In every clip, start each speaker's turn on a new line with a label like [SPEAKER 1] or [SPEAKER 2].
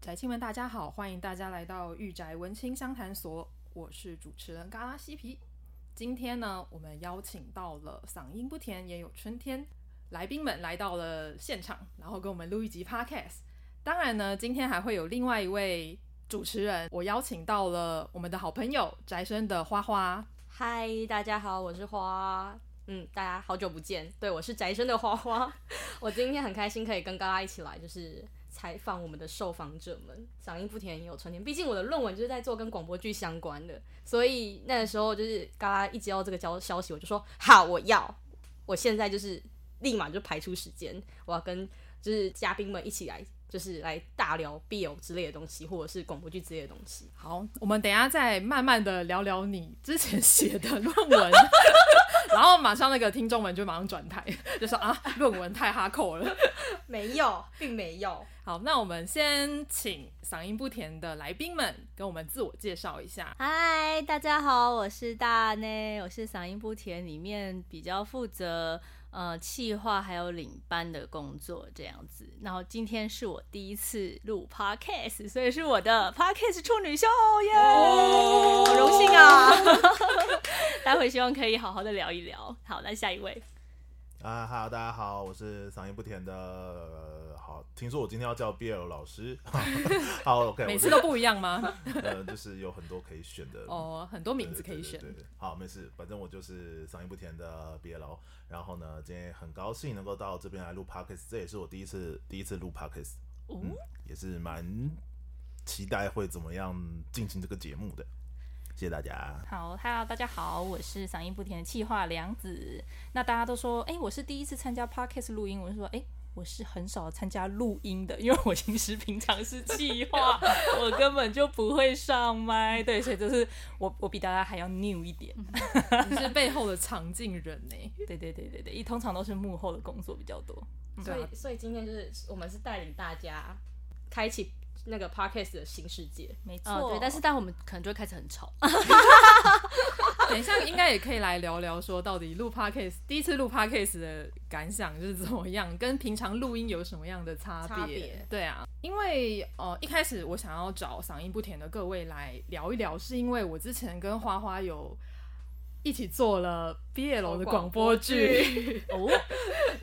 [SPEAKER 1] 宅青们，大家好，欢迎大家来到御宅文青相谈所，我是主持人嘎拉西皮。今天呢，我们邀请到了嗓音不甜也有春天来宾们来到了现场，然后跟我们录一集 podcast。当然呢，今天还会有另外一位主持人，我邀请到了我们的好朋友宅生的花花。
[SPEAKER 2] 嗨，大家好，我是花。嗯，大家好久不见，对我是宅生的花花。 我今天很开心可以跟大家一起来，就是采访我们的受访者们，嗓音不甜也有春天。毕竟我的论文就是在做跟广播剧相关的，所以那个时候就是嘎嘎一接到这个消消息，我就说好，我要，我现在就是立马就排出时间，我要跟就是嘉宾们一起来，就是来大聊 BL 之类的东西，或者是广播剧之类的东西。
[SPEAKER 1] 好，我们等一下再慢慢的聊聊你之前写的论文， 然后马上那个听众们就马上转台，就说啊，论文太哈扣了。
[SPEAKER 2] 没有，并没有。
[SPEAKER 1] 好，那我们先请嗓音不甜的来宾们跟我们自我介绍一下。
[SPEAKER 3] 嗨，大家好，我是大内，我是嗓音不甜里面比较负责呃企划还有领班的工作这样子。然后今天是我第一次录 podcast，所以是我的 podcast 处女秀耶，
[SPEAKER 2] 哦好荣幸啊！
[SPEAKER 3] 待会希望可以好好的聊一聊。好，那下一位，
[SPEAKER 4] 啊哈喽，大家好，我是嗓音不甜的、呃好，听说我今天要叫 BL 老师， 好，OK，
[SPEAKER 1] 每
[SPEAKER 4] 我
[SPEAKER 1] 次
[SPEAKER 4] 是
[SPEAKER 1] 都不一样吗？
[SPEAKER 4] 呃，就是有很多可以选的
[SPEAKER 1] 哦，很多
[SPEAKER 4] 对
[SPEAKER 1] 名字可以选
[SPEAKER 4] 对。对对对好，没事，反正我就是嗓音不甜的 BL，然后呢，今天很高兴能够到这边来录 Podcast，这也是我第一次第一次录 Podcast，
[SPEAKER 3] 哦
[SPEAKER 4] 嗯，也是蛮期待会怎么样进行这个节目的，谢谢 大家。
[SPEAKER 5] 好，Hello，大家好，我是嗓音不甜的气化梁子。那大家都说，哎、我是第一次参加 podcast 录音，我就说，哎、我是很少参加录音的，因为我平时平常是气化，我根本就不会上麦，对，所以就是我我比大家还要 new 一
[SPEAKER 3] 嗯
[SPEAKER 5] 点。
[SPEAKER 1] 你是背后的常进人呢、
[SPEAKER 5] 对对对对对，一通常都是幕后的工作比较多。
[SPEAKER 4] 嗯
[SPEAKER 2] 所
[SPEAKER 1] 啊
[SPEAKER 2] 以，所以今天就是我们是带领大家开启那个 podcast 的新世界。
[SPEAKER 5] 没错、
[SPEAKER 3] 啊、对，但是待会我们可能就会开始很吵。
[SPEAKER 1] 等一下应该也可以来聊聊，说到底录 podcast 第一次录 podcast 的感想是怎么样，跟平常录音有什么样的差别？
[SPEAKER 2] 差别
[SPEAKER 1] 对啊，因为呃一开始我想要找嗓音不甜的各位来聊一聊，是因为我之前跟花花有一起做了 BL 的广播剧。
[SPEAKER 2] 哦，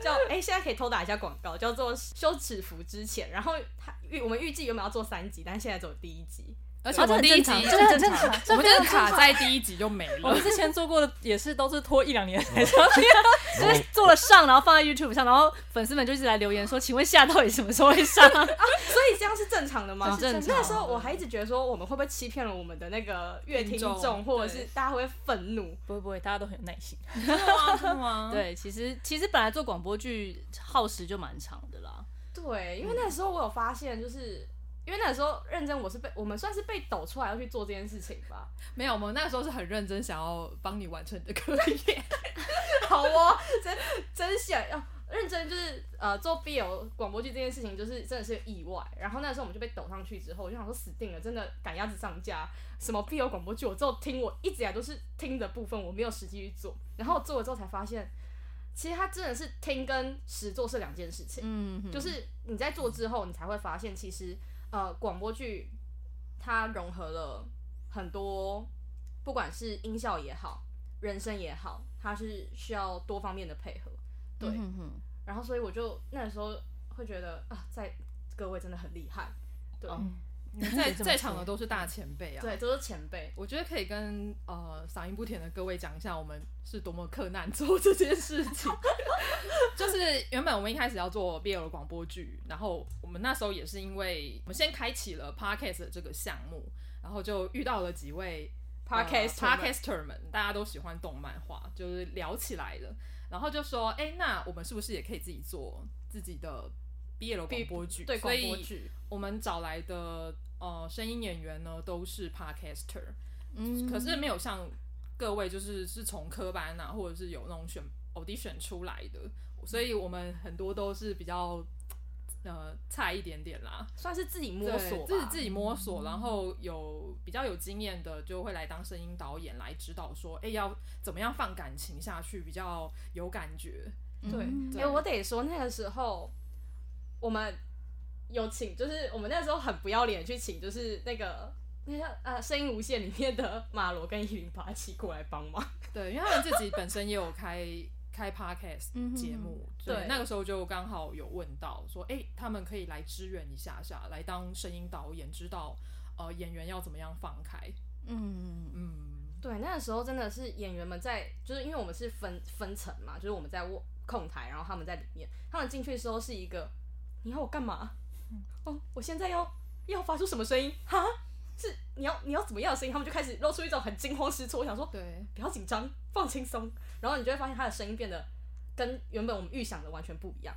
[SPEAKER 2] 叫 哎、现在可以偷打一下广告，叫做《羞耻服之前》。然后他预我们预计原本要做三集，但现在只有第一集。
[SPEAKER 1] 而且我们第一集，
[SPEAKER 3] 哦这很正常
[SPEAKER 5] 这很正常，
[SPEAKER 1] 我们就是卡在第一集就没
[SPEAKER 5] 我们
[SPEAKER 1] 了。
[SPEAKER 5] 之前做过的也是都是拖一两年才 上
[SPEAKER 3] 嗯就是做了上，然后放在 YouTube 上，然后粉丝们就一直来留言说，请问下到底什么时候会上？
[SPEAKER 2] 所以这样是哦正常的吗？
[SPEAKER 3] 很正常
[SPEAKER 2] 那时候我还一直觉得说，我们会不会欺骗了我们的那个乐听
[SPEAKER 1] 听众
[SPEAKER 2] 众，或者
[SPEAKER 1] 对
[SPEAKER 2] 是大家会愤怒？
[SPEAKER 5] 不会不会，大家都很有耐心。
[SPEAKER 1] 真的 吗？
[SPEAKER 3] 对，其实其实本来做广播剧耗时就蛮长的啦。
[SPEAKER 2] 对，因为那时候我有发现，就是。因为那时候认真，我是被我们算是被抖出来要去做这件事情吧。
[SPEAKER 1] 没有，我们那时候是很认真想要帮你完成你的课业。
[SPEAKER 2] 好哦，真真想要、认真，就是呃做 BL 广播剧这件事情，就是真的是意外。然后那时候我们就被抖上去之后，我就想说死定了，真的赶鸭子上架，什么 BL 广播剧，我之后听我一直以来都是听的部分，我没有实际去做。然后我做了之后才发现，其实它真的是听跟实做是两件事情。
[SPEAKER 3] 嗯，
[SPEAKER 2] 就是你在做之后，你才会发现，其实呃，广播剧它融合了很多，不管是音效也好，人声也好，它是需要多方面的配合。对，
[SPEAKER 3] 嗯哼
[SPEAKER 2] 然后所以我就那时候会觉得啊，在各位真的很厉害，对、
[SPEAKER 1] 你们在在场的都是大前辈啊。
[SPEAKER 2] 对，都是前辈。
[SPEAKER 1] 我觉得可以跟呃嗓音不甜的各位讲一下，我们是多么克难做这件事情。 就是原本我们一开始要做 BL 广播剧，然后我们那时候也是因为我们先开启了 Podcast 的这个项目，然后就遇到了几位
[SPEAKER 2] Podcaster
[SPEAKER 1] 呃
[SPEAKER 2] 们
[SPEAKER 1] Podcaster 们，大家都喜欢动漫画，就是聊起来了，然后就说，哎、那我们是不是也可以自己做自己的 BL 广播剧？
[SPEAKER 2] 对
[SPEAKER 1] 所
[SPEAKER 2] 广
[SPEAKER 1] 以
[SPEAKER 2] 播剧，
[SPEAKER 1] 我们找来的呃声音演员呢都是 podcaster，、
[SPEAKER 3] 嗯
[SPEAKER 1] 可是没有像各位就是是从科班啊，或者是有那种选 audition 出来的，所以我们很多都是比较呃菜一点点啦，
[SPEAKER 2] 算是自己摸索吧，
[SPEAKER 1] 对自己自己摸索，然后有比较有经验的就会来当声音导演来指导说，哎、要怎么样放感情下去比较有感觉，
[SPEAKER 2] 对，
[SPEAKER 1] 对
[SPEAKER 2] 哎、我得说那个时候我们有请，就是我们那时候很不要脸地去请，就是那个那叫呃《声音无限》里面的马罗跟一零八七过来帮忙。
[SPEAKER 1] 对，因为他们自己本身也有开开 podcast
[SPEAKER 5] 嗯哼
[SPEAKER 1] 节目，所以
[SPEAKER 2] 对
[SPEAKER 1] 那个时候就刚好有问到说，哎、他们可以来支援一下下，来当声音导演，知道呃演员要怎么样放开，
[SPEAKER 5] 嗯，
[SPEAKER 1] 嗯，
[SPEAKER 2] 对，那个时候真的是演员们在，就是因为我们是分分层嘛，就是我们在握控台，然后他们在里面。他们进去的时候是一个，你要我干嘛？哦，我现在要要发出什么声音？哈，是你要你要怎么样的声音？他们就开始露出一种很惊慌失措。我想说，
[SPEAKER 1] 对，
[SPEAKER 2] 不要紧张，放轻松。然后你就会发现他的声音变得跟原本我们预想的完全不一样。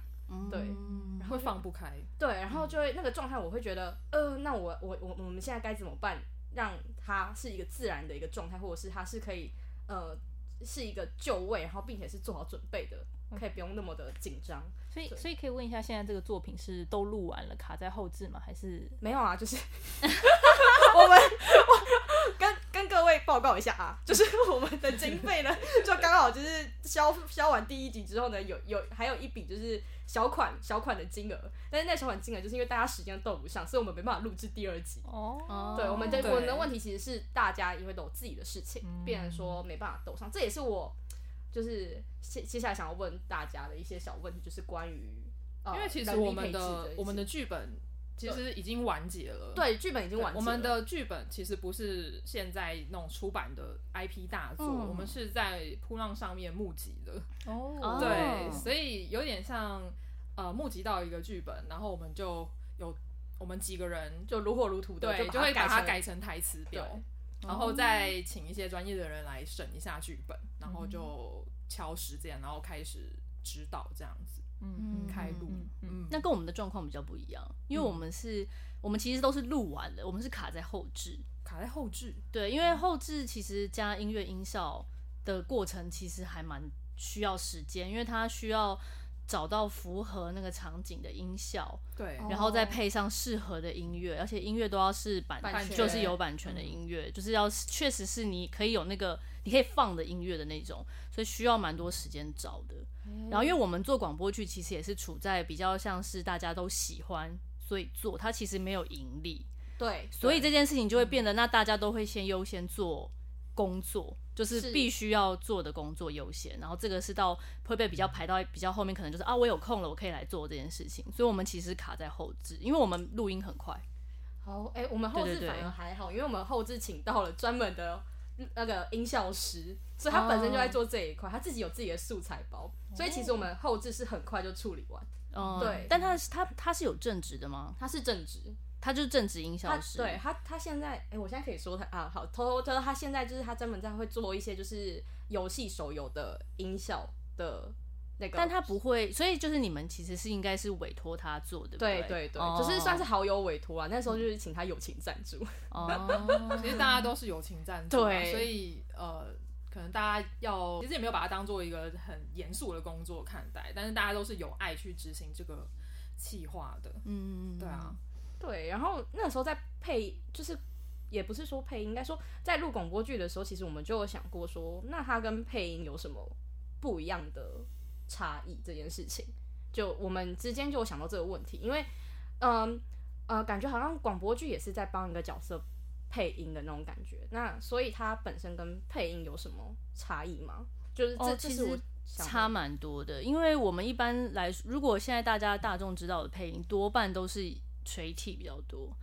[SPEAKER 2] 对
[SPEAKER 5] 嗯
[SPEAKER 1] 会放不开，
[SPEAKER 2] 对，然后就会那个状态，我会觉得，呃，那我我我我们现在该怎么办，让它是一个自然的一个状态，或者是它是可以呃是一个就位，然后并且是做好准备的，可以不用那么的紧张。
[SPEAKER 5] 所以
[SPEAKER 2] 对
[SPEAKER 5] 所以可以问一下，现在这个作品是都录完了，卡在后置吗？还是
[SPEAKER 2] 没有啊，就是 我们我跟跟各位报告一下啊，就是我们的经费呢，就刚好就是消消完第一集之后呢，有有还有一笔就是小款小款的金额，但是那小款金额就是因为大家时间都不上，所以我们没办法录制第二集。
[SPEAKER 5] 哦
[SPEAKER 3] 哦
[SPEAKER 2] 对，我们的
[SPEAKER 1] 对
[SPEAKER 2] 我们的问题其实是大家因为都有自己的事情，
[SPEAKER 5] 嗯
[SPEAKER 2] 变成说没办法斗上，这也是我就是接接下来想要问大家的一些小问题，就是关于、呃、
[SPEAKER 1] 因为其实
[SPEAKER 2] 人力
[SPEAKER 1] 我们
[SPEAKER 2] 配置
[SPEAKER 1] 的
[SPEAKER 2] 一
[SPEAKER 1] 我们
[SPEAKER 2] 些
[SPEAKER 1] 的剧本其实已经完结了，
[SPEAKER 2] 对剧本已经
[SPEAKER 1] 对。
[SPEAKER 2] 完结
[SPEAKER 1] 我们
[SPEAKER 2] 了
[SPEAKER 1] 的剧本其实不是现在那种出版的 IP 大作，
[SPEAKER 5] 嗯
[SPEAKER 1] 我们是在扑浪上面募集的。
[SPEAKER 5] 哦
[SPEAKER 1] 对，所以有点像呃，募集到一个剧本，然后我们就有我们几个人
[SPEAKER 2] 就如火如荼的，
[SPEAKER 1] 对，就
[SPEAKER 2] 就
[SPEAKER 1] 会把它
[SPEAKER 2] 它
[SPEAKER 1] 改
[SPEAKER 2] 成
[SPEAKER 1] 成台词表，
[SPEAKER 2] 对
[SPEAKER 1] 然
[SPEAKER 5] 哦
[SPEAKER 1] 后再请一些专业的人来审一下剧本，然后就敲时间，然后开始指导这样子
[SPEAKER 5] 嗯
[SPEAKER 1] 开录
[SPEAKER 3] 嗯。
[SPEAKER 1] 嗯，
[SPEAKER 3] 那跟我们的状况比较不一样，因为我
[SPEAKER 2] 嗯
[SPEAKER 3] 们是，我们其实都是录完了，我们是卡在后置。
[SPEAKER 1] 卡在后置，
[SPEAKER 3] 对，因为后置其实加音乐音效的过程其实还蛮需要时间，因为它需要找到符合那个场景的音效，
[SPEAKER 1] 对，
[SPEAKER 2] 哦
[SPEAKER 3] 然后再配上适合的音乐，而且音乐都要是版
[SPEAKER 2] 版权嗯
[SPEAKER 3] 就是有版权的音乐，就是要确实是你可以有那个你可以放的音乐的那种，所以需要蛮多时间找的。然后因为我们做广播剧，其实也是处在比较像是大家都喜欢，所以做它其实没有盈利，
[SPEAKER 2] 对，嗯
[SPEAKER 3] 所以这件事情就会变得，那大家都会先优先做工作，就是
[SPEAKER 2] 是
[SPEAKER 3] 必须要做的工作优先，然后这个是到会被比较排到比较后面，可能就是啊，我有空了，我可以来做这件事情，所以我们其实卡在后置，因为我们录音很快，
[SPEAKER 2] 好，哎、我们后
[SPEAKER 3] 对
[SPEAKER 2] 置
[SPEAKER 3] 对对
[SPEAKER 2] 反而还好，因为我们后置请到了专门的那个音效师，所以他本身就在做这一块，他自己有自己的素材包，所以其实我们后置是很快就处理完。
[SPEAKER 3] 嗯，
[SPEAKER 2] 对
[SPEAKER 3] 但他是他他是有正职的吗？
[SPEAKER 2] 他是正职，
[SPEAKER 3] 他就是正职音
[SPEAKER 2] 他
[SPEAKER 3] 效师，
[SPEAKER 2] 对，他他现在，哎、我现在可以说他啊，好，偷偷偷，他现在就是他专门在会做一些就是游戏手游的音效的那个，
[SPEAKER 3] 但他不会，所以就是你们其实是应该是委托他做，对不
[SPEAKER 2] 对
[SPEAKER 3] 对
[SPEAKER 2] 对对，
[SPEAKER 3] 哦
[SPEAKER 2] 就是算是好友委托啊，那时候就是请他友情赞助。
[SPEAKER 3] 哦，
[SPEAKER 1] 其实大家都是友情赞助嘛，
[SPEAKER 2] 对
[SPEAKER 1] 所以呃，可能大家要其实也没有把它当做一个很严肃的工作看待，但是大家都是有爱去执行这个企划的，
[SPEAKER 3] 嗯，
[SPEAKER 1] 对啊，
[SPEAKER 2] 对，然后那时候在配，就是也不是说配音，应该说在录广播剧的时候，其实我们就有想过说，那它跟配音有什么不一样的差异这件事情，就我们之间就有想到这个问题，因为嗯呃，感觉好像广播剧也是在帮一个角色配音的那种感觉，那所以它本身跟配音有什么差异吗？就是这、
[SPEAKER 3] 哦
[SPEAKER 2] 这
[SPEAKER 3] 其
[SPEAKER 2] 是我
[SPEAKER 3] 实
[SPEAKER 2] 想
[SPEAKER 3] 差
[SPEAKER 2] 问
[SPEAKER 3] 蛮多的，因为我们一般来说，如果现在大家大众知道的配音，多半都是吹替比较多。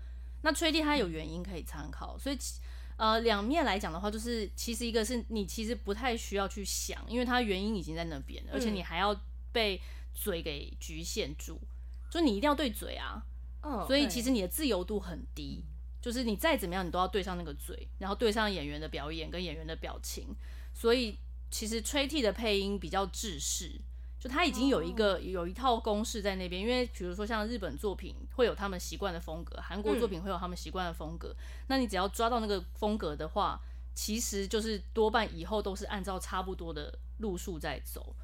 [SPEAKER 3] 那吹替它有原因可以参考，所以其呃两面来讲的话，就是其实一个是你其实不太需要去想，因为它原因已经在那边了，而且你还要被嘴给局限住，就你一定要对嘴啊，
[SPEAKER 2] 嗯，
[SPEAKER 3] 所以
[SPEAKER 2] 对
[SPEAKER 3] 其实你的自由度很低，就是你再怎么样，你都要对上那个嘴，然后对上演员的表演跟演员的表情。所以其实吹替的配音比较制式，就他已经有一个、有一套公式在那边。因为比如说像日本作品会有他们习惯的风格，韩国作品会有他们习惯的风格。那你只要抓到那个风格的话，其实就是多半以后都是按照差不多的路数在走。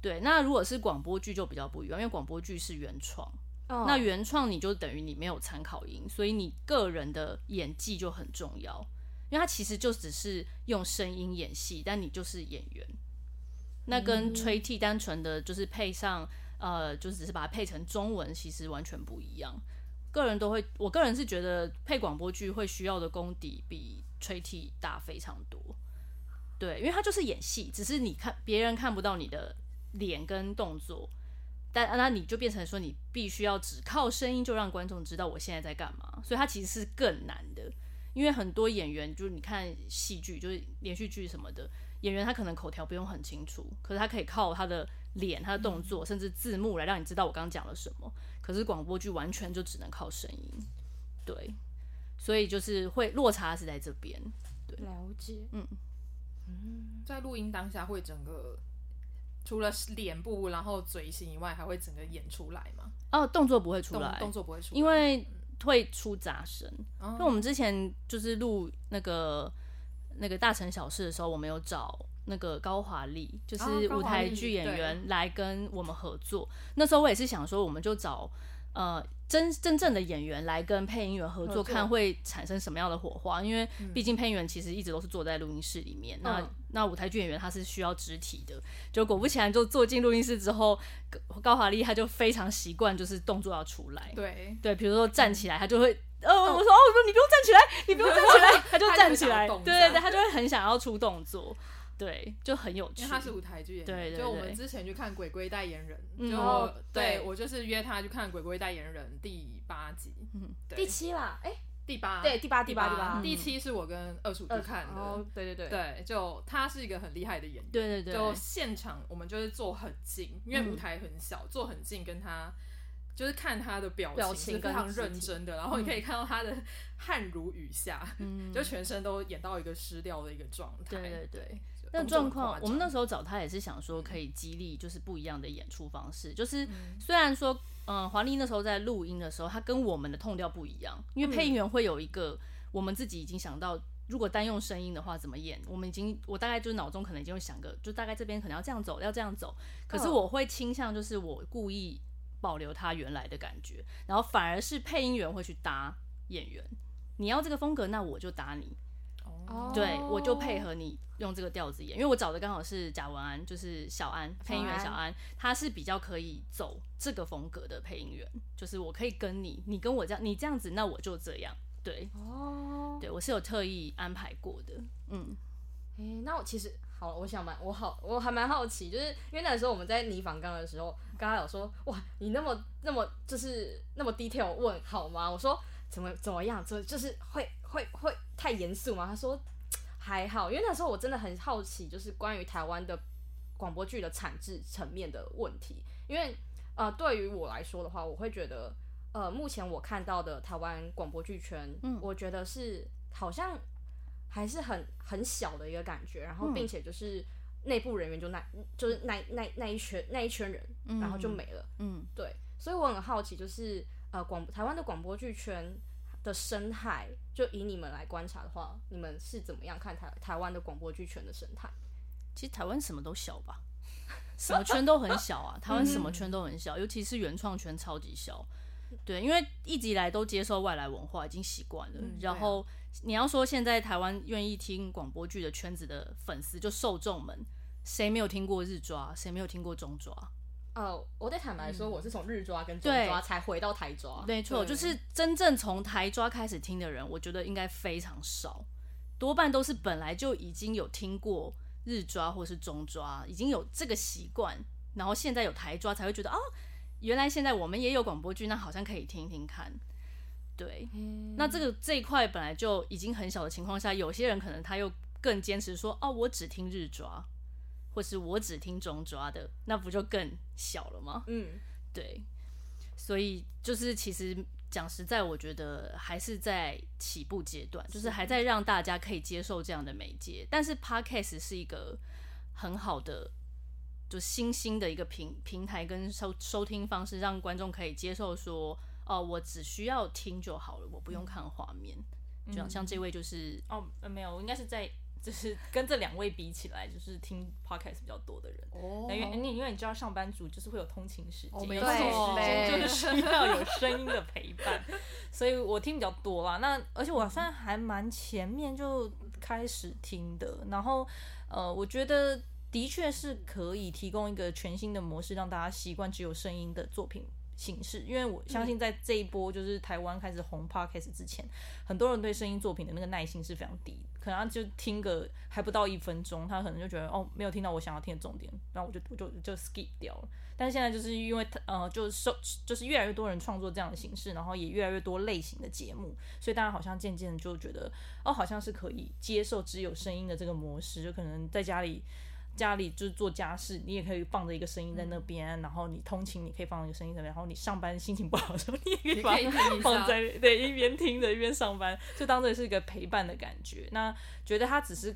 [SPEAKER 3] 对，那如果是广播剧就比较不一样，因为广播剧是原创。
[SPEAKER 2] 哦
[SPEAKER 3] 那原创你就等于你没有参考音，所以你个人的演技就很重要，因为它其实就只是用声音演戏，但你就是演员。那跟吹替单纯的就是配上呃，就只是把它配成中文，其实完全不一样。个人都会，我个人是觉得配广播剧会需要的功底比吹替大非常多。对，因为他就是演戏，只是你看别人看不到你的脸跟动作，但那你就变成说你必须要只靠声音就让观众知道我现在在干嘛，所以它其实是更难的。因为很多演员就是你看戏剧，就是连续剧什么的，演员他可能口条不用很清楚，可是他可以靠他的脸、他的动
[SPEAKER 1] 嗯
[SPEAKER 3] 作，甚至字幕来让你知道我刚刚讲了什么。可是广播剧完全就只能靠声音，对，所以就是会落差是在这边。
[SPEAKER 2] 了解，
[SPEAKER 3] 嗯
[SPEAKER 2] 嗯
[SPEAKER 1] 在录音当下会整个除了脸部然后嘴型以外，还会整个演出来吗？
[SPEAKER 3] 哦，动作不会出
[SPEAKER 1] 动
[SPEAKER 3] 来，
[SPEAKER 1] 动作不会出来，
[SPEAKER 3] 因为会出杂声。
[SPEAKER 1] 哦
[SPEAKER 3] 因为我们之前就是录那个那个大城小事的时候，我们有找那个高华丽，就是
[SPEAKER 1] 哦高华丽
[SPEAKER 3] 舞台剧演员来跟我们合作。那时候我也是想说，我们就找呃真真正的演员来跟配音员合
[SPEAKER 1] 合作
[SPEAKER 3] 作，看会产生什么样的火花。因为毕竟配音员其实一直都是坐在录音室里面，那
[SPEAKER 1] 嗯
[SPEAKER 3] 那舞台剧演员他是需要肢体的。就果不其然，就坐进录音室之后，高高华丽他就非常习惯，就是动作要出来。
[SPEAKER 1] 对，
[SPEAKER 3] 对，比如说站起来，他就会，呃，我说哦，我说你不用站起来，你不用站起来，他就
[SPEAKER 1] 他就
[SPEAKER 3] 站
[SPEAKER 1] 会
[SPEAKER 3] 起
[SPEAKER 1] 想要
[SPEAKER 3] 来，
[SPEAKER 1] 动
[SPEAKER 3] 对
[SPEAKER 1] 这样
[SPEAKER 3] 对对，他就会很想要出动作，对，就很有
[SPEAKER 1] 因
[SPEAKER 3] 趣
[SPEAKER 1] 为。他是舞台剧演员，
[SPEAKER 3] 对对
[SPEAKER 1] 就我
[SPEAKER 3] 对
[SPEAKER 1] 们之前去看《鬼鬼代言人》
[SPEAKER 3] 嗯
[SPEAKER 1] 就
[SPEAKER 2] 哦
[SPEAKER 1] 对
[SPEAKER 2] 对
[SPEAKER 1] 我就是约他去看《鬼鬼代言人》第八集，
[SPEAKER 3] 嗯
[SPEAKER 1] 对，
[SPEAKER 2] 第七啦，哎，
[SPEAKER 1] 第八，
[SPEAKER 2] 对，第八，第
[SPEAKER 1] 第
[SPEAKER 2] 八，第八，嗯
[SPEAKER 1] 第七是我跟二叔去看的
[SPEAKER 2] 哦，，对对对，
[SPEAKER 1] 对，就他是一个很厉害的演员，
[SPEAKER 3] 对对
[SPEAKER 1] 就
[SPEAKER 3] 对，
[SPEAKER 1] 现场我们就是坐很近，因为舞台很小，
[SPEAKER 3] 嗯
[SPEAKER 1] 坐很近跟他。就是看他的表
[SPEAKER 2] 表
[SPEAKER 1] 情
[SPEAKER 2] 情
[SPEAKER 1] 是非
[SPEAKER 2] 跟
[SPEAKER 1] 常
[SPEAKER 2] 肢
[SPEAKER 1] 认
[SPEAKER 2] 体
[SPEAKER 1] 真的，然后你可以看到他的汗如雨下，
[SPEAKER 3] 嗯
[SPEAKER 1] 就全身都演到一个湿掉的一个状态。
[SPEAKER 3] 对对对
[SPEAKER 1] 就
[SPEAKER 3] 那
[SPEAKER 1] 动作
[SPEAKER 3] 状
[SPEAKER 1] 很
[SPEAKER 3] 况
[SPEAKER 1] 夸，
[SPEAKER 3] 我们那
[SPEAKER 1] 张嗯
[SPEAKER 3] 时候找他也是想说可以激励，就是不一样的演出方式。就是虽然说，嗯，华丽那时候在录音的时候，他跟我们的痛调不一样，因为配
[SPEAKER 1] 嗯
[SPEAKER 3] 音员会有一个我们自己已经想到，如果单用声音的话怎么演，我们已经我大概就是脑中可能已经会想个，就大概这边可能要这样走，要这样走。可是
[SPEAKER 2] 嗯
[SPEAKER 3] 我会倾向就是我故意保留他原来的感觉，然后反而是配音员会去搭演员。你要这个风格，那我就搭你。
[SPEAKER 1] 哦，
[SPEAKER 3] 对，
[SPEAKER 2] 哦
[SPEAKER 3] 我就配合你用这个调子演，因为我找的刚好是贾文安，就是小安配音员
[SPEAKER 2] 小
[SPEAKER 3] 小
[SPEAKER 2] 安
[SPEAKER 3] 安，他是比较可以走这个风格的配音员，就是我可以跟你，你跟我这样，你这样子，那我就这样，对
[SPEAKER 2] 哦，
[SPEAKER 3] 对，我是有特意安排过的，嗯，
[SPEAKER 2] 哎、那我其实好，我想蛮，我好，我还蛮好奇，就是因为那时候我们在拟仿纲的时候，刚刚有说，哇，你那么那么就是那么 detail 问好吗？我说怎么怎么样，就就是会会会太严肃吗？他说嘖还好，因为那时候我真的很好奇，就是关于台湾的广播剧的产制层面的问题，因为呃，对于我来说的话，我会觉得呃，目前我看到的台湾广播剧圈，
[SPEAKER 3] 嗯
[SPEAKER 2] 我觉得是好像还是很很小的一个感觉，然后
[SPEAKER 3] 嗯
[SPEAKER 2] 并且就是内部人员就那就是那那那一圈那一圈人，
[SPEAKER 3] 嗯
[SPEAKER 2] 然后就没了。
[SPEAKER 3] 嗯
[SPEAKER 2] 对，所以我很好奇，就是呃广台湾的广播剧圈的生态，就以你们来观察的话，你们是怎么样看台台湾的广播剧圈的生态？
[SPEAKER 3] 其实台湾什么都小吧，什么圈都很小啊，台湾什
[SPEAKER 1] 嗯
[SPEAKER 3] 么圈都很小，尤其是原创圈超级小。对，因为一直以来都接受外来文化，已经习惯了。
[SPEAKER 1] 嗯对啊
[SPEAKER 3] 然后你要说现在台湾愿意听广播剧的圈子的粉丝，就受众们，谁没有听过日抓，谁没有听过中抓？
[SPEAKER 2] 呃，我得坦白说，我是从日抓跟中
[SPEAKER 3] 嗯对
[SPEAKER 2] 抓才回到台抓。
[SPEAKER 3] 没错，
[SPEAKER 1] 对
[SPEAKER 3] 就是真正从台抓开始听的人，我觉得应该非常少，多半都是本来就已经有听过日抓或是中抓，已经有这个习惯，然后现在有台抓才会觉得哦，原来现在我们也有广播剧，那好像可以听听看。对，那这个这一块本来就已经很小的情况下，有些人可能他又更坚持说哦，我只听日抓，或是我只听中抓的，那不就更小了吗？
[SPEAKER 2] 嗯，
[SPEAKER 3] 对，所以就是其实讲实在，我觉得还是在起步阶段，就是还在让大家可以接受这样的媒介。但是 podcast 是一个很好的，就新兴的一个平平台跟收收听方式，让观众可以接受说，哦，我只需要听就好了，我不用看画面。就像像这位就是
[SPEAKER 5] 哦，呃没有，我应该是在就是 跟这两位比起来，就是听 podcast 比较多的人。
[SPEAKER 1] 哦
[SPEAKER 5] 因为你因为你知道上班族就是会有通勤时间，
[SPEAKER 1] 哦没
[SPEAKER 5] 有这种
[SPEAKER 2] 错
[SPEAKER 5] 时间
[SPEAKER 2] 对
[SPEAKER 5] 就是需要有声音的陪伴，所以我听比较多啦。那而且我算还蛮前面就开始听的，然后呃，我觉得的确是可以提供一个全新的模式，让大家习惯只有声音的作品。形式，因为我
[SPEAKER 1] 嗯
[SPEAKER 5] 相信在这一波就是台湾开始红 podcast 之前，很多人对声音作品的那个耐心是非常低的，可能他就听个还不到一分钟，他可能就觉得哦没有听到我想要听的重点，然后我就我就就 skip 掉了。但是现在就是因为呃，就是受就是越来越多人创作这样的形式，然后也越来越多类型的节目，所以大家好像渐渐就觉得哦，好像是可以接受只有声音的这个模式，就可能在家里。家里就是做家事，你也可以放着一个声音在
[SPEAKER 1] 嗯
[SPEAKER 5] 那边，然后你通勤你可以放一个声音在那边，然后你上班心情不好的时候， 你也可以
[SPEAKER 1] 也
[SPEAKER 5] 把
[SPEAKER 1] 可以听一
[SPEAKER 5] 放
[SPEAKER 1] 下。
[SPEAKER 5] 在对一边听着一边上班，就当做是一个陪伴的感觉。那觉得他只是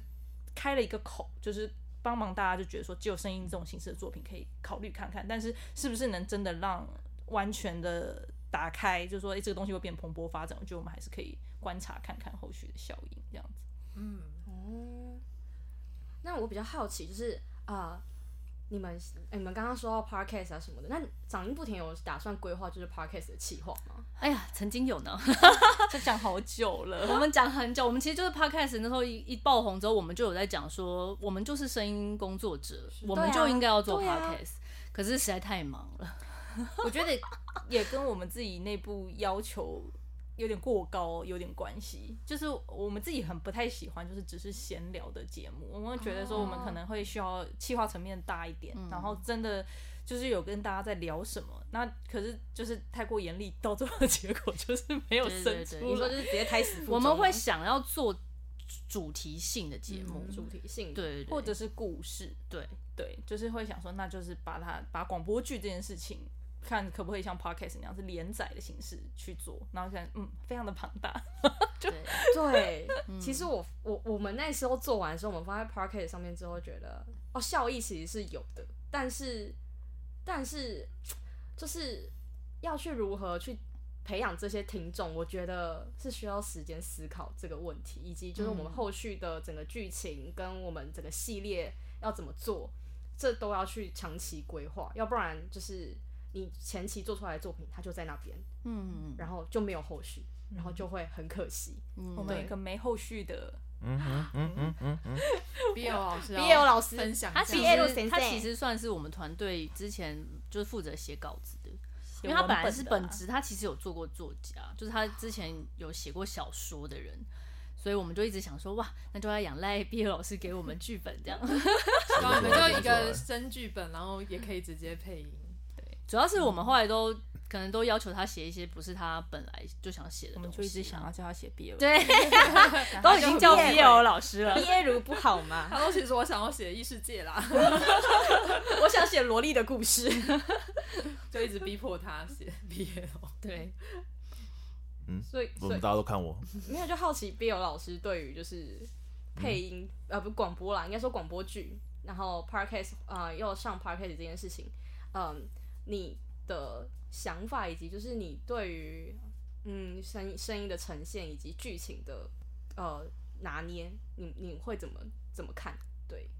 [SPEAKER 5] 开了一个口，就是帮忙大家就觉得说，只有声音这种形式的作品可以考虑看看，但是是不是能真的让完全的打开，就是说，哎、这个东西会变蓬勃发展？我觉得我们还是可以观察看看后续的效应，这样子。
[SPEAKER 1] 嗯，
[SPEAKER 2] 那我比较好奇，就是啊、呃你们、哎你们刚刚说到 podcast 啊什么的，那掌音不停有打算规划就是 podcast 的企划吗？
[SPEAKER 3] 哎呀，曾经有呢，
[SPEAKER 5] 这讲好久了，
[SPEAKER 3] 我们讲很久，我们其实就是 podcast 那时候一一爆红之后，我们就有在讲说，我们就是声音工作者，我们
[SPEAKER 2] 对啊
[SPEAKER 3] 就应该要做
[SPEAKER 2] 对啊
[SPEAKER 3] podcast，、可是实在太忙了。
[SPEAKER 5] 我觉得也跟我们自己内部要求有点过高有点关系。就是我们自己很不太喜欢，就是只是闲聊的节目，我们会觉得说我
[SPEAKER 3] 哦
[SPEAKER 5] 们可能会需要企划层面大一点，
[SPEAKER 3] 嗯
[SPEAKER 5] 然后真的。就是有跟大家在聊什么，那可是就是太过严厉，到最后的结果就是没有
[SPEAKER 3] 对
[SPEAKER 5] 生
[SPEAKER 3] 对对
[SPEAKER 5] 出
[SPEAKER 2] 你说
[SPEAKER 5] 来。
[SPEAKER 2] 就是直接开始
[SPEAKER 3] 我们会想要做主题性的节目，
[SPEAKER 2] 主题性的，
[SPEAKER 3] 对对对，
[SPEAKER 5] 或者是故事，
[SPEAKER 3] 对
[SPEAKER 5] 对，就是会想说，那就是把它把广播剧这件事情，看可不可以像 podcast 那样是连载的形式去做，然后想，嗯，非常的庞大，
[SPEAKER 3] 对，
[SPEAKER 2] 对，
[SPEAKER 3] 嗯
[SPEAKER 2] 其实我我我们那时候做完的时候，我们放在 p o c k e t 上面之后，觉得哦，效益其实是有的，但是但是就是要去如何去培养这些听众，我觉得是需要时间思考这个问题，以及就是我们
[SPEAKER 3] 嗯
[SPEAKER 2] 后续的整个剧情跟我们整个系列要怎么做，这都要去长期规划，要不然就是你前期做出来的作品，它就在那边，
[SPEAKER 3] 嗯，
[SPEAKER 2] 然后就没有后续，然后就会很可 惜。
[SPEAKER 5] 我
[SPEAKER 3] 嗯
[SPEAKER 5] 们有
[SPEAKER 2] 对
[SPEAKER 5] 一个没后续的，
[SPEAKER 4] 嗯哼嗯嗯嗯嗯，
[SPEAKER 1] 毕业老师要
[SPEAKER 2] BL 老师
[SPEAKER 1] 分享一下，
[SPEAKER 3] 他其
[SPEAKER 2] BL
[SPEAKER 3] 实
[SPEAKER 2] 先生
[SPEAKER 3] 他其实算是我们团队之前就是负责写稿子的，因
[SPEAKER 5] 因
[SPEAKER 3] 为他本来是本职，他其实有做过作家，就是他之前有写过小说的人。所以我们就一直想说，哇，那就要仰赖毕业老师给我们剧本这样。
[SPEAKER 1] 然后你们就一个生剧本，然后也可以直接配音。
[SPEAKER 3] 主要是我们后来都可能都要求他写一些不是他本来就想写的
[SPEAKER 5] 我
[SPEAKER 3] 东西
[SPEAKER 5] 们
[SPEAKER 3] 啊，
[SPEAKER 5] 就一直想要叫他写毕业，，
[SPEAKER 3] 对， 都已经叫毕业老师了，
[SPEAKER 2] 毕业如不 好吗？
[SPEAKER 1] 他说：“ 其实我想要写异世界啦，
[SPEAKER 2] 我想写萝莉的故事。
[SPEAKER 1] 就一直逼迫他 写 BL。
[SPEAKER 3] 对，
[SPEAKER 2] 所以，
[SPEAKER 4] 我
[SPEAKER 2] 所
[SPEAKER 4] 们
[SPEAKER 2] 以
[SPEAKER 4] 嗯大家都看我，
[SPEAKER 2] 没有就好奇 Bill 老师对于就是
[SPEAKER 4] 嗯
[SPEAKER 2] 配音、呃不广播啦，应该说广播剧，然后 podcast 呃又上 podcast 这件事情，嗯、你的想法以及就是你对于嗯声声音的呈现以及剧情的呃拿捏，你你会怎么怎么看？ 对，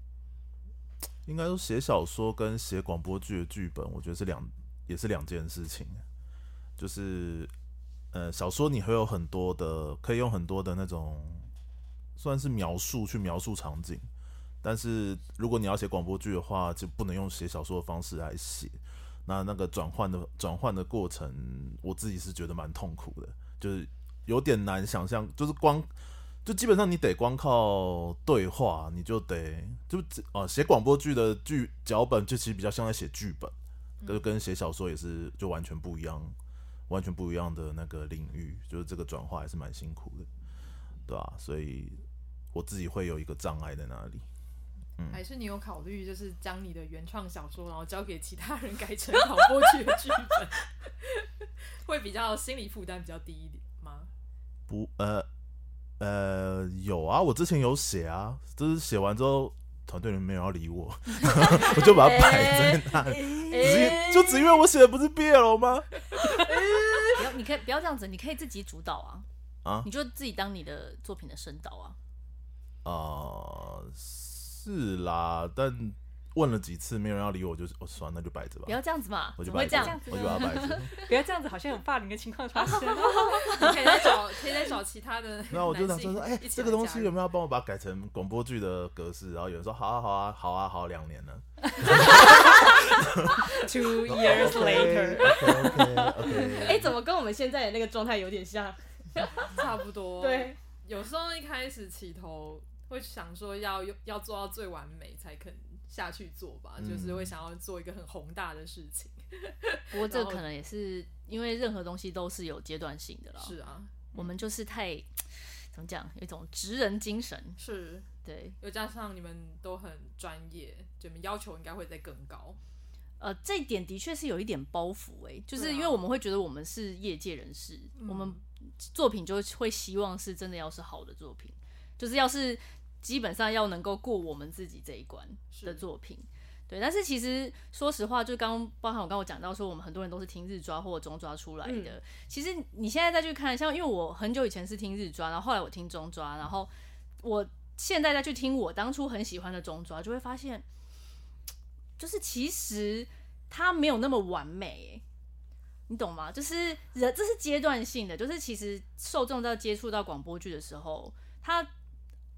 [SPEAKER 4] 应该说写小说跟写广播剧的剧本，我觉得是两也是两件事情。就是呃，小说你会有很多的可以用很多的那种算是描述去描述场景，但是如果你要写广播剧的话，就不能用写小说的方式来写。那那个转换的转换的过程，我自己是觉得蛮痛苦的，就是有点难想象，就是光就基本上你得光靠对话，你就得就只哦写广播剧的剧脚本，就其实比较像在写剧本，跟跟写小说也是就完全不一样，完全不一样的那个领域，就是这个转化还是蛮辛苦的，对啊，所以我自己会有一个障碍在那里。
[SPEAKER 1] 还是你有考虑，就是将你的原创小说，然后交给其他人改成广播剧的剧本， 会比较心理负担比较低一点 吗？
[SPEAKER 4] 不，呃，呃，有啊，我之前有写啊，就是写完之后，团队里面没有要理我， 我就把它摆在 那里，
[SPEAKER 3] 哎
[SPEAKER 4] 只是因就只因为我写的不是 BL 吗？
[SPEAKER 3] 不要，你可以不要这样子，你可以自己主导啊，
[SPEAKER 4] 啊
[SPEAKER 3] 你就自己当你的作品的声导啊。
[SPEAKER 4] 啊、是啦，但问了几次没有人要理我，就是我、哦、算了，那就摆着吧
[SPEAKER 3] 不，要这样子嘛，
[SPEAKER 4] 我就
[SPEAKER 3] 怎么
[SPEAKER 4] 摆
[SPEAKER 3] 会这
[SPEAKER 4] 着
[SPEAKER 3] 样
[SPEAKER 4] 吧，？我就把它摆着。
[SPEAKER 5] 不要这样子，好像有霸凌的情况发 生。
[SPEAKER 1] 你可以再找，可以再找其他的男性一起来加入。
[SPEAKER 4] 那我就想说说，哎、这个东西有没有要帮我把它改成广播剧的格式？然后有人说，好啊，好啊，好啊，好啊两年了。
[SPEAKER 1] Two years later，
[SPEAKER 4] OK OK
[SPEAKER 2] 哎、怎么跟我们现在的那个状态有点像？
[SPEAKER 1] 差不多。
[SPEAKER 2] 对，
[SPEAKER 1] 有时候一开始起头会想说要要做到最完美才肯下去做吧，
[SPEAKER 4] 嗯
[SPEAKER 1] 就是会想要做一个很宏大的事情。
[SPEAKER 3] 不过这
[SPEAKER 1] 然后
[SPEAKER 3] 可能也是因为任何东西都是有阶段性的了。
[SPEAKER 1] 是啊，
[SPEAKER 3] 我们就是太怎么讲，有一种职人精神。
[SPEAKER 1] 是，
[SPEAKER 3] 对，
[SPEAKER 1] 又加上你们都很专业，你们要求应该会再更高。
[SPEAKER 3] 呃，这一点的确是有一点包袱哎、就是
[SPEAKER 1] 对啊
[SPEAKER 3] 因为我们会觉得我们是业界人士，
[SPEAKER 1] 嗯
[SPEAKER 3] 我们作品就会希望是真的要是好的作品，就是要是基本上要能够过我们自己这一关
[SPEAKER 1] 是
[SPEAKER 3] 的作品。对，但是其实说实话，就刚包含我刚我讲到说，我们很多人都是听日抓或中抓出来的。其实你现在再去看，像因为我很久以前是听日抓，然后后来我听中抓，然后我现在再去听我当初很喜欢的中抓，就会发现，就是其实它没有那么完美、欸，你懂吗？就是人这是阶段性的，就是其实受众在接触到广播剧的时候，他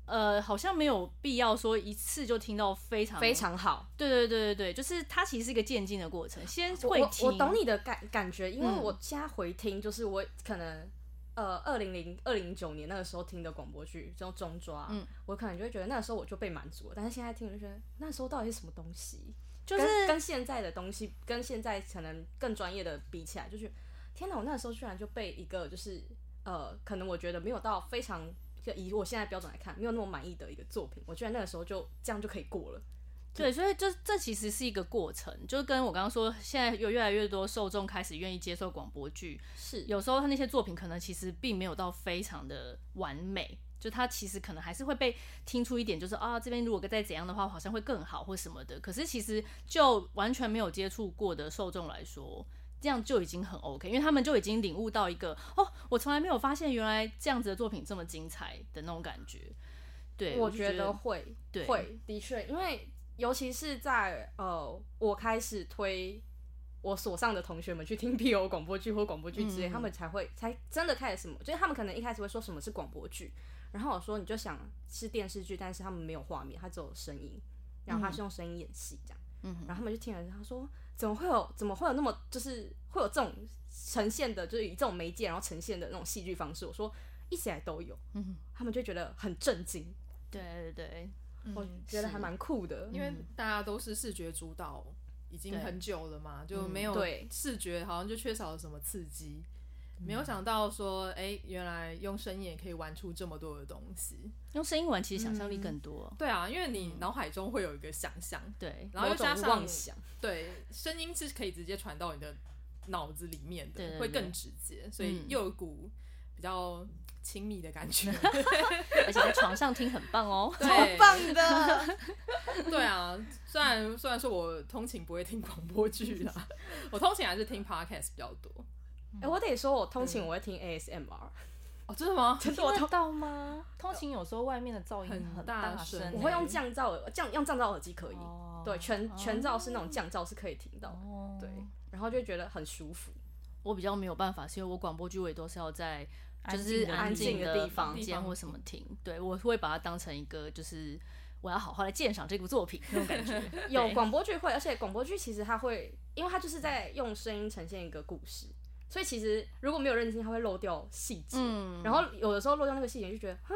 [SPEAKER 3] 呃好像没有必要说一次就听到非常
[SPEAKER 2] 非常好，
[SPEAKER 3] 对对对对对，就是它其实是一个渐进的过程，先
[SPEAKER 2] 我
[SPEAKER 3] 会
[SPEAKER 2] 我
[SPEAKER 3] 听
[SPEAKER 2] 我懂你的感感觉，因为
[SPEAKER 3] 嗯
[SPEAKER 2] 我现在回听，就是我可能呃二零零二零九年那个时候听的广播剧，这种中抓，
[SPEAKER 3] 嗯
[SPEAKER 2] 我可能就会觉得那个时候我就被满足了，但是现在听我就觉得那时候到底是什么东西，
[SPEAKER 3] 就是
[SPEAKER 2] 跟跟现在的东西，跟现在可能更专业的比起来，就是天哪，我那时候居然就被一个就是呃，可能我觉得没有到非常。就以我现在标准来看，没有那么满意的一个作品，我居然那个时候就这样就可以过了。
[SPEAKER 3] 对，所以就这其实是一个过程，就跟我刚刚说，现在有越来越多受众开始愿意接受广播剧，
[SPEAKER 2] 是
[SPEAKER 3] 有时候他那些作品可能其实并没有到非常的完美，就他其实可能还是会被听出一点，就是啊这边如果再怎样的话，好像会更好或什么的。可是其实就完全没有接触过的受众来说。这样就已经很 OK，因为他们就已经领悟到一个哦，我从来没有发现原来这样子的作品这么精彩的那种感觉。对，
[SPEAKER 2] 我
[SPEAKER 3] 就
[SPEAKER 2] 觉得会，
[SPEAKER 3] 对
[SPEAKER 2] 会，的确，因为尤其是在呃，我开始推我所上的同学们去听 PO 广播剧或广播剧之类，
[SPEAKER 3] 嗯
[SPEAKER 2] 他们才会才真的开始什么，就是他们可能一开始会说什么是广播剧，然后我说你就想是电视剧，但是他们没有画面，他只有声音，然后他是用声音演戏这样，
[SPEAKER 3] 嗯哼
[SPEAKER 2] 然后他们就听了，他说怎么会有怎么会有那么就是会有这种呈现的，就是以这种媒介然后呈现的那种戏剧方式，我说一直以来都有，
[SPEAKER 3] 嗯哼
[SPEAKER 2] 他们就觉得很震惊。
[SPEAKER 3] 对对对，
[SPEAKER 2] 我
[SPEAKER 1] 嗯
[SPEAKER 2] 觉得还蛮酷的，
[SPEAKER 1] 因为大家都是视觉主导，已经
[SPEAKER 3] 嗯对嗯
[SPEAKER 1] 很久了嘛，就没有
[SPEAKER 2] 对
[SPEAKER 1] 视觉，好像就缺少了什么刺激。没
[SPEAKER 3] 嗯
[SPEAKER 1] 有想到说，哎、原来用声音也可以玩出这么多的东西。
[SPEAKER 3] 用声音玩其实想象力
[SPEAKER 2] 嗯
[SPEAKER 3] 更多。
[SPEAKER 1] 对啊，因为你
[SPEAKER 3] 嗯
[SPEAKER 1] 脑海中会有一个想象，
[SPEAKER 3] 对
[SPEAKER 1] 然后又
[SPEAKER 2] 某种
[SPEAKER 1] 加上
[SPEAKER 2] 妄想，
[SPEAKER 1] 对，声音是可以直接传到你的脑子里面的，
[SPEAKER 3] 对对
[SPEAKER 1] 会
[SPEAKER 3] 对
[SPEAKER 1] 更直接，所以
[SPEAKER 3] 嗯
[SPEAKER 1] 又有股比较亲密的感 觉，
[SPEAKER 3] 而且在床上听很棒哦。
[SPEAKER 1] 对，
[SPEAKER 2] 棒的。
[SPEAKER 1] 对啊，虽然虽然说我通勤不会听广播剧啦， 我通勤还是听 podcast 比较多。
[SPEAKER 2] 哎，我得说，我通勤我会听 ASMR，
[SPEAKER 1] 哦，真的吗？
[SPEAKER 2] 真的我
[SPEAKER 5] 听
[SPEAKER 2] 通
[SPEAKER 5] 得到吗？通勤有时候外面的噪音
[SPEAKER 1] 很大
[SPEAKER 5] 大
[SPEAKER 1] 声
[SPEAKER 5] 声，
[SPEAKER 2] 我会用降噪耳，降用降噪耳机可以，
[SPEAKER 5] 哦
[SPEAKER 2] 对，全全噪是那种降噪是可以听到的，
[SPEAKER 5] 哦
[SPEAKER 2] 对，然后就觉得很舒服。
[SPEAKER 3] 我比较没有办法，是因为我广播剧我也都是要在就
[SPEAKER 5] 安静
[SPEAKER 3] 是
[SPEAKER 5] 的
[SPEAKER 3] 安
[SPEAKER 5] 地
[SPEAKER 3] 静
[SPEAKER 2] 方
[SPEAKER 3] 的
[SPEAKER 2] 地方
[SPEAKER 3] 房间或什么听，对我会把它当成一个就是我要好好来鉴赏这部作品那种 感觉。
[SPEAKER 2] 有
[SPEAKER 3] 对
[SPEAKER 2] 广播剧会，而且广播剧其实它会，因为它就是在用声音呈现一个故事，所以其实如果没有认真听，它会漏掉细节。
[SPEAKER 3] 嗯
[SPEAKER 2] 然后有的时候漏掉那个细节，就觉得哈，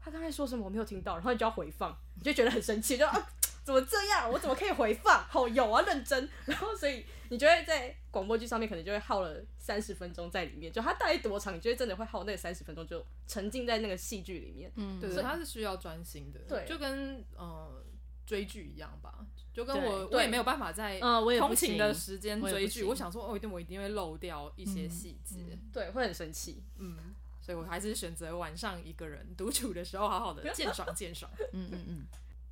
[SPEAKER 2] 他刚才说什么我没有听到，然后你就要回放，你就觉得很生气，就啊怎么这样，我怎么可以回放？好有啊，认真。然后所以你就会在广播剧上面可能就会耗了三十分钟在里面，就它到底多长，你就会真的会耗那三十分钟，就沉浸在那个戏剧里面。
[SPEAKER 3] 嗯，
[SPEAKER 1] 对，
[SPEAKER 2] 所以
[SPEAKER 1] 它是需要专心的，
[SPEAKER 2] 对
[SPEAKER 1] 就跟呃追剧一样吧，就跟
[SPEAKER 3] 对
[SPEAKER 1] 我
[SPEAKER 2] 对
[SPEAKER 1] 我也没有办法在
[SPEAKER 3] 嗯我也不
[SPEAKER 1] 通勤
[SPEAKER 3] 行
[SPEAKER 1] 的时间
[SPEAKER 3] 我也不
[SPEAKER 1] 追剧，
[SPEAKER 3] 行
[SPEAKER 1] 我想说哦，一定我一定会漏掉一些细节，
[SPEAKER 2] 对，会很生气。
[SPEAKER 1] 嗯，所以我还是选择晚上一个人独处的时候，好好的鉴赏鉴赏。
[SPEAKER 3] 嗯嗯嗯，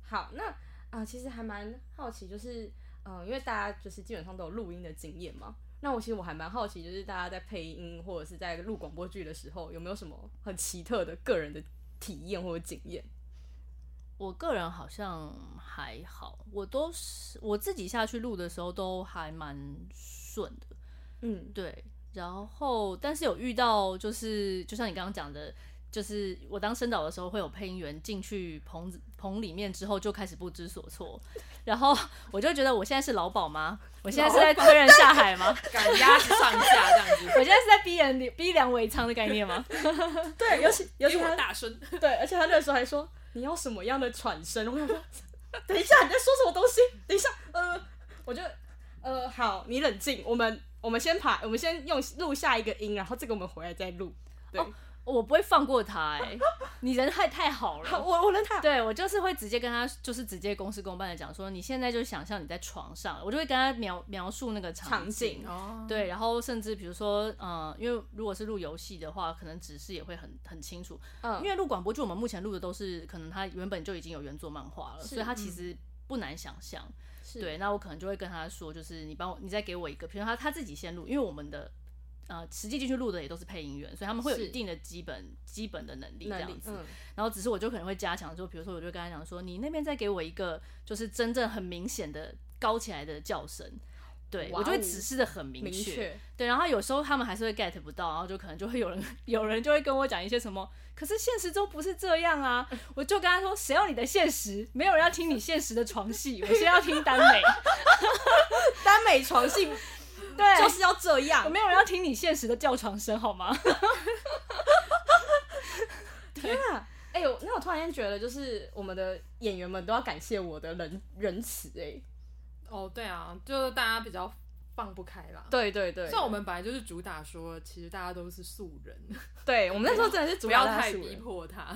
[SPEAKER 2] 好，那啊、呃其实还蛮好奇，就是嗯、呃因为大家就是基本上都有录音的经验嘛。那我其实我还蛮好奇，就是大家在配音或者是在录广播剧的时候，有没有什么很奇特的个人的体验或者经验？
[SPEAKER 3] 我个人好像还好，我都是我自己下去录的时候都还蛮顺的。
[SPEAKER 2] 嗯，
[SPEAKER 3] 对，然后但是有遇到就是就像你刚刚讲的，就是我当声导的时候，会有配音员进去棚子棚里面之后就开始不知所措，然后我就觉得我现在是老鸨吗？我现在是在推人下海吗？
[SPEAKER 1] 赶鸭子上架这样
[SPEAKER 3] 我
[SPEAKER 1] 子，
[SPEAKER 3] 现在是在逼人逼良为娼的概念吗？
[SPEAKER 2] 对，尤其尤
[SPEAKER 1] 给
[SPEAKER 2] 其
[SPEAKER 1] 我
[SPEAKER 2] 他
[SPEAKER 1] 大声，
[SPEAKER 2] 对，而且他那时候还说你要什么样的喘声？我 想说，等一下你在说什么东西？等一下，呃，我就呃好，你冷静，我们我们先排，我们先用录下一个音，然后这个我们回来再录。对，
[SPEAKER 3] 我不会放过他、哎，你人太太好了。
[SPEAKER 2] 我我认他，
[SPEAKER 3] 对我就是会直接跟他，就是直接公事公办的讲说，你现在就想象你在床上，我就会跟他描描述那个
[SPEAKER 2] 场景
[SPEAKER 3] 景
[SPEAKER 1] 哦，
[SPEAKER 3] 对，然后甚至比如说，呃，因为如果是录游戏的话，可能指示也会很很清楚。
[SPEAKER 2] 嗯
[SPEAKER 3] 因为录广播剧，我们目前录的都是可能他原本就已经有原作漫画了，
[SPEAKER 2] 是嗯
[SPEAKER 3] 所以他其实不难想象。
[SPEAKER 2] 是
[SPEAKER 3] 对，那我可能就会跟他说，就是你帮我，你再给我一个，比如他他自己先录，因为我们的呃实际进去录的也都是配音员，所以他们会有
[SPEAKER 2] 是
[SPEAKER 3] 一定的基本基本的能力这
[SPEAKER 2] 能
[SPEAKER 3] 样
[SPEAKER 2] 力，
[SPEAKER 3] 子。
[SPEAKER 2] 嗯，
[SPEAKER 3] 然后只是我就可能会加强，就比如说我就跟他讲说，你那边再给我一个就是真正很明显的高起来的叫声，对、
[SPEAKER 2] 哇哦
[SPEAKER 3] 我就会指示的很明
[SPEAKER 2] 明确，
[SPEAKER 3] 对，然后有时候他们还是会 get 不到，然后就可能就会有人 有人就会跟我讲一些什么，可是现实中不是这样 啊！我就跟他说，谁要你的现实？没有人要听你现实的床戏， 我现在要听耽美。
[SPEAKER 2] 耽美 床戏
[SPEAKER 3] 对，
[SPEAKER 2] 就是要这
[SPEAKER 3] 我
[SPEAKER 2] 样，
[SPEAKER 3] 没有人要听你现实的叫床声，好吗？
[SPEAKER 2] 天啊！哎、呦，那我突然间觉得，就是我们的演员们都要感谢我的仁仁慈哎、
[SPEAKER 1] 哦，对啊，就是大家比较放不开啦。
[SPEAKER 2] 对对对
[SPEAKER 1] 像我们本来就是主打说，其实大家都是素 人，
[SPEAKER 2] 对我们那时候真的是主
[SPEAKER 1] 不要
[SPEAKER 2] 打大
[SPEAKER 1] 太
[SPEAKER 2] 树
[SPEAKER 1] 逼
[SPEAKER 2] 人
[SPEAKER 1] 迫他。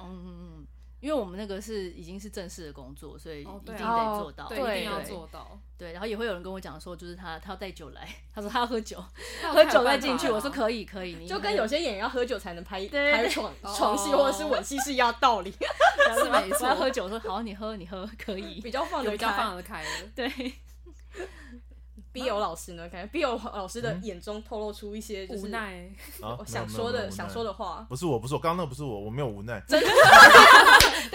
[SPEAKER 3] 嗯，因为我们那个是已经是正式的工作，所以一
[SPEAKER 1] 哦
[SPEAKER 3] 定
[SPEAKER 1] 对啊
[SPEAKER 3] 得做到。
[SPEAKER 1] 对，
[SPEAKER 2] 对
[SPEAKER 1] 一定要
[SPEAKER 2] 对
[SPEAKER 1] 做到。
[SPEAKER 3] 对，然后也会有人跟我讲说，就是他他要带酒来，他说他要喝酒，
[SPEAKER 1] 那我
[SPEAKER 3] 喝
[SPEAKER 1] 才有
[SPEAKER 3] 酒再
[SPEAKER 1] 办
[SPEAKER 3] 进
[SPEAKER 1] 法
[SPEAKER 3] 去。
[SPEAKER 1] 啊
[SPEAKER 3] 我说可以可以，你
[SPEAKER 2] 就跟有些演员要喝酒才能拍
[SPEAKER 3] 对
[SPEAKER 2] 拍床
[SPEAKER 1] 哦
[SPEAKER 2] 床戏或者是吻戏是一样道理，
[SPEAKER 1] 是没
[SPEAKER 3] 我要喝
[SPEAKER 1] 错，
[SPEAKER 3] 酒，我说好你喝你喝可以。
[SPEAKER 2] 比较放
[SPEAKER 1] 有
[SPEAKER 2] 得
[SPEAKER 1] 比较
[SPEAKER 2] 开。
[SPEAKER 1] 放得开了。
[SPEAKER 3] 对，
[SPEAKER 2] B O 老师呢，感觉 B O 老师的眼中透露出一些 就是
[SPEAKER 1] 无奈，
[SPEAKER 4] 嗯啊，
[SPEAKER 2] 我
[SPEAKER 4] 没
[SPEAKER 2] 想
[SPEAKER 4] 有
[SPEAKER 2] 说的想说，
[SPEAKER 4] 没有没有无奈
[SPEAKER 2] 的话，
[SPEAKER 4] 不是我，不是我，刚刚那不是我，我没有无奈，
[SPEAKER 3] 对，
[SPEAKER 1] 好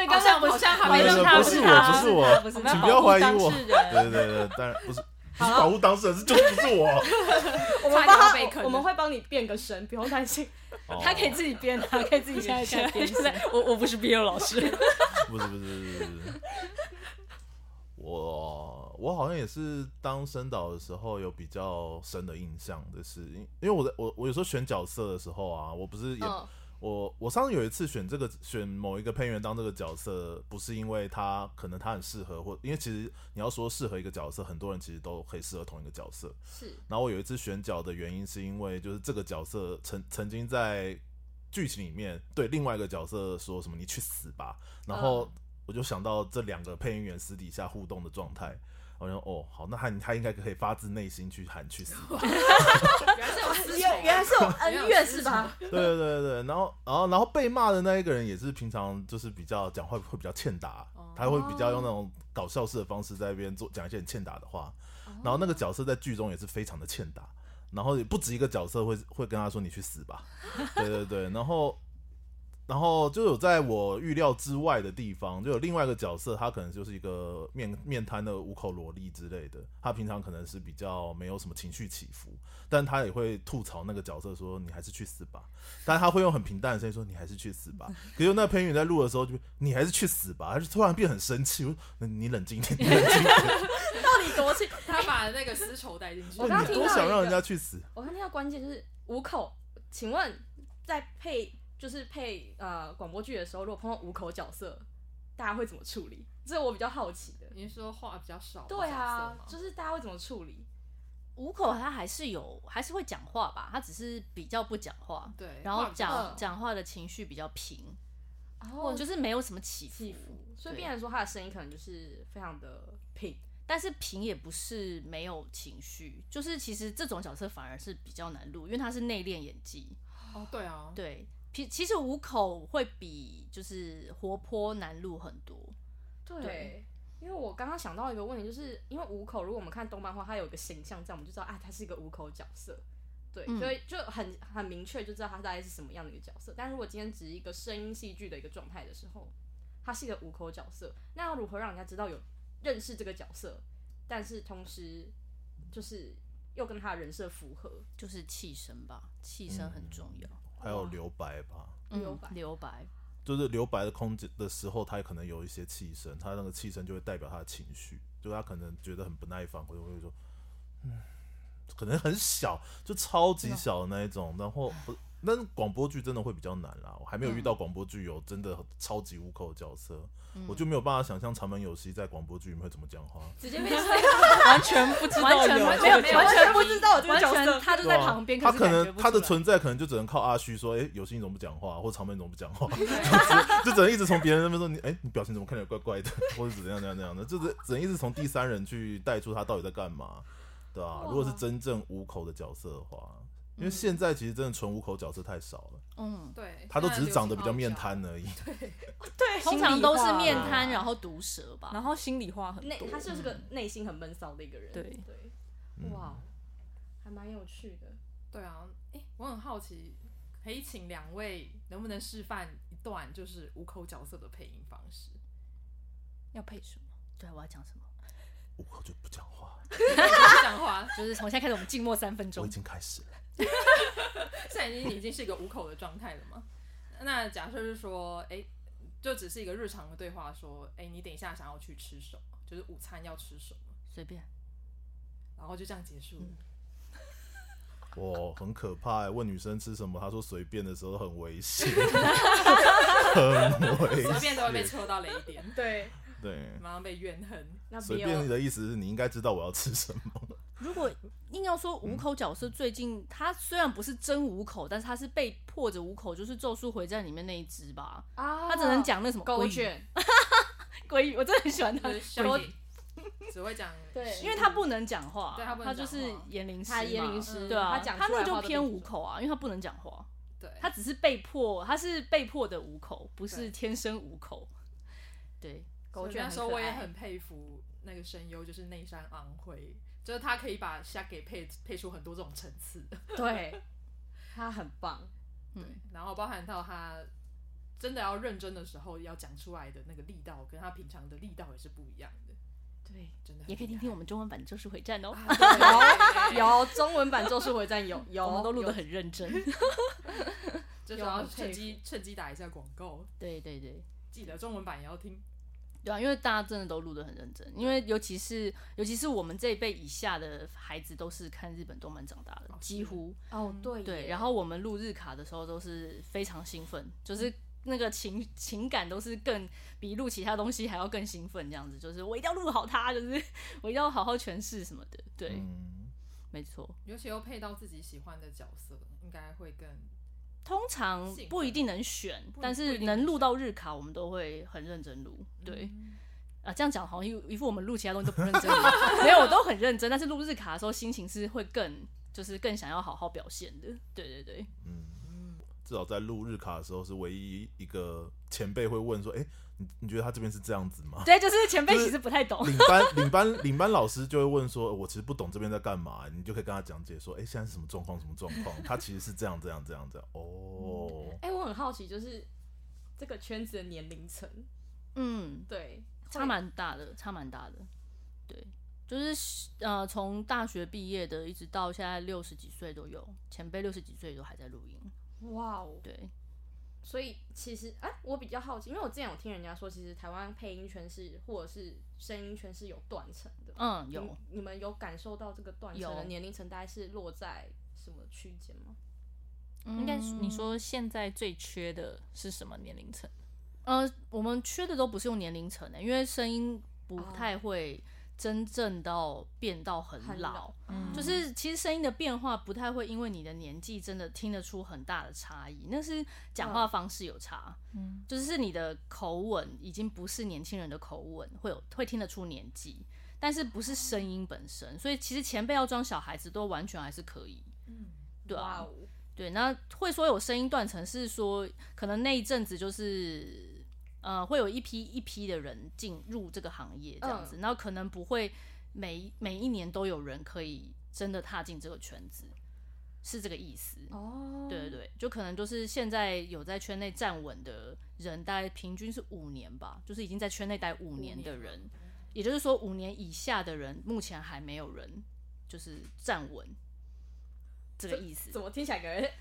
[SPEAKER 3] 刚
[SPEAKER 1] 像
[SPEAKER 3] 刚
[SPEAKER 1] 好像
[SPEAKER 3] 怀
[SPEAKER 1] 还
[SPEAKER 3] 疑
[SPEAKER 1] 没
[SPEAKER 4] 没
[SPEAKER 1] 有
[SPEAKER 4] 有
[SPEAKER 3] 他
[SPEAKER 4] 不
[SPEAKER 3] 不
[SPEAKER 4] 是
[SPEAKER 3] 是
[SPEAKER 4] 我，
[SPEAKER 3] 他
[SPEAKER 4] 不
[SPEAKER 3] 不
[SPEAKER 4] 是
[SPEAKER 3] 是
[SPEAKER 4] 我，
[SPEAKER 3] 他不是
[SPEAKER 4] 请
[SPEAKER 3] 他
[SPEAKER 4] 不要怀疑
[SPEAKER 5] 保护
[SPEAKER 4] 我
[SPEAKER 5] 当事。人
[SPEAKER 4] 对对对，当然不是，不是保护当事人，是就不是我。
[SPEAKER 2] 我们
[SPEAKER 1] 差点
[SPEAKER 2] 帮
[SPEAKER 1] 要
[SPEAKER 2] 他
[SPEAKER 1] 被坑，了
[SPEAKER 2] 我们会帮你变个身，不用担心。
[SPEAKER 4] 哦
[SPEAKER 3] 他可以自己编的，他可以自己现在改编。我我不是 BL 老师，
[SPEAKER 4] 不是不是不是不是，我我好像也是当声导的时候有比较深的印象的是，因因为我在我我有时候选角色的时候啊，我不是也、
[SPEAKER 2] 嗯，
[SPEAKER 4] 我我上次有一次选这个选某一个配音员当这个角色，不是因为他可能他很适合，或因为其实你要说适合一个角色，很多人其实都可以适合同一个角色，
[SPEAKER 2] 是
[SPEAKER 4] 然后我有一次选角的原因，是因为就是这个角色曾曾经在剧情里面对另外一个角色说什么“你去死吧”，然后我就想到这两个配音员私底下互动的状态。我就哦，好，那他他应该可以发自内心去喊去死吧。
[SPEAKER 1] 原 来是有私仇啊
[SPEAKER 2] 原原来是有恩怨是
[SPEAKER 1] 原来
[SPEAKER 2] 吧？
[SPEAKER 4] 对对对对，然后然后然后被骂的那一个人也是平常就是比较讲话会比较欠打，他会比较用那种搞笑式的方式在那边做讲一些很欠打的话，然后那个角色在剧中也是非常的欠打，然后也不止一个角色会会跟他说你去死吧，对对对，然后然后就有在我预料之外的地方，就有另外一个角色，他可能就是一个面面瘫的五口萝莉之类的，他平常可能是比较没有什么情绪起伏，但他也会吐槽那个角色说你还是去死吧，但他会用很平淡的声音说你还是去死吧， 可是那配音员在录的时候就你还是去死吧，他就突然变很生气，我说你你冷静一点，你冷静一点，
[SPEAKER 2] 到底多气？
[SPEAKER 1] 他把那个丝绸带进去。
[SPEAKER 2] 我刚刚
[SPEAKER 4] 你
[SPEAKER 2] 听到
[SPEAKER 4] 多想让
[SPEAKER 2] 一个
[SPEAKER 4] 人家去死，
[SPEAKER 2] 我看到关键就是五口，请问在配就是配呃广播剧的时候，如果碰到五口角色，大家会怎么处理？这我比较好奇的。
[SPEAKER 1] 你是说话比较少的角色
[SPEAKER 2] 对啊
[SPEAKER 1] 吗？，
[SPEAKER 2] 就是大家会怎么处理？
[SPEAKER 3] 五口他还是有，还是会讲话吧，他只是比较不讲话，嗯
[SPEAKER 1] 对
[SPEAKER 3] 然后
[SPEAKER 2] 话
[SPEAKER 3] 讲
[SPEAKER 2] 比较
[SPEAKER 3] 讲话的情绪比较平，
[SPEAKER 2] 哦
[SPEAKER 3] 或就是没有什么起伏，
[SPEAKER 2] 起伏，所以
[SPEAKER 3] 对
[SPEAKER 2] 变成说他的声音可能就是非常的平，
[SPEAKER 3] 但是平也不是没有情绪，就是其实这种角色反而是比较难录，因为他是内敛演技，
[SPEAKER 1] 哦，对啊，
[SPEAKER 3] 对。其其实五口会比就是活泼难录很多，
[SPEAKER 2] 对
[SPEAKER 3] 对
[SPEAKER 2] 因为我刚刚想到一个问题，就是因为五口，如果我们看动漫的话，它有一个形象在，我们就知道啊，他是一个五口角色，对，
[SPEAKER 3] 嗯
[SPEAKER 2] 所以就很很明确就知道他大概是什么样的一个角色。但如果今天只是一个声音戏剧的一个状态的时候，他是一个五口角色，那要如何让人家知道有认识这个角色，但是同时就是又跟他的人设符合？
[SPEAKER 3] 就是气声吧，气声很重要。
[SPEAKER 4] 还有留白吧，
[SPEAKER 2] 留白
[SPEAKER 3] 嗯留白，
[SPEAKER 4] 就是留白的空间的时候，他可能有一些气声，他那个气声就会代表他的情绪，就他可能觉得很不耐烦，或者会说，嗯，可能很小，就超级小的那一种。然后不，那广播剧真的会比较难啦，我还没有遇到广播剧有真的超级无口的角色，我就没有办法想象长门有希在广播剧里面会怎么讲话。
[SPEAKER 2] 直接被
[SPEAKER 5] 完全不知道
[SPEAKER 3] 完全
[SPEAKER 5] 有
[SPEAKER 3] 完
[SPEAKER 5] 这
[SPEAKER 3] 全
[SPEAKER 5] 个
[SPEAKER 3] 没有
[SPEAKER 5] 角色
[SPEAKER 3] 完全
[SPEAKER 2] 不知道我这个
[SPEAKER 3] 完
[SPEAKER 2] 角色
[SPEAKER 3] 全他就
[SPEAKER 4] 对
[SPEAKER 3] 在
[SPEAKER 4] 啊
[SPEAKER 3] 旁边，
[SPEAKER 4] 他
[SPEAKER 3] 是
[SPEAKER 4] 可
[SPEAKER 3] 感觉
[SPEAKER 4] 能
[SPEAKER 3] 不
[SPEAKER 4] 他的
[SPEAKER 3] 出来
[SPEAKER 4] 存在可能就只能靠阿虚说，哎、有心你怎么不讲话，或长辈你怎么不讲话，就只就只能一直从别人那边说你，哎、你表情怎么看起来怪怪的，或者怎样怎样怎样的，就是只能一直从第三人去带出他到底在干嘛，对啊，如果是真正五口的角色的话，因为现在其实真的纯五口角色太少了，
[SPEAKER 3] 嗯，
[SPEAKER 1] 对，
[SPEAKER 4] 他都只是长得比
[SPEAKER 1] 现在
[SPEAKER 4] 较
[SPEAKER 1] 流
[SPEAKER 4] 面
[SPEAKER 1] 行傲娇，
[SPEAKER 4] 摊而已。
[SPEAKER 2] 对
[SPEAKER 3] 通常都是面
[SPEAKER 5] 心
[SPEAKER 3] 瘫
[SPEAKER 5] 里话
[SPEAKER 3] 然后毒舌吧，
[SPEAKER 5] 啊然后心里话很
[SPEAKER 2] 内
[SPEAKER 5] 多，
[SPEAKER 2] 他就是个内心很闷骚的一个人。
[SPEAKER 5] 对
[SPEAKER 4] 嗯
[SPEAKER 2] 对，哇，还蛮有趣的。
[SPEAKER 1] 对啊，哎、我很好奇，可以请两位能不能示范一段就是五口角色的配音方式？
[SPEAKER 5] 要配什么？
[SPEAKER 3] 对，我要讲什么？
[SPEAKER 4] 五口就不讲话，
[SPEAKER 1] 不讲话，
[SPEAKER 3] 就是从现在开始我们静默三分
[SPEAKER 4] 我
[SPEAKER 3] 钟
[SPEAKER 4] 已，经开始了。
[SPEAKER 1] 现在已经已经是一个五口的状态了嘛？那假设是说，哎、就只是一个日常的对话，说，哎、你等一下想要去吃什么？就是午餐要吃什么？
[SPEAKER 3] 随便。
[SPEAKER 1] 然后就这样结束。
[SPEAKER 4] 哇，很可怕、欸！问女生吃什么，她说随便的时候很 危险，很危
[SPEAKER 3] 嗯
[SPEAKER 1] 随
[SPEAKER 4] 险，
[SPEAKER 1] 便都会被抽到雷点，
[SPEAKER 2] 对，
[SPEAKER 4] 对。
[SPEAKER 1] 马上被怨恨。
[SPEAKER 2] 那
[SPEAKER 4] 随
[SPEAKER 2] BL
[SPEAKER 4] 便的意思是你应该知道我要吃什么。
[SPEAKER 3] 如果硬要说五口角色，最近他虽然不是真五口，但是他是被迫着五口，就是《咒术回战》里面那一只吧，
[SPEAKER 2] 啊，
[SPEAKER 3] 他只能讲那什么
[SPEAKER 2] 狗
[SPEAKER 3] 龟
[SPEAKER 2] 卷，
[SPEAKER 3] 龟语，我真的很喜欢他
[SPEAKER 1] 就是，小姐只会 讲
[SPEAKER 2] 对
[SPEAKER 1] 食物
[SPEAKER 3] 因为他不能讲话，
[SPEAKER 1] 对他不能讲
[SPEAKER 3] 就
[SPEAKER 1] 话
[SPEAKER 3] 是言灵师嘛，
[SPEAKER 2] 他言灵师
[SPEAKER 3] 对啊，
[SPEAKER 2] 他讲
[SPEAKER 3] 他
[SPEAKER 2] 出来
[SPEAKER 3] 那
[SPEAKER 2] 的话
[SPEAKER 3] 就
[SPEAKER 2] 都
[SPEAKER 3] 偏
[SPEAKER 2] 不
[SPEAKER 3] 五
[SPEAKER 2] 准
[SPEAKER 3] 口啊，因为他不能讲话，
[SPEAKER 1] 对，
[SPEAKER 3] 他只是被迫，他是被迫的五口，不
[SPEAKER 1] 对
[SPEAKER 3] 是天生五口，对，
[SPEAKER 1] 所
[SPEAKER 3] 狗
[SPEAKER 1] 以
[SPEAKER 3] 卷
[SPEAKER 1] 那
[SPEAKER 3] 很
[SPEAKER 1] 时候
[SPEAKER 3] 可
[SPEAKER 1] 我也
[SPEAKER 3] 爱
[SPEAKER 1] 很佩服那个声优，就是内山昂辉，就是他可以把虾给配配出很多这种层次，
[SPEAKER 2] 对，他很棒。
[SPEAKER 1] 然后包含到他真的要认真的时候要讲出来的那个力道，跟他平常的力道也是不一样的，
[SPEAKER 2] 对，
[SPEAKER 1] 真的很
[SPEAKER 3] 也可以听听我们中文版《咒术回战》哦，
[SPEAKER 1] 厉害。有有，
[SPEAKER 2] 有中文版《咒术回战》有有，
[SPEAKER 3] 我们都录
[SPEAKER 2] 有
[SPEAKER 3] 得很认 真，
[SPEAKER 1] 这时候要
[SPEAKER 2] 有
[SPEAKER 1] 趁机趁机打一下广告，
[SPEAKER 3] 对对对。
[SPEAKER 1] 记得中文版也要听。
[SPEAKER 3] 对啊，因为大家真的都录得很认真，因为尤其是尤其是我们这一辈以下的孩子都是看日本动漫长大的，几乎
[SPEAKER 2] 哦，对
[SPEAKER 3] 对。
[SPEAKER 2] 耶
[SPEAKER 3] 然后我们录日卡的时候都是非常兴奋，就是那个情情感都是更比录其他东西还要更兴奋，这样子就是我一定要录好它，就是 我一定要好好诠释什么的。对，
[SPEAKER 4] 嗯，
[SPEAKER 3] 没错。
[SPEAKER 1] 尤其又配到自己喜欢的角色，应该会更
[SPEAKER 3] 通常
[SPEAKER 1] 兴奋
[SPEAKER 3] 不一定能选，
[SPEAKER 1] 不
[SPEAKER 3] 但
[SPEAKER 1] 不一
[SPEAKER 3] 是
[SPEAKER 1] 定能嗯
[SPEAKER 3] 能录到日卡，我们都会很认真录。对，啊，这样讲好像一一副我们录其他东西都不认真一 样，没有，我都很认真。但是录日卡的时候，心情是会更，就是更想要好好表现的。对对对，
[SPEAKER 4] 嗯至少在录日卡的时候是唯一一个前辈会问说：“哎、你你觉得他这边是这样子吗
[SPEAKER 3] 对，就是前辈
[SPEAKER 4] 就是嗯
[SPEAKER 3] 其实不太？”懂，
[SPEAKER 4] 领班领班领班老师就会问说：“我其实不懂这边在干嘛。”你就可以跟他讲解说：“哎、现在是什么状况？什么状况？他其实是这样这样这样这样。”哦，
[SPEAKER 2] 哎、我很好奇，就是这个圈子的年龄层，
[SPEAKER 3] 嗯，
[SPEAKER 2] 对，
[SPEAKER 3] 差蛮大的，差蛮大的。对，就是呃，从大学毕业的一直到现在六十几岁都有，前辈六十几岁都还在录音。
[SPEAKER 2] 哇哦！
[SPEAKER 3] 对，
[SPEAKER 2] 所以其实，哎、我比较好奇，因为我之前有听人家说，其实台湾配音圈是或者是声音圈是有断层的。
[SPEAKER 3] 嗯，
[SPEAKER 2] 你
[SPEAKER 3] 有。
[SPEAKER 2] 你们有感受到这个断层的
[SPEAKER 3] 有
[SPEAKER 2] 年龄层大概是落在什么区间吗？
[SPEAKER 5] 应该是
[SPEAKER 3] 嗯
[SPEAKER 5] 你说现在最缺的是什么年龄层？
[SPEAKER 3] 呃，我们缺的都不是用年龄层欸的、因为声音不太会真正到变到很
[SPEAKER 2] 很
[SPEAKER 3] 老，
[SPEAKER 2] 老
[SPEAKER 5] 嗯
[SPEAKER 3] 就是其实声音的变化不太会因为你的年纪真的听得出很大的差异，那是讲话方式有差，
[SPEAKER 5] 嗯
[SPEAKER 3] 就是你的口吻已经不是年轻人的口吻，会有会听得出年纪，但是不是声音本身，所以其实前辈要装小孩子都完全还是可以，
[SPEAKER 1] 嗯，
[SPEAKER 3] 对啊
[SPEAKER 2] 哇哦，
[SPEAKER 3] 对，那会说有声音断层，是说可能那一阵子就是呃，会有一批一批的人进入这个行业这样子，那、可能不会每一每一年都有人可以真的踏进这个圈子，是这个意思。
[SPEAKER 2] 哦
[SPEAKER 3] 对对，对，就可能就是现在有在圈内站稳的人，大概平均是五年吧，就是已经在圈内待五年的人，也就是说五年以下的人，目前还没有人就是站稳这个意思。
[SPEAKER 2] 怎么听起来感觉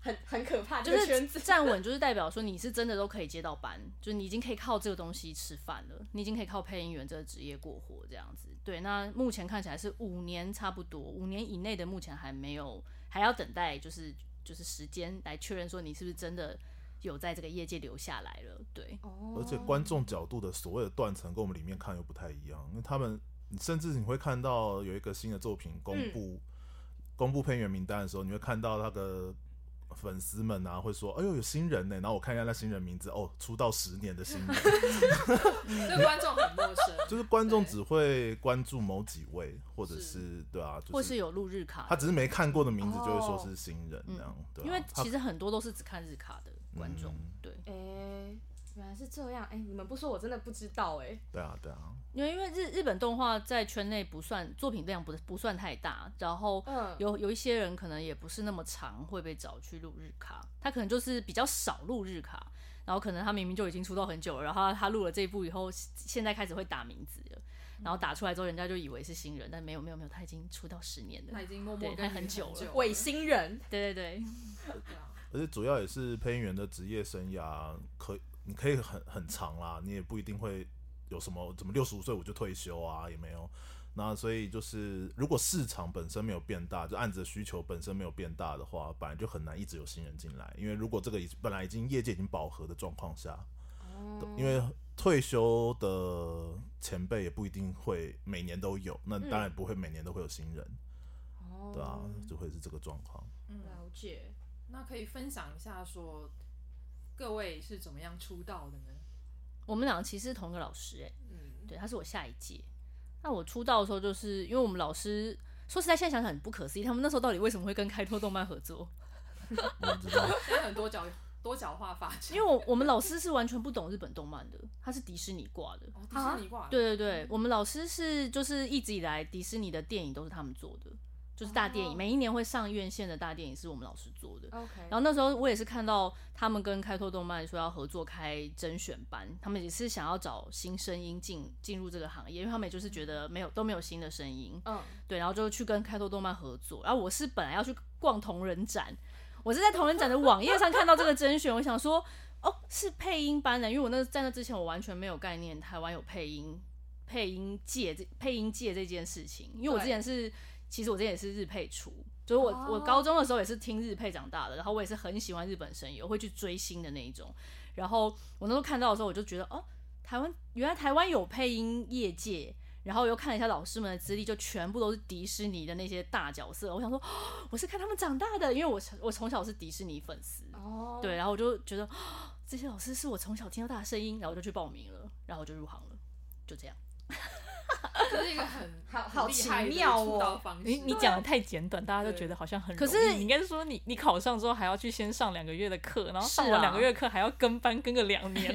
[SPEAKER 2] 很很可怕，
[SPEAKER 3] 就
[SPEAKER 2] 这个圈
[SPEAKER 3] 是
[SPEAKER 2] 子
[SPEAKER 3] 站稳，就是代表说你是真的都可以接到班，就是你已经可以靠这个东西吃饭了，你已经可以靠配音员这个职业过活这样子。对，那目前看起来是五年差不多，五年以内的目前还没有，还要等待就是就是时间来确认说你是不是真的有在这个业界留下来了。对，
[SPEAKER 2] 哦
[SPEAKER 4] 而
[SPEAKER 3] 哦
[SPEAKER 4] 且观众角度的所谓的断层跟我们里面看又不太一样，因为他们甚至你会看到有一个新的作品公
[SPEAKER 3] 嗯
[SPEAKER 4] 布、公布配音员名单的时候，你会看到那个粉丝们啊会说：“哎呦，有新人呢、然后我看一下那新人名字，哦，出道十年的新人。
[SPEAKER 1] 对观众很陌生，
[SPEAKER 4] 就是观众
[SPEAKER 1] 对
[SPEAKER 4] 只会关注某几位，或者
[SPEAKER 1] 是
[SPEAKER 4] 是对啊，就
[SPEAKER 3] 或是有录日卡的，
[SPEAKER 4] 他只是没看过的名字就会说
[SPEAKER 1] 哦
[SPEAKER 4] 是新人那样，对
[SPEAKER 3] 嗯
[SPEAKER 4] 啊、
[SPEAKER 3] 因为
[SPEAKER 4] 他
[SPEAKER 3] 其实很多都是只看日卡的观众。
[SPEAKER 4] 嗯
[SPEAKER 3] 对，
[SPEAKER 2] 哎、原来是这样，哎、你们不说我真的不知道、哎，
[SPEAKER 4] 对啊对啊，
[SPEAKER 3] 因为因为日日本动画在圈内不算作品量不不算太大，然后
[SPEAKER 2] 嗯
[SPEAKER 3] 有有一些人可能也不是那么常会被找去录日卡，他可能就是比较少录日卡，然后可能他明明就已经出道很久了，然后他他录了这一部以后，现在开始会打名字了，然后打出来之后人家就以为是新人，但没有没有没有，他已经出道十年了
[SPEAKER 1] 他已。经默默
[SPEAKER 3] 对
[SPEAKER 1] 跟
[SPEAKER 3] 他很久了
[SPEAKER 1] 了
[SPEAKER 2] 伪新人，
[SPEAKER 3] 对对对，
[SPEAKER 4] 而且主要也是配音员的职业生涯可你可以很很长啦，你也不一定会有什么怎么六十五岁我就退休啊，也没有。那所以就是，如果市场本身没有变大，就案子的需求本身没有变大的话，本来就很难一直有新人进来。因为如果这个已本来已经业界已经饱和的状况下，
[SPEAKER 3] 哦
[SPEAKER 4] 因为退休的前辈也不一定会每年都有，那
[SPEAKER 3] 嗯
[SPEAKER 4] 当然不会每年都会有新人，对啊，
[SPEAKER 3] 哦
[SPEAKER 4] 就会是这个状况。
[SPEAKER 2] 哦了解。
[SPEAKER 1] 那可以分享一下说，各位是怎么样出道的呢？
[SPEAKER 3] 我们俩其实是同一个老师哎、
[SPEAKER 1] 嗯，
[SPEAKER 3] 对，他是我下一届。那我出道的时候，就是因为我们老师说实在，现在想想很不可思议，他们那时候到底为什么会跟开拓动漫合作？
[SPEAKER 4] 我不知 道，
[SPEAKER 1] 现在很多角多角化发展，
[SPEAKER 3] 因为我我们老师是完全不懂日本动漫的，他是迪士尼挂的。
[SPEAKER 1] 哦，迪士尼挂，，
[SPEAKER 3] 对对对，我们老师是就是一直以来迪士尼的电影都是他们做的，就是大电影，
[SPEAKER 2] 哦
[SPEAKER 3] 每一年会上院线的大电影是我们老师做的。
[SPEAKER 2] OK，然
[SPEAKER 3] 然后那时候我也是看到他们跟开拓动漫说要合作开甄选班，他们也是想要找新声音进进入这个行业，因为他们也就是觉得没有都没有新的声音，
[SPEAKER 2] 嗯，
[SPEAKER 3] 对，然后就去跟开拓动漫合作。然后我是本来要去逛同人展，我是在同人展的网页上看到这个甄选，我想说，哦，是配音班的，因为我那在那之前我完全没有概念台湾有配音配音界这配音界这件事情，因为我
[SPEAKER 2] 对
[SPEAKER 3] 之前是其实我之前也是日配出。就是我我高中的时候也是听日配长大的，然后我也是很喜欢日本声优，会去追星的那一种。然后我那时候看到的时候，我就觉得哦，台湾原来台湾有配音业界，然后又看了一下老师们的资历，就全部都是迪士尼的那些大角色。我想说，哦我是看他们长大的，因为我从我从小是迪士尼粉丝，
[SPEAKER 2] 哦，
[SPEAKER 3] 对，然后我就觉得哦这些老师是我从小听到大的声音，然后我就去报名了，然后我就入行了，就这样。
[SPEAKER 1] 这是一个很
[SPEAKER 2] 好好
[SPEAKER 1] 很厉害的
[SPEAKER 2] 奇妙哦
[SPEAKER 1] 出道方式。
[SPEAKER 5] 你你讲的太简短，大家都觉得好像很容易。
[SPEAKER 3] 啊可是
[SPEAKER 5] 你应该是说你你考上之后还要去先上两个月的课，然后上
[SPEAKER 3] 是
[SPEAKER 5] 完
[SPEAKER 3] 啊
[SPEAKER 5] 两个月课还要跟班跟个 两年，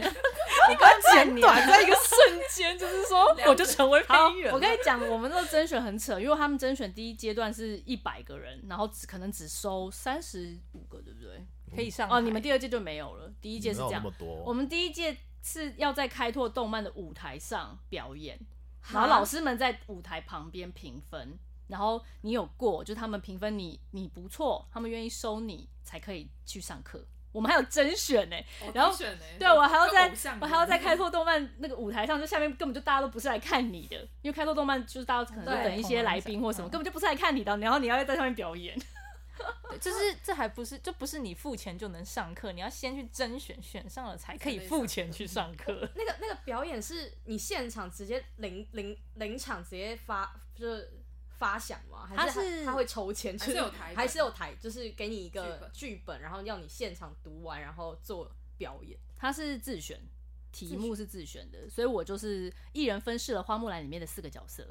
[SPEAKER 3] 简短
[SPEAKER 5] 在一个瞬间 就是说我就成为配
[SPEAKER 3] 好
[SPEAKER 5] 音员，
[SPEAKER 3] 我跟你讲，我们那个甄选很扯，因为他们甄选第一阶段是一百个人，然后只可能只收三十五个，对不对？
[SPEAKER 5] 可以上
[SPEAKER 3] 哦，你
[SPEAKER 5] 台
[SPEAKER 3] 们第二届就没有了，第一届是
[SPEAKER 4] 哪有
[SPEAKER 3] 这
[SPEAKER 4] 那
[SPEAKER 3] 样
[SPEAKER 4] 么。多，
[SPEAKER 3] 我们第一届是要在开拓动漫的舞台上表演，
[SPEAKER 2] 哈
[SPEAKER 3] 然后老师们在舞台旁边评分，然后你有过，就他们评分你你不错，他们愿意收你才可以去上课。我们还有甄选呢、
[SPEAKER 1] 哦
[SPEAKER 3] 然后
[SPEAKER 1] 甄选欸
[SPEAKER 3] 对啊我还要
[SPEAKER 1] 跟
[SPEAKER 3] 在
[SPEAKER 1] 偶像一样
[SPEAKER 3] 我还要在开拓动漫那个舞台上，就下面根本就大家都不是来看你的，因为开拓动漫就是大家可能就
[SPEAKER 2] 对
[SPEAKER 3] 等一些来宾或什么，根本就不是来看你的，然后你要在上面表演。
[SPEAKER 5] 对就是这还不是，这不是你付钱就能上课，你要先去甄选，选上了才可以付 钱去上课。
[SPEAKER 2] 那个那个表演是你现场直接临临临场直接发就是发想吗？还
[SPEAKER 3] 他是
[SPEAKER 2] 他他会抽签，就
[SPEAKER 1] 还是有台本
[SPEAKER 2] 还是有台，就是给你一
[SPEAKER 1] 剧
[SPEAKER 2] 个
[SPEAKER 1] 本
[SPEAKER 2] 剧本，然后要你现场读完，然后做表演。
[SPEAKER 3] 它是自选，题目是自选的，所以我就是一人分饰了《花木兰》里面的四个角色。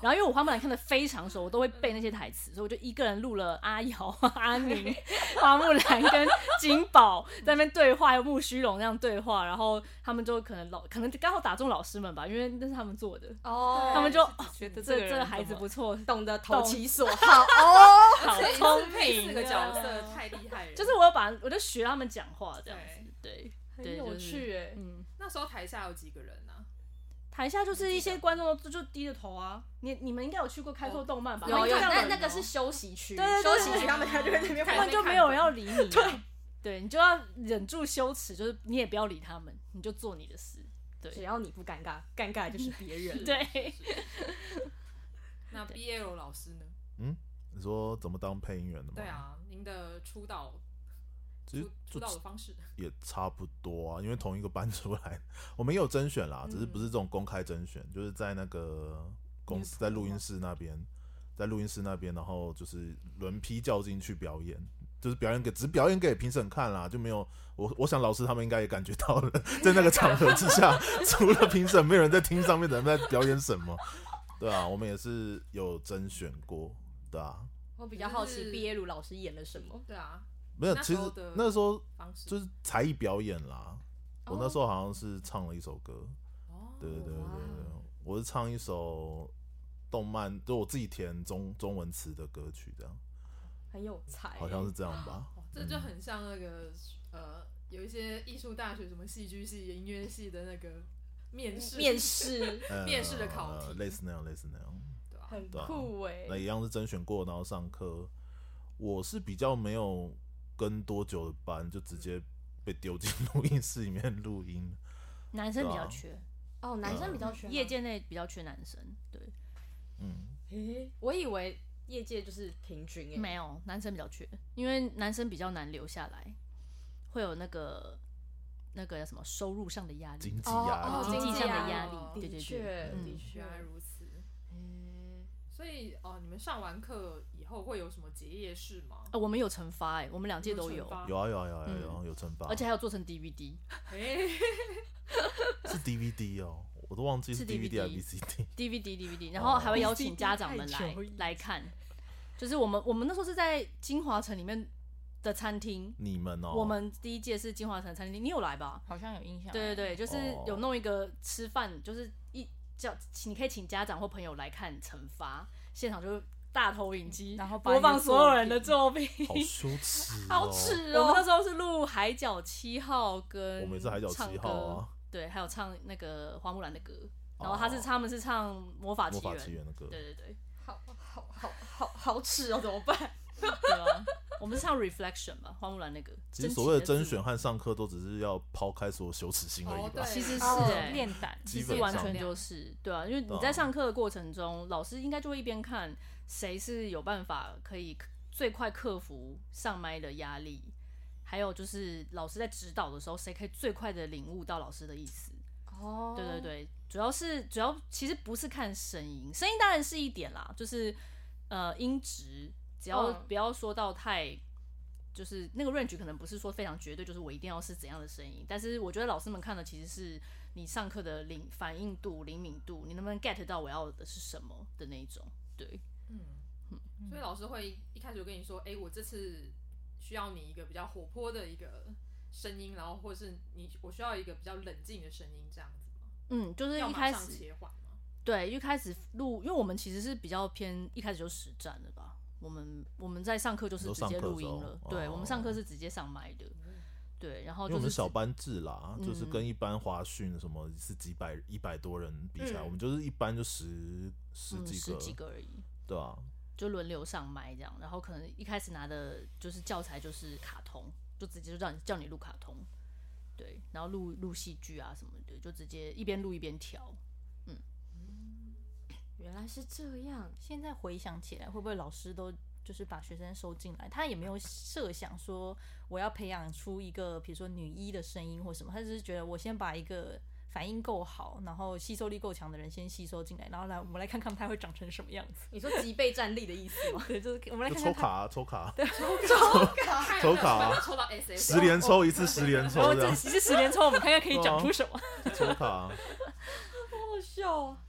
[SPEAKER 3] 然后因为我《花木兰》看的非常熟，我都会背那些台词，所以我就一个人录了阿瑶、 阿宁、花木兰跟金宝在那边对话，还有木须龙那样对话，然后他们就可能老可能刚好打中老师们吧，因为那是他们做的。
[SPEAKER 2] 哦
[SPEAKER 3] 他们就、哦
[SPEAKER 5] 觉得
[SPEAKER 3] 这
[SPEAKER 5] 个
[SPEAKER 3] 这
[SPEAKER 5] 人
[SPEAKER 3] 个孩子
[SPEAKER 5] 怎么
[SPEAKER 3] 不错，
[SPEAKER 2] 懂得投
[SPEAKER 3] 懂
[SPEAKER 2] 其所好哦。
[SPEAKER 5] 好
[SPEAKER 1] 这一次
[SPEAKER 5] 聪
[SPEAKER 1] 配
[SPEAKER 5] 明，
[SPEAKER 1] 四个角色。太厉害了。
[SPEAKER 3] 就是我有把我就学他们讲话这样子，对，
[SPEAKER 2] 很
[SPEAKER 3] 对
[SPEAKER 2] 有
[SPEAKER 3] 就是
[SPEAKER 2] 趣哎、
[SPEAKER 3] 嗯，
[SPEAKER 1] 那时候台下有几个人呢？啊
[SPEAKER 3] 台下就是一些观众就就低着头啊。你你们应该有去过开拓动漫吧？
[SPEAKER 2] 有有，
[SPEAKER 3] 看到
[SPEAKER 2] 那
[SPEAKER 3] 人
[SPEAKER 2] 那个
[SPEAKER 3] 哦
[SPEAKER 2] 是休息区，
[SPEAKER 3] 对对
[SPEAKER 2] 休
[SPEAKER 3] 对
[SPEAKER 2] 息区他们才就在那边
[SPEAKER 3] 他
[SPEAKER 2] 玩
[SPEAKER 3] 们就没有人要理你。对，对你就要忍住羞耻，就是你也不要理他们，你就做你的事。
[SPEAKER 2] 只要你不尴尬，尴尬就是别 人。，
[SPEAKER 3] 对，
[SPEAKER 1] 那 BL 老师呢？
[SPEAKER 4] 你说怎么当配音员的吗？
[SPEAKER 1] 对，啊，您的出道
[SPEAKER 4] 其实
[SPEAKER 1] 出出
[SPEAKER 4] 就
[SPEAKER 1] 道的方式，
[SPEAKER 4] 也差不多啊，因为同一个班出来，我们也有甄选啦，只是
[SPEAKER 1] 嗯
[SPEAKER 4] 不是这种公开甄选，就是在那个公司在录音室那边，在录音室那边，然后就是轮批叫进去表演，就是表演给只表演给评审看啦，就没有我我想老师他们应该也感觉到了， 在那个场合之下， 除了评审，没有人在听上面的人在表演什么，对啊，我们也是有甄选过，对啊，
[SPEAKER 2] 我比较好
[SPEAKER 1] 就是
[SPEAKER 3] 嗯
[SPEAKER 2] 奇毕业鲁老师演了什么。
[SPEAKER 1] 对啊，
[SPEAKER 4] 没有，
[SPEAKER 1] 那
[SPEAKER 4] 其
[SPEAKER 1] 时
[SPEAKER 4] 实
[SPEAKER 1] 候的
[SPEAKER 4] 那时候
[SPEAKER 1] 方式
[SPEAKER 4] 就是才艺表演啦。我那
[SPEAKER 2] 哦
[SPEAKER 4] 时候好像是唱了一首歌，
[SPEAKER 1] 哦
[SPEAKER 4] 对对对对
[SPEAKER 2] 哇
[SPEAKER 4] 对，我是唱一首动漫，就我自己填中中文词的歌曲，这样
[SPEAKER 2] 很有才，
[SPEAKER 4] 好像是这样吧。
[SPEAKER 1] 哇这就很像那个呃，有一些艺术大学什么戏剧系、音乐系的那个面试
[SPEAKER 2] 面试
[SPEAKER 4] 呃
[SPEAKER 1] 面试的考题
[SPEAKER 4] 类似那样，类似那样。
[SPEAKER 1] 对吧？
[SPEAKER 2] 很
[SPEAKER 4] 对啊
[SPEAKER 2] 酷哎
[SPEAKER 4] 那。一样是甄选过，然后上课。我是比较没有跟多久的班，就直接被丢进录音室里面录音。
[SPEAKER 3] 男生比较
[SPEAKER 4] 对啊
[SPEAKER 3] 缺，
[SPEAKER 2] 哦，男生比较缺吗
[SPEAKER 3] 业。界内比较缺男生。对，
[SPEAKER 4] 嗯，
[SPEAKER 2] 诶我以为业界就是平均哎，
[SPEAKER 3] 没有男生比较缺，因为男生比较难留下来，会有那个那个叫什么收入上的压
[SPEAKER 4] 经
[SPEAKER 3] 力。
[SPEAKER 4] 济压
[SPEAKER 2] 哦
[SPEAKER 4] 力，
[SPEAKER 3] 经济上
[SPEAKER 1] 压
[SPEAKER 3] 的
[SPEAKER 1] 力
[SPEAKER 3] 压
[SPEAKER 1] 哦
[SPEAKER 3] 力，对
[SPEAKER 2] 的
[SPEAKER 3] 对
[SPEAKER 2] 确
[SPEAKER 3] 对，
[SPEAKER 2] 的
[SPEAKER 3] 嗯
[SPEAKER 2] 确
[SPEAKER 1] 原来如此。
[SPEAKER 2] 诶
[SPEAKER 1] 所以哦、呃你们上完课以后会有什么结业式吗？
[SPEAKER 3] 啊，我们有惩罚哎，我们两届都有
[SPEAKER 1] 惩，罚
[SPEAKER 4] 有啊有啊有啊有啊
[SPEAKER 3] 嗯
[SPEAKER 4] 有惩罚，
[SPEAKER 3] 而且还有做成 DVD，
[SPEAKER 1] 哎、
[SPEAKER 4] 啊是 DVD 哦，我都忘记
[SPEAKER 3] 是
[SPEAKER 4] 是 DVD 还
[SPEAKER 3] DVD
[SPEAKER 4] 是 VCD。
[SPEAKER 3] DVD
[SPEAKER 4] 哦
[SPEAKER 3] DVD，然后还会邀请家长们来来看。就是我们我们那时候是在金华城里面的餐厅，
[SPEAKER 4] 你们哦，
[SPEAKER 3] 我们第一届是金华城的餐厅，你有来吧？
[SPEAKER 5] 好像有印象。
[SPEAKER 3] 对对对，就是
[SPEAKER 4] 哦
[SPEAKER 3] 有弄一个吃饭，就是一叫请你可以请家长或朋友来看惩罚，现场就是大投影机，
[SPEAKER 5] 然后把
[SPEAKER 3] 播
[SPEAKER 5] 你
[SPEAKER 3] 放
[SPEAKER 5] 的
[SPEAKER 3] 所
[SPEAKER 5] 作
[SPEAKER 3] 有人的
[SPEAKER 5] 品
[SPEAKER 3] 作品。
[SPEAKER 4] 好羞耻、哦，
[SPEAKER 2] 好耻
[SPEAKER 3] 我们那
[SPEAKER 2] 哦！
[SPEAKER 3] 时候是录《海角七号》跟
[SPEAKER 4] 我们也是海角
[SPEAKER 3] 唱
[SPEAKER 4] 七号啊
[SPEAKER 3] 歌，对，还有唱那个花木兰的歌，然
[SPEAKER 4] 哦
[SPEAKER 3] 后他是他们是唱《啊魔法
[SPEAKER 4] 魔
[SPEAKER 3] 奇
[SPEAKER 4] 法
[SPEAKER 3] 缘》，
[SPEAKER 4] 奇缘的歌，
[SPEAKER 3] 对对对，
[SPEAKER 2] 好好好好好耻哦，怎么办？
[SPEAKER 3] 对啊，我们是唱《Reflection》吧，花木兰那个。
[SPEAKER 4] 其实
[SPEAKER 3] 真
[SPEAKER 4] 所谓的
[SPEAKER 3] 情
[SPEAKER 4] 甄
[SPEAKER 3] 字母
[SPEAKER 4] 选，和上课都只是要抛开所有羞耻心而已
[SPEAKER 1] 哦
[SPEAKER 4] 吧。
[SPEAKER 1] 对，
[SPEAKER 3] 其实是
[SPEAKER 5] 哦
[SPEAKER 3] 哎
[SPEAKER 5] 练胆，
[SPEAKER 4] 基
[SPEAKER 3] 其实
[SPEAKER 4] 本
[SPEAKER 3] 完
[SPEAKER 4] 上
[SPEAKER 3] 全就是对啊，因为
[SPEAKER 4] 对
[SPEAKER 3] 你
[SPEAKER 4] 啊
[SPEAKER 3] 在上课的过程中，老师应该就会一边看谁是有办法可以最快克服上麦的压力，还有就是老师在指导的时候，谁可以最快的领悟到老师的意思。
[SPEAKER 2] 哦
[SPEAKER 3] 对对，对，主要是主要其实不是看声音，声音当然是一点啦，就是呃音质，只要
[SPEAKER 2] 嗯
[SPEAKER 3] 不要说到太。就是那个 range 可能不是说非常绝对，就是我一定要是怎样的声音，但是我觉得老师们看的其实是你上课的灵反应度、灵敏度，你能不能 get 到我要的是什么的那一种。对，
[SPEAKER 1] 嗯，所以老师会一开始就跟你说，哎、我这次需要你一个比较活泼的一个声音，然后或是你我需要一个比较冷静的声音，这样子吗？
[SPEAKER 3] 嗯，就是
[SPEAKER 1] 要
[SPEAKER 3] 一
[SPEAKER 1] 马
[SPEAKER 3] 开
[SPEAKER 1] 上
[SPEAKER 3] 始
[SPEAKER 1] 切换吗？
[SPEAKER 3] 对，一开始录，因为我们其实是比较偏一开始就实战的吧。我们我们在上课就是
[SPEAKER 4] 你
[SPEAKER 3] 直
[SPEAKER 4] 说
[SPEAKER 3] 接
[SPEAKER 4] 上课的
[SPEAKER 3] 录音
[SPEAKER 4] 时候
[SPEAKER 3] 了，
[SPEAKER 4] 哦嗯
[SPEAKER 3] 对，我们上课是直接上麦的，对，然后
[SPEAKER 4] 因
[SPEAKER 3] 就
[SPEAKER 4] 为我
[SPEAKER 3] 是
[SPEAKER 4] 们小
[SPEAKER 3] 直
[SPEAKER 4] 班制啦，就是
[SPEAKER 3] 嗯
[SPEAKER 4] 跟一般华训什么是几百一百多人比起来，
[SPEAKER 1] 嗯
[SPEAKER 4] 我们就是一般就十十
[SPEAKER 3] 嗯
[SPEAKER 4] 几
[SPEAKER 3] 十
[SPEAKER 4] 个，
[SPEAKER 3] 几个而已，
[SPEAKER 4] 对啊，
[SPEAKER 3] 就轮流上麦这样。然后可能一开始拿的就是教材就是卡通，就直接就让你叫你录卡通，对，然后录录戏剧啊什么的，就直接一边录一边调。
[SPEAKER 2] 原来是这样。
[SPEAKER 5] 现在回想起来，会不会老师都就是把学生收进来，他也没有设想说我要培养出一个比如说女一的声音或什么，他只是觉得我先把一个反应够好，然后吸收力够强的人先吸收进来，然后来我们来看看他会长成什么样子。？
[SPEAKER 2] 你说脊背站立的意 思吗
[SPEAKER 5] 对，就是我们来
[SPEAKER 4] 就
[SPEAKER 5] 看
[SPEAKER 4] 抽
[SPEAKER 5] 看
[SPEAKER 4] 卡
[SPEAKER 5] 他。
[SPEAKER 4] 啊，抽卡，
[SPEAKER 1] 看
[SPEAKER 4] 抽
[SPEAKER 1] 有没有
[SPEAKER 4] 卡啊
[SPEAKER 1] 办法抽到 S S
[SPEAKER 4] 十连抽一次，十连
[SPEAKER 5] 然
[SPEAKER 4] 抽
[SPEAKER 5] 后
[SPEAKER 4] 这
[SPEAKER 5] 哦这
[SPEAKER 3] 啊
[SPEAKER 4] 样，
[SPEAKER 5] 其实十年之后，我们看看可以长出什么。
[SPEAKER 4] 抽卡啊，
[SPEAKER 2] 好笑哦。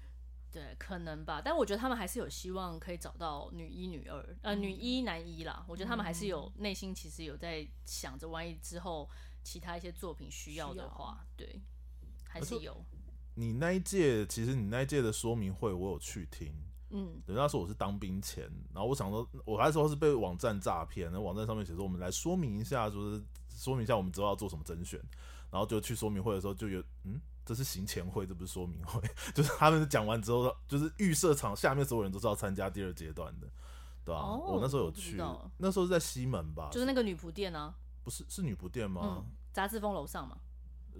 [SPEAKER 3] 对，可能吧，但我觉得他们还是有希望可以找到女一、女二，呃，女
[SPEAKER 5] 嗯
[SPEAKER 3] 一、男一啦。我觉得他们还是有内心其实有在想着，万一之后其他一些作品需要
[SPEAKER 5] 需
[SPEAKER 3] 的
[SPEAKER 5] 要
[SPEAKER 3] 话，对，还
[SPEAKER 4] 而
[SPEAKER 3] 是
[SPEAKER 4] 且
[SPEAKER 3] 有。
[SPEAKER 4] 你那一届，其实你那一届的说明会我有去听，
[SPEAKER 3] 嗯，
[SPEAKER 4] 对，那时候我是当兵前，然后我想说，我那时候是被网站诈骗，那网站上面写说我们来说明一下，就是说明一下我们之后要做什么甄选，然后就去说明会的时候就有，嗯，这是行前会，这不是说明会， 就是他们讲完之后，就是预设场下面所有人都是要参加第二阶段的，对吧、
[SPEAKER 3] 哦
[SPEAKER 4] 我那时候有
[SPEAKER 3] 我不知
[SPEAKER 4] 去
[SPEAKER 3] 道，
[SPEAKER 4] 那时候是在西门吧，
[SPEAKER 3] 就是那个女仆店啊，
[SPEAKER 4] 不是是女仆店吗？
[SPEAKER 3] 嗯，杂志峰楼上嘛，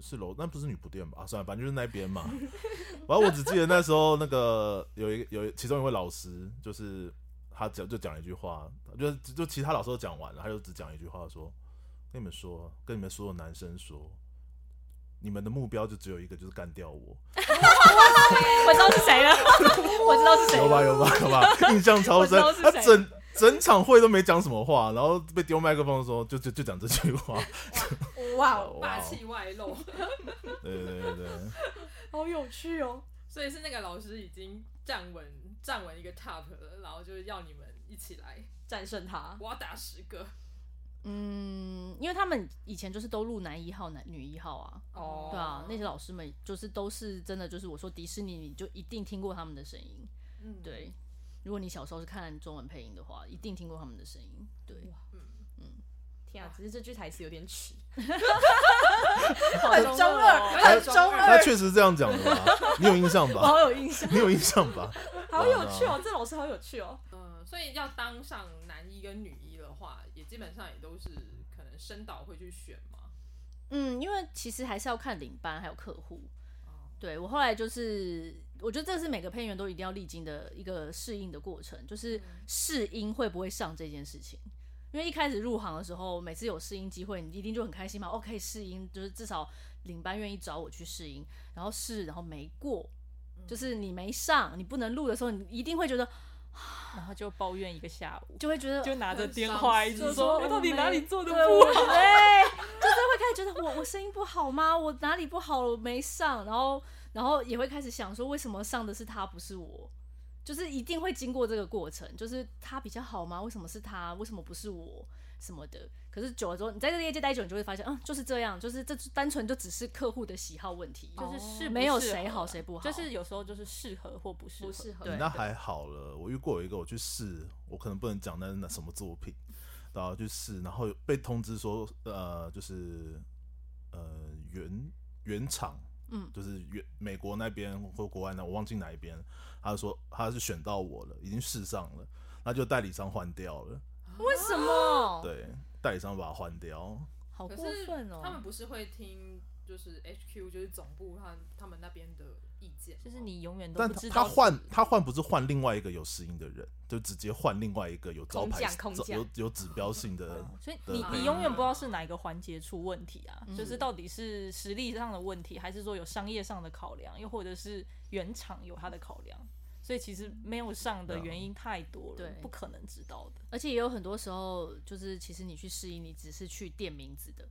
[SPEAKER 4] 是楼，那不是女仆店吧？啊，算了，反正就是那边嘛。 然后我只记得那时候那个有一个有一其中一位老师，就是他讲就讲了一句话，就就其他老师都讲完了，他就只讲一句话说：“跟你们说，跟你们所有男生说，你们的目标就只有一个，就是干掉我。
[SPEAKER 5] 我知道是谁了，我知道是”谁
[SPEAKER 4] 有
[SPEAKER 5] 了。
[SPEAKER 4] 吧有吧有吧，印象超深
[SPEAKER 5] 我知。
[SPEAKER 4] 他
[SPEAKER 5] 道是谁
[SPEAKER 4] 整整场会都没讲什么话，然后被丢麦克风的时候就就就讲这句话。
[SPEAKER 1] 哇
[SPEAKER 4] 哇哦
[SPEAKER 1] 霸气外露。
[SPEAKER 4] 对对对对。
[SPEAKER 2] 好有趣哦。
[SPEAKER 1] 所以是那个老师已经站稳站稳一个 top 了，然后就是要你们一起来，
[SPEAKER 2] 战胜他，
[SPEAKER 1] 我要打十个。
[SPEAKER 3] 嗯，因为他们以前就是都录男一号、男女一号啊，
[SPEAKER 1] 哦
[SPEAKER 3] 对啊，那些老师们就是都是真的，就是我说迪士尼，你就一定听过他们的声音，
[SPEAKER 1] 嗯，
[SPEAKER 3] 对。如果你小时候是看中文配音的话，一定听过他们的声音，对。
[SPEAKER 2] 天啊！只是这句台词有点耻，
[SPEAKER 5] 很中二，
[SPEAKER 1] 很中
[SPEAKER 4] 他确实是这样讲的吧？你有印象吧？
[SPEAKER 3] 哦
[SPEAKER 2] 好有印象，
[SPEAKER 4] 你有印象吧？
[SPEAKER 2] 好有趣哦！这老师好有趣哦。
[SPEAKER 1] 嗯，所以要当上男一跟女一的话，也基本上也都是可能升导会去选嘛。
[SPEAKER 3] 嗯，因为其实还是要看领班还有客户。对我后来就是，我觉得这是每个配音员都一定要历经的一个适应的过程，就是试音会不会上这件事情。因为一开始入行的时候，每次有试音机会，你一定就很开心嘛，哦，可以试音，就是至少领班愿意找我去试音，然后试，然后没过，就是你没上，你不能录的时候，你一定会觉得，
[SPEAKER 5] 然后就抱怨一个下午，
[SPEAKER 3] 就会觉得
[SPEAKER 5] 就拿着电话一直
[SPEAKER 1] 就
[SPEAKER 5] 说哎
[SPEAKER 1] 说
[SPEAKER 5] 我到底哪里做的不
[SPEAKER 3] 不好？对，就是会开始觉得我我声音不好吗？我哪里不好了？我没上，然后然后也会开始想说，为什么上的是他不是我？就是一定会经过这个过程，就是他比较好吗？为什么是他？为什么不是我？什么的。可是久了之后，你在这个业界待久，你就会发现，嗯，就是这样，就是这单纯就只是客户的喜好问题，哦
[SPEAKER 5] 就是适不
[SPEAKER 3] 没有
[SPEAKER 5] 适合
[SPEAKER 3] 谁好
[SPEAKER 5] 啦
[SPEAKER 3] 谁不好
[SPEAKER 5] 就是有时候就是适合或不适合。
[SPEAKER 3] 不适合。
[SPEAKER 4] 你
[SPEAKER 3] 对
[SPEAKER 4] 那还好了，我遇过有一个，我去试，我可能不能讲那是哪什么作品，然后去试，然后被通知说，呃，就是呃原原厂，
[SPEAKER 3] 嗯
[SPEAKER 4] 就是原美国那边或国外那，我忘记哪一边，他就说他是选到我了，已经试上了，那就代理商换掉了，
[SPEAKER 3] 为什么？
[SPEAKER 5] 啊
[SPEAKER 4] 对，代理商把它换掉，
[SPEAKER 3] 好
[SPEAKER 1] 可
[SPEAKER 3] 过
[SPEAKER 1] 是
[SPEAKER 3] 分哦！
[SPEAKER 1] 他们不是会听就是 HQ 就是总部他他们那边的意见吗，
[SPEAKER 5] 就是你永远都
[SPEAKER 4] 但
[SPEAKER 5] 不
[SPEAKER 4] 他
[SPEAKER 5] 知
[SPEAKER 4] 他
[SPEAKER 5] 道
[SPEAKER 4] 换他换不是换另外一个有适应的人，就直接换另外一个有招
[SPEAKER 2] 空
[SPEAKER 4] 牌
[SPEAKER 2] 降空降
[SPEAKER 4] 有有指标性的，
[SPEAKER 5] 所以
[SPEAKER 4] 的
[SPEAKER 5] 你
[SPEAKER 4] 配
[SPEAKER 5] 你
[SPEAKER 4] 音
[SPEAKER 5] 永远不知道是哪一个环节出问题啊，
[SPEAKER 3] 嗯
[SPEAKER 5] 就是到底是实力上的问题，还是说有商业上的考量，又或者是原厂有它的考量。所以其实没有上的
[SPEAKER 4] 对啊
[SPEAKER 5] 原因太多了，
[SPEAKER 3] 对
[SPEAKER 5] 不可能知道的。
[SPEAKER 3] 而且也有很多时候，就是其实你去试音，你只是去垫名字的，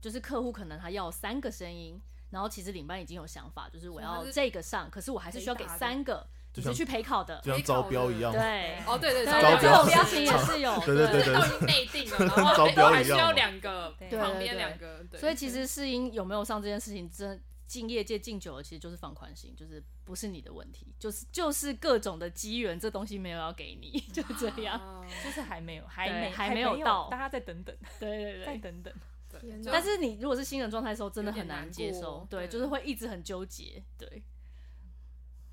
[SPEAKER 3] 就是客户可能他要三个声音，然后其实领班已经有想法，就是
[SPEAKER 1] 所
[SPEAKER 3] 我
[SPEAKER 1] 以
[SPEAKER 3] 要
[SPEAKER 1] 他是
[SPEAKER 3] 这个上，可是我还是需要给
[SPEAKER 1] 陪打的
[SPEAKER 3] 三个，
[SPEAKER 4] 就
[SPEAKER 3] 你
[SPEAKER 4] 像
[SPEAKER 3] 是去陪考的，
[SPEAKER 4] 就像招标一样，
[SPEAKER 3] 对。
[SPEAKER 1] 哦， 对对，
[SPEAKER 3] 对，
[SPEAKER 4] 招
[SPEAKER 1] 对
[SPEAKER 3] 对这
[SPEAKER 4] 标
[SPEAKER 3] 种标情也是有，
[SPEAKER 4] 对对对
[SPEAKER 1] 对，都已经内定了，然后
[SPEAKER 4] 招
[SPEAKER 1] 哎
[SPEAKER 4] 标
[SPEAKER 1] 还
[SPEAKER 4] 一
[SPEAKER 1] 是
[SPEAKER 4] 样
[SPEAKER 1] 要
[SPEAKER 4] 嘛
[SPEAKER 1] 两个
[SPEAKER 5] 对
[SPEAKER 1] 旁
[SPEAKER 3] 对
[SPEAKER 1] 边
[SPEAKER 3] 对
[SPEAKER 1] 两个，对
[SPEAKER 3] 所以其实试音有没有上这件事情，真进业界进久了，其实就是放宽心，就是不是你的问题，就是就是各种的机缘，这东西没有要给你， 就这样。
[SPEAKER 1] 啊
[SPEAKER 5] 就是还没有，还
[SPEAKER 3] 对
[SPEAKER 5] 没
[SPEAKER 3] 还
[SPEAKER 5] 没
[SPEAKER 3] 没有到
[SPEAKER 5] 大家再等等，
[SPEAKER 3] 对对
[SPEAKER 5] 再
[SPEAKER 3] 对。
[SPEAKER 5] 等等。
[SPEAKER 1] 对，啊
[SPEAKER 3] 但是你如果是新人状态的时候，真的
[SPEAKER 1] 有点
[SPEAKER 3] 很
[SPEAKER 1] 难
[SPEAKER 3] 难接
[SPEAKER 1] 过
[SPEAKER 3] 受，对，
[SPEAKER 1] 对
[SPEAKER 3] 就是会一直很纠结，对。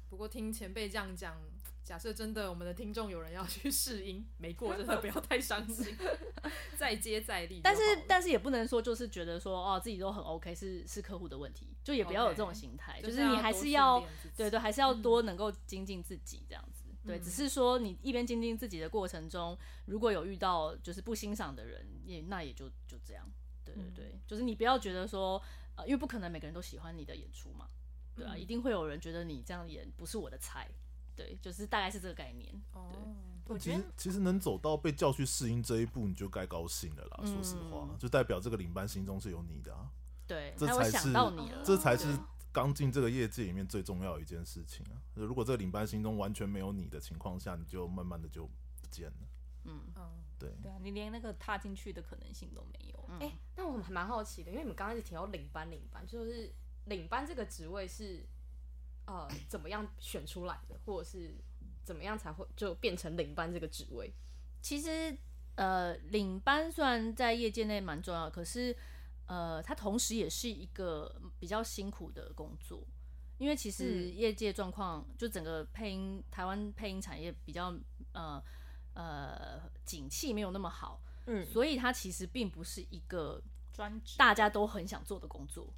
[SPEAKER 1] 不过听前辈这样讲，假设真的我们的听众有人要去试音没过，真的不要太伤心， 再接再厉就好
[SPEAKER 3] 但
[SPEAKER 1] 了。
[SPEAKER 3] 是但是也不能说就是觉得说哦自己都很 OK 是是客户的问题，就也不要有这种心态
[SPEAKER 1] 就
[SPEAKER 3] 就是你还是要
[SPEAKER 1] 多训练嗯自己
[SPEAKER 3] 对对，还是要多能够精进自己这样子。
[SPEAKER 1] 嗯
[SPEAKER 3] 对，只是说你一边精进自己的过程中，如果有遇到就是不欣赏的人，也那也就就这样。对对
[SPEAKER 1] 嗯
[SPEAKER 3] 对，就是你不要觉得说呃，因为不可能每个人都喜欢你的演出嘛，对
[SPEAKER 1] 嗯
[SPEAKER 3] 啊，一定会有人觉得你这样演不是我的菜。对，就是大概是这个概念。
[SPEAKER 1] 哦
[SPEAKER 5] 我
[SPEAKER 4] 其
[SPEAKER 5] 觉得
[SPEAKER 4] 实其实能走到被叫去试音这一步，你就该高兴了啦。说实话，就代表这个领班心中是有你的啊，
[SPEAKER 3] 对，
[SPEAKER 4] 这
[SPEAKER 3] 他会
[SPEAKER 4] 才
[SPEAKER 3] 想
[SPEAKER 4] 是
[SPEAKER 3] 到你了。
[SPEAKER 4] 这才是刚进这个业界里面最重要的一件事情啊。如果这个领班心中完全没有你的情况下，你就慢慢的就不见了。
[SPEAKER 1] 嗯，
[SPEAKER 4] 对，
[SPEAKER 5] 对啊，你连那个踏进去的可能性都没有。
[SPEAKER 3] 嗯
[SPEAKER 2] 哎、那我还蛮好奇的，因为你们刚开始提到领班，领班就是领班这个职位是呃怎么样选出来的，或者是怎么样才会就变成领班这个职位？
[SPEAKER 3] 其实呃，领班虽然在业界内蛮重要的，可是呃，它同时也是一个比较辛苦的工作，因为其实
[SPEAKER 1] 嗯
[SPEAKER 3] 业界状况、就整个配音台湾配音产业比较呃呃景气没有那么好，
[SPEAKER 2] 嗯
[SPEAKER 3] 所以它其实并不是一个
[SPEAKER 5] 专职
[SPEAKER 3] 大家都很想做的工作，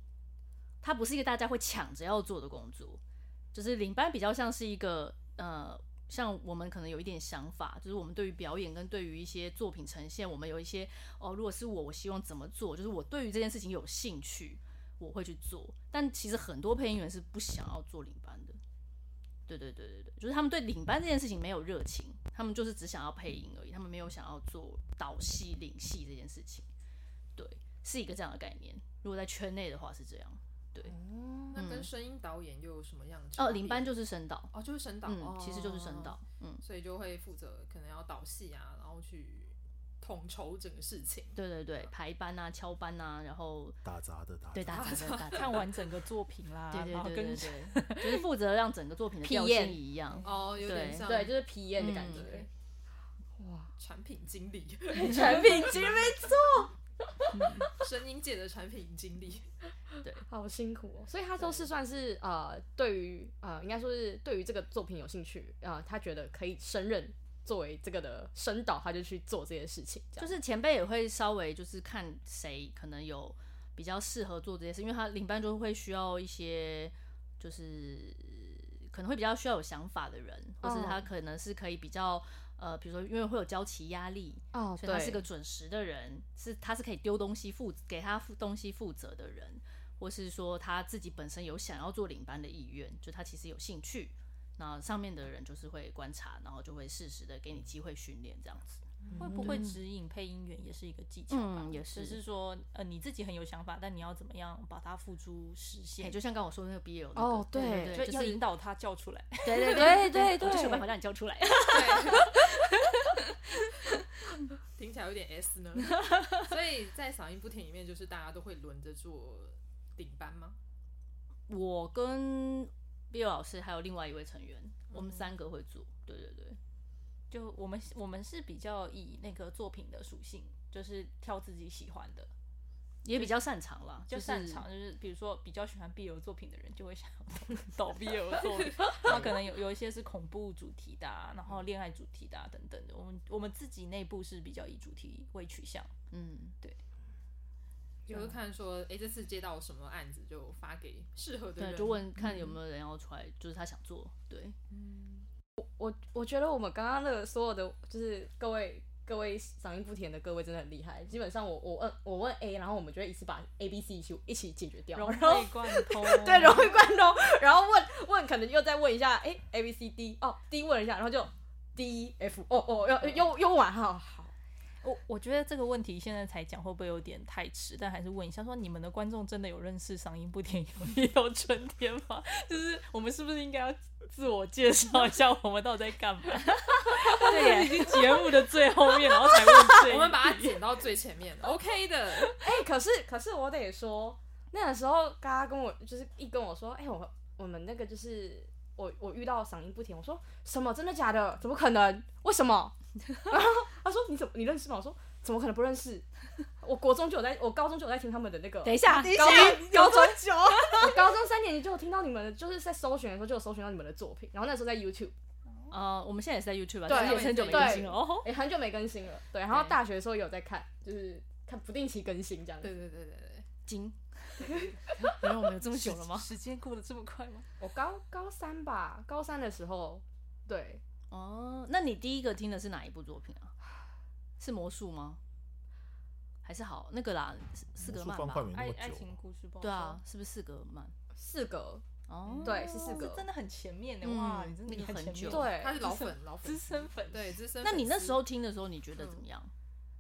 [SPEAKER 3] 它不是一个大家会抢着要做的工作，就是领班比较像是一个呃，像我们可能有一点想法，就是我们对于表演跟对于一些作品呈现，我们有一些哦，如果是我，我希望怎么做，就是我对于这件事情有兴趣，我会去做。但其实很多配音员是不想要做领班的。对对对对对，就是他们对领班这件事情没有热情，他们就是只想要配音而已，他们没有想要做导戏、领戏这件事情。对，是一个这样的概念。如果在圈内的话是这样。
[SPEAKER 1] 哦，那跟声音导演又有什么样的差
[SPEAKER 3] 嗯
[SPEAKER 1] 别？
[SPEAKER 3] 哦，领班就是声导，
[SPEAKER 1] 哦，就是声导，
[SPEAKER 3] 嗯，其实就是声
[SPEAKER 1] 哦
[SPEAKER 3] 导，嗯，
[SPEAKER 1] 所以就会负责可能要导戏啊，然后去统筹整个事情。
[SPEAKER 3] 对对对，排班啊、敲班啊，然后
[SPEAKER 4] 打杂的打杂
[SPEAKER 3] 对打杂 的打杂，
[SPEAKER 5] 看完整个作品啦，
[SPEAKER 3] 对对
[SPEAKER 5] 然后
[SPEAKER 3] 对
[SPEAKER 5] 跟
[SPEAKER 3] 对对，就是负责让整个作品 的
[SPEAKER 2] 体
[SPEAKER 3] 调
[SPEAKER 2] 验
[SPEAKER 3] 性一样。
[SPEAKER 1] 哦，有点
[SPEAKER 3] 对
[SPEAKER 1] 像
[SPEAKER 2] 对，就是皮验的感觉。
[SPEAKER 1] 对
[SPEAKER 2] 哇，
[SPEAKER 1] 产品经理，
[SPEAKER 2] 产品经理
[SPEAKER 1] 声音界的产品经 理。
[SPEAKER 2] 好辛苦哦，所以他都是算是呃，对于呃，应该说是对于这个作品有兴趣啊、呃他觉得可以胜任作为这个的声导，他就去做这些事情，这
[SPEAKER 3] 就
[SPEAKER 2] 样
[SPEAKER 3] 是前辈也会稍微就是看谁可能有比较适合做这些事，因为他领班就会需要一些就是可能会比较需要有想法的人，或是他
[SPEAKER 2] 哦
[SPEAKER 3] 可能是可以比较呃，比如说因为会有交期压力，
[SPEAKER 2] 哦
[SPEAKER 3] 所以他是个准时的人，是他是可以丢东西负给他负东西负责的人，或是说他自己本身有想要做领班的意愿，就他其实有兴趣。那上面的人就是会观察，然后就会适时的给你机会训练这样子。
[SPEAKER 5] 会不会指引配音员也是一个技巧吧？
[SPEAKER 3] 嗯也是
[SPEAKER 5] 就是说，呃，你自己很有想法，但你要怎么样把它付诸实
[SPEAKER 3] 哎，
[SPEAKER 5] 现？
[SPEAKER 3] 就像刚我说的那个 BL 那个
[SPEAKER 2] 哦
[SPEAKER 3] 对
[SPEAKER 2] 对
[SPEAKER 3] 对，
[SPEAKER 5] 就
[SPEAKER 3] 就
[SPEAKER 5] 要
[SPEAKER 3] 是
[SPEAKER 5] 引导他叫出来。
[SPEAKER 3] 对对
[SPEAKER 2] 对对
[SPEAKER 3] 我就
[SPEAKER 2] 对
[SPEAKER 3] 想办法让你叫出来。
[SPEAKER 1] 听起来有点 S 呢。所以在嗓音不甜里面，就是大家都会轮着做顶班吗？
[SPEAKER 3] 我跟 BL 老师还有另外一位成员，我们三个会做。对对对，
[SPEAKER 5] 就我们我们是比较以那个作品的属性，就是挑自己喜欢的，
[SPEAKER 3] 也比较擅长啦，
[SPEAKER 5] 就是擅长就是比如说比较喜欢 BL 作品的人，就会想要 导 BL 作 品。然后可能有有一些是恐怖主题的、啊，然后恋爱主题的、啊、等等的。我们我们自己内部是比较以主题为取向。
[SPEAKER 3] 嗯，啊
[SPEAKER 1] 就是看说，哎、这次接到什么案子就发给适合的人，
[SPEAKER 3] 对，嗯就问看有没有人要出来，就是他想做。对，
[SPEAKER 2] 我我觉得我们刚刚那个所有的，就是各位各位嗓音不甜的各位真的很厉害。基本上我我问我问 A，然后我们就会一次把 A、B、C 一起一起解决掉，
[SPEAKER 5] 融
[SPEAKER 2] 然后
[SPEAKER 5] 会贯 通，
[SPEAKER 2] 对融会贯通，然后问问可能又再问一下，哎、a B C D 哦 D 问一下，然后就 D E F 哦哦又又又完好好，
[SPEAKER 5] 我我觉得这个问题现在才讲会不会有点太迟？但还是问一下，说你们的观众真的有认识嗓音不甜有也有春天吗？就是我们是不是应该要自我介绍一下，我们到底在干嘛？对，已经节目的最后面，然后才问这一
[SPEAKER 1] 我们
[SPEAKER 5] 题
[SPEAKER 1] 把它剪到最前面，OK 的。
[SPEAKER 2] 哎、可是可是我得说，那个时候嘎嘎跟我就是一跟我说，哎、我我们那个就是我我遇到嗓音不甜，我说什么真的假的？怎么可能？为什么？ 然后他说你怎么你认识吗？我说怎么可能不认识？我国中就有在，我高中就有在听他们的那个。
[SPEAKER 3] 等一下，等一
[SPEAKER 2] 高中高中
[SPEAKER 5] 久？
[SPEAKER 2] 我高中三年级就有听到你们的，就是在搜寻的时候就有搜寻到你们的作品，然后那时候在 YouTube，
[SPEAKER 3] 呃，我们现在也是在 YouTube 吧，
[SPEAKER 2] 对
[SPEAKER 3] 其实也是很久没更新了哦。
[SPEAKER 2] 也、哎很久没更新了。对，然后
[SPEAKER 3] 对
[SPEAKER 2] 大学的时候有在看，就是看不定期更新这样子
[SPEAKER 1] 对。对对对对，
[SPEAKER 3] 金， 原来我们有这么久了吗？
[SPEAKER 5] 时间过得这么快吗？
[SPEAKER 2] 我高高三吧，高三的时候，对，
[SPEAKER 3] 哦，那你第一个听的是哪一部作品啊？是魔术吗？还是好那个啦，四四格
[SPEAKER 4] 魔
[SPEAKER 3] 曼
[SPEAKER 4] 术方块
[SPEAKER 3] 吧？
[SPEAKER 4] 没那
[SPEAKER 5] 爱
[SPEAKER 4] 么
[SPEAKER 5] 爱
[SPEAKER 4] 久，
[SPEAKER 5] 情故事报
[SPEAKER 3] 对啊，，是不是四格曼？
[SPEAKER 2] 四个，
[SPEAKER 3] 哦，
[SPEAKER 1] 嗯
[SPEAKER 2] 对是四个
[SPEAKER 5] 真的很前面的
[SPEAKER 3] 嗯
[SPEAKER 5] 哇！你真的
[SPEAKER 3] 那个
[SPEAKER 5] 很前
[SPEAKER 3] 很久
[SPEAKER 5] 面，
[SPEAKER 2] 对
[SPEAKER 1] 他是老粉，老粉
[SPEAKER 5] 资，深粉，
[SPEAKER 1] 对资深粉丝。
[SPEAKER 3] 那你那时候听的时候，你觉得
[SPEAKER 1] 嗯
[SPEAKER 3] 怎么样？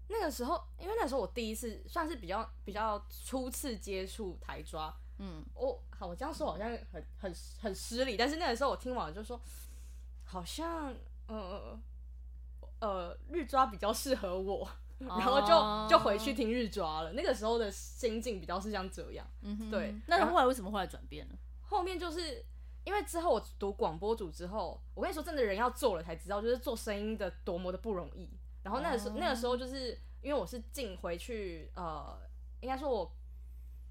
[SPEAKER 2] 那个时候，因为那时候我第一次算是比较比较初次接触台抓，
[SPEAKER 3] 嗯，
[SPEAKER 2] 哦，好，我这样说好像很很很失礼，但是那个时候我听完我就说，好像呃呃日抓比较适合我， 然后就就回去
[SPEAKER 3] 哦
[SPEAKER 2] 听日抓了。那个时候的心境比较是像这样，
[SPEAKER 3] 嗯哼
[SPEAKER 2] 对
[SPEAKER 3] 那
[SPEAKER 2] 然后
[SPEAKER 3] 后来为什么后来转变了？
[SPEAKER 2] 后面就是因为之后我读广播组之后，我跟你说，真的人要做了才知道，就是做声音的多么的不容易。然后那个时候、那个时候就是因为我是进回去，呃，应该说我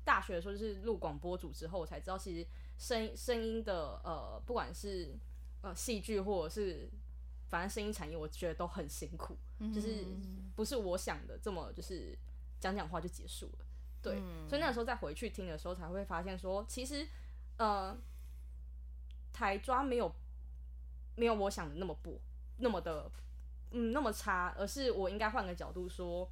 [SPEAKER 2] 大学的时候就是录广播组之后，我才知道其实声声音的呃，不管是呃戏剧或者是反正声音产业，我觉得都很辛苦，就是
[SPEAKER 1] 嗯
[SPEAKER 2] 不是我想的这么就是讲讲话就结束了。对，所以那时候再回去听的时候，才会发现说，其实呃，台抓没有没有我想的那么不那么的嗯那么差，而是我应该换个角度说，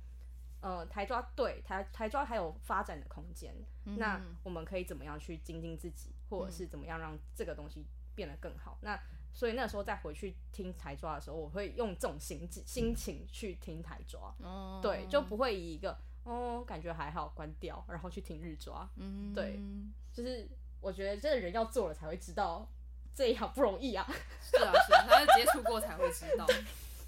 [SPEAKER 2] 呃，台抓对台台抓还有发展的空间，
[SPEAKER 3] 嗯
[SPEAKER 2] 那我们可以怎么样去精进自己，或者是怎么样让这个东西变得更好？那所以那时候再回去听台抓的时候，我会用这种心境心情去听台抓，
[SPEAKER 3] 哦
[SPEAKER 2] 对，就不会以一个哦感觉还好关掉，然后去听日抓，
[SPEAKER 3] 嗯
[SPEAKER 2] 对就是我觉得真的人要做了才会知道。这一行不容易啊！
[SPEAKER 1] 是啊，是啊，他要接触过才会知道。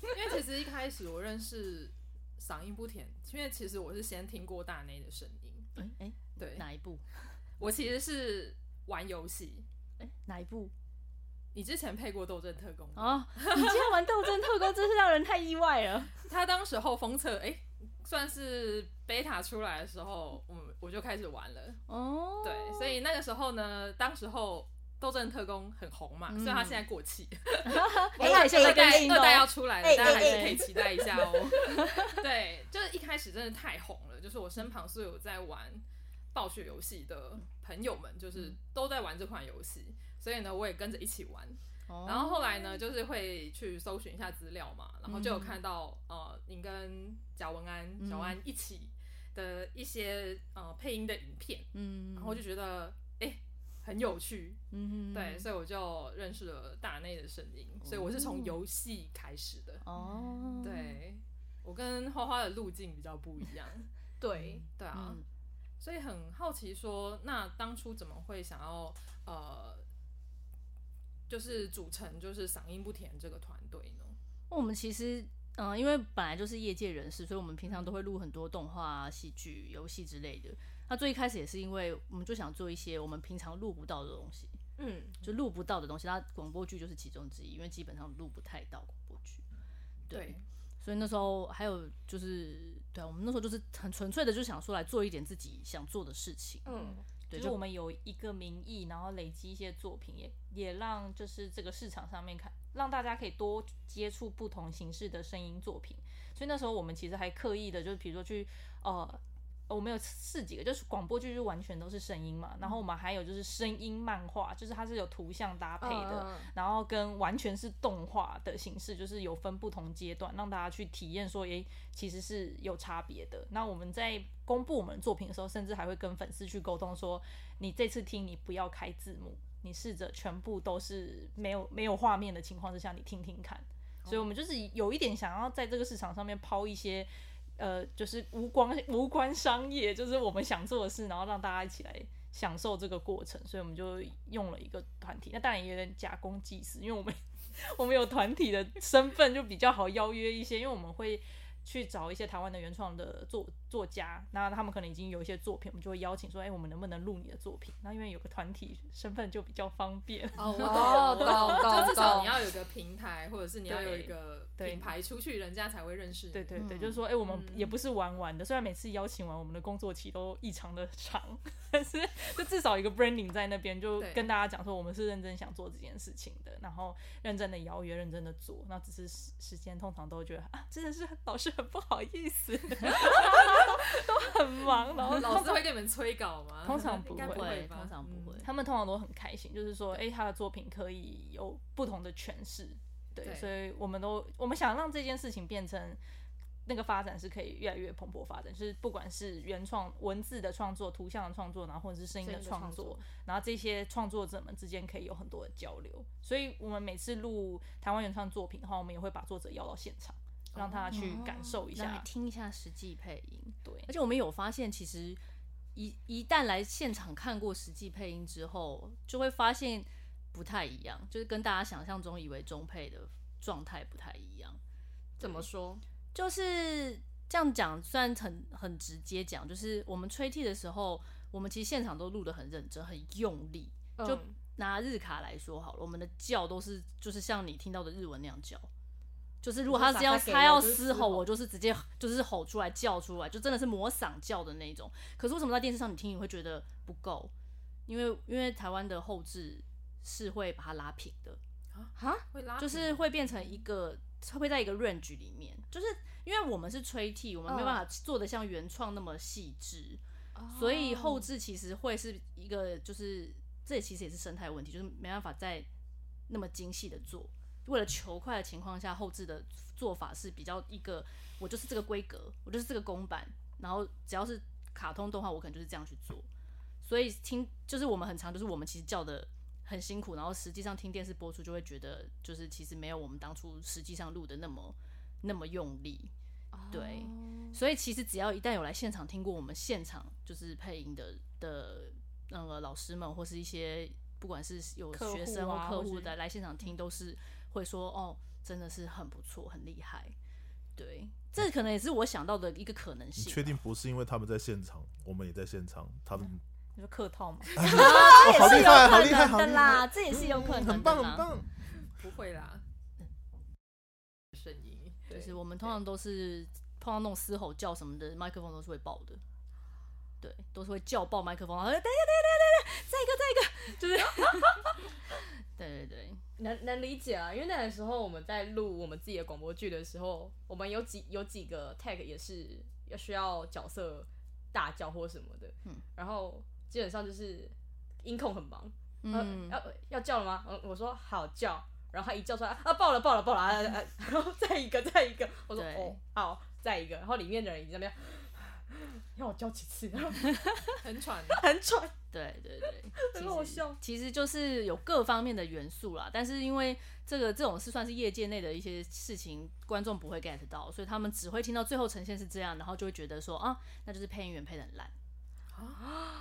[SPEAKER 1] 因为其实一开始我认识嗓音不甜，因为其实我是先听过大内的声音。
[SPEAKER 3] 哎哎，
[SPEAKER 1] 对，
[SPEAKER 3] 哪一部？
[SPEAKER 1] 我其实是玩游戏。
[SPEAKER 3] 哎，哪一部？
[SPEAKER 1] 你之前配过《斗阵特工》吗？
[SPEAKER 3] 哦，你竟然玩斗争特工，真是让人太意外了。
[SPEAKER 1] 他当时候封测，哎、算是 beta 出来的时候，我我就开始玩了。
[SPEAKER 3] 哦，
[SPEAKER 1] 对，所以那个时候呢，当时候《斗阵特工》很红嘛，虽然它现在
[SPEAKER 3] 哦
[SPEAKER 1] 过气，
[SPEAKER 3] 哎，那也是
[SPEAKER 1] 二
[SPEAKER 3] 会更
[SPEAKER 1] 代
[SPEAKER 3] 新的
[SPEAKER 1] 二代要
[SPEAKER 3] 哦。
[SPEAKER 1] 出来
[SPEAKER 3] 哎
[SPEAKER 1] 了，大家还
[SPEAKER 3] 哎
[SPEAKER 1] 是
[SPEAKER 3] 哎
[SPEAKER 1] 可以期待一 下哦。对，就是一开始真的太红了，就是我身旁所有在玩暴雪游戏的朋友们，就是都在玩这款游戏，所以呢，我也跟着一起玩。然后后来
[SPEAKER 3] 哦
[SPEAKER 1] 呢，就是会去搜寻一下资料嘛，然后
[SPEAKER 3] 嗯
[SPEAKER 1] 就有看到、呃，你跟贾文安、小安一起的一些呃配音的影片，
[SPEAKER 3] 嗯
[SPEAKER 1] 然后就觉得哎、诶很有趣，
[SPEAKER 3] 嗯，
[SPEAKER 1] 对，所以我就认识了大内的声音，所以我是从游戏开始的。
[SPEAKER 3] 哦，，
[SPEAKER 1] 对，我跟花花的路径比较不一样。
[SPEAKER 2] 对，
[SPEAKER 1] 对啊，
[SPEAKER 3] 嗯
[SPEAKER 1] 所以很好奇说，那当初怎么会想要呃，就是组成就是嗓音不甜这个团队呢？
[SPEAKER 3] 我们其实。嗯，因为本来就是业界人士，所以我们平常都会录很多动画啊、戏剧、游戏之类的。那最一开始也是因为我们就想做一些我们平常录不到的东西，
[SPEAKER 2] 嗯，
[SPEAKER 3] 就录不到的东西。那广播剧就是其中之一，因为基本上录不太到广播剧。对，所以那时候还有就是，对啊，我们那时候就是很纯粹的，就想说来做一点自己想做的事情。
[SPEAKER 2] 嗯，
[SPEAKER 3] 对，
[SPEAKER 5] 就是我
[SPEAKER 3] 就
[SPEAKER 5] 们有一个名义，然后累积一些作品，也也让就是这个市场上面看，让大家可以多接触不同形式的声音作品。所以那时候我们其实还刻意的，就是比如说去呃。我们有试几个，就是广播剧就完全都是声音嘛，然后我们还有就是声音漫画，就是它是有图像搭配的，
[SPEAKER 2] 嗯嗯嗯
[SPEAKER 5] 然后跟完全是动画的形式，就是有分不同阶段，让大家去体验说，诶、其实是有差别的。那我们在公布我们作品的时候，甚至还会跟粉丝去沟通说，你这次听你不要开字幕，你试着全部都是没有没有画面的情况之下，你听听看。所以我们就是有一点想要在这个市场上面抛一些。呃，就是无关无关商业，就是我们想做的事，然后让大家一起来享受这个过程，所以我们就用了一个团体。那当然也有点假公济私，因为我们 我们有团体的身份，就比较好邀约一些，因为我们会去找一些台湾的原创的作作家，那他们可能已经有一些作品，我们就会邀请说，哎、我们能不能录你的作品？那因为有个团体身份就比较方便。
[SPEAKER 1] 哦，我
[SPEAKER 2] 哦懂懂
[SPEAKER 1] 就至少
[SPEAKER 2] 懂
[SPEAKER 1] 你要有一个平台，或者是你要有一个
[SPEAKER 5] 对
[SPEAKER 1] 品牌出去，人家才会认识你。
[SPEAKER 5] 对对对，
[SPEAKER 3] 嗯
[SPEAKER 5] 就是说，哎、我们也不是玩玩的，虽然每次邀请完，我们的工作期都异常的 长，但是就至少一个 branding 在那边，就
[SPEAKER 1] 对
[SPEAKER 5] 跟大家讲说，我们是认真想做这件事情的，然后认真的邀约，认真的做，那只是时时间通常都觉得啊，真的是老师很不好意思， 都很忙，然后
[SPEAKER 1] 老师会给你们催稿吗？
[SPEAKER 5] 通常不
[SPEAKER 1] 应该
[SPEAKER 5] 会
[SPEAKER 1] 不
[SPEAKER 3] 会，
[SPEAKER 1] 吧？
[SPEAKER 3] 通常不会
[SPEAKER 1] 嗯。
[SPEAKER 5] 他们通常都很开心，就是说，诶，他的作品可以有不同的诠释，对，
[SPEAKER 1] 对
[SPEAKER 5] 所以我们都我们想让这件事情变成那个发展是可以越来越蓬勃发展，就是不管是原创文字的创作、图像的创作，然后或者是声
[SPEAKER 2] 嗯
[SPEAKER 5] 音的创
[SPEAKER 2] 声音的
[SPEAKER 5] 作
[SPEAKER 2] 创作，
[SPEAKER 5] 然后这些创作者们之间可以有很多的交流。所以我们每次录台湾原创作品的话，我们也会把作者邀到现场，让他去感受一
[SPEAKER 3] 让
[SPEAKER 5] 下，
[SPEAKER 3] 你听一下实际配音。
[SPEAKER 5] 对，
[SPEAKER 3] 而且我们有发现，其实一一旦来现场看过实际配音之后，就会发现不太一样，就是跟大家想象中以为中配的状态不太一样。
[SPEAKER 2] 怎么说？
[SPEAKER 3] 就是这样讲，虽然很很直接讲，就是我们吹替的时候，我们其实现场都录得很认真、很用力。
[SPEAKER 2] 嗯
[SPEAKER 3] 就拿日卡来说好了，我们的叫都是就是像你听到的日文那样叫，就是如果他是
[SPEAKER 2] 你
[SPEAKER 3] 要
[SPEAKER 2] 说撒撒给
[SPEAKER 3] 他要
[SPEAKER 2] 我就是
[SPEAKER 3] 嘶
[SPEAKER 2] 嘶
[SPEAKER 3] 吼，
[SPEAKER 2] 吼
[SPEAKER 3] 我就是直接就是吼出来叫出来，就真的是磨嗓叫的那一种。可是为什么在电视上你听你会觉得不够？因为因为台湾的后置是会把它拉平的，
[SPEAKER 2] 哈，
[SPEAKER 1] 会拉
[SPEAKER 3] 就
[SPEAKER 1] 平
[SPEAKER 3] 是
[SPEAKER 1] 吗
[SPEAKER 3] 会变成一个会在一个 range 里面，就是因为我们是吹替，我们没有
[SPEAKER 2] 嗯
[SPEAKER 3] 办法做的像原创那么细致。所以后置其实会是一个，就是这其实也是生态问题，就是没办法再那么精细的做。为了求快的情况下，后置的做法是比较一个，我就是这个规格，我就是这个公版，然后只要是卡通动画，我可能就是这样去做。所以听就是我们很常就是我们其实叫的很辛苦，然后实际上听电视播出就会觉得就是其实没有我们当初实际上录的那么那么用力，对。所以其实只要一旦有来现场听过我们现场就是配音的的那个老师们，或是一些不管是有
[SPEAKER 5] 客户
[SPEAKER 3] 学生或
[SPEAKER 5] 啊
[SPEAKER 3] 客
[SPEAKER 5] 或
[SPEAKER 3] 户
[SPEAKER 5] 是
[SPEAKER 3] 的来现场听，都是会说哦，真的是很不错，很厉害。对，这可能也是我想到的一个可能
[SPEAKER 4] 你
[SPEAKER 3] 性。啊
[SPEAKER 4] 确定不是因为他们在现场，我们也在现场，他们
[SPEAKER 5] 你说客套嘛？
[SPEAKER 4] 哦，好厉害，好
[SPEAKER 3] 可
[SPEAKER 4] 厉害，好
[SPEAKER 3] 能的
[SPEAKER 4] 厉害嗯
[SPEAKER 3] 啦，，这也是有可能的啦。
[SPEAKER 4] 很棒，很棒。
[SPEAKER 1] 不会啦，声音对
[SPEAKER 3] 就是我们通常都是碰到那种嘶吼叫什么的，麦克风都是会爆的，对，都是会叫爆麦克风，然后就等一下，等一下，等一下，再一个，再一个，就是 ，对对对，
[SPEAKER 2] 能能理解啊，因为那个时候我们在录我们自己的广播剧的时候，我们有几有几个 tag 也是要需要角色大叫或什么的，
[SPEAKER 3] 嗯
[SPEAKER 2] 然后基本上就是音控很忙，嗯，
[SPEAKER 3] 嗯
[SPEAKER 2] 要要叫了吗？嗯，我说好叫，然后他一叫出来啊，爆了爆了爆了，啊啊啊然后再一个再一个，我说
[SPEAKER 3] 对
[SPEAKER 2] 哦好，再一个，然后里面的人已经在那边要我叫几次， 然后
[SPEAKER 1] 很 喘，
[SPEAKER 2] 很喘，
[SPEAKER 3] 对 对对，其
[SPEAKER 2] 很
[SPEAKER 3] 实
[SPEAKER 2] 好笑
[SPEAKER 3] 其实就是有各方面的元素啦，但是因为这个这种是算是业界内的一些事情，观众不会 get 到，所以他们只会听到最后呈现是这样，然后就会觉得说啊，那就是配音员配的很烂。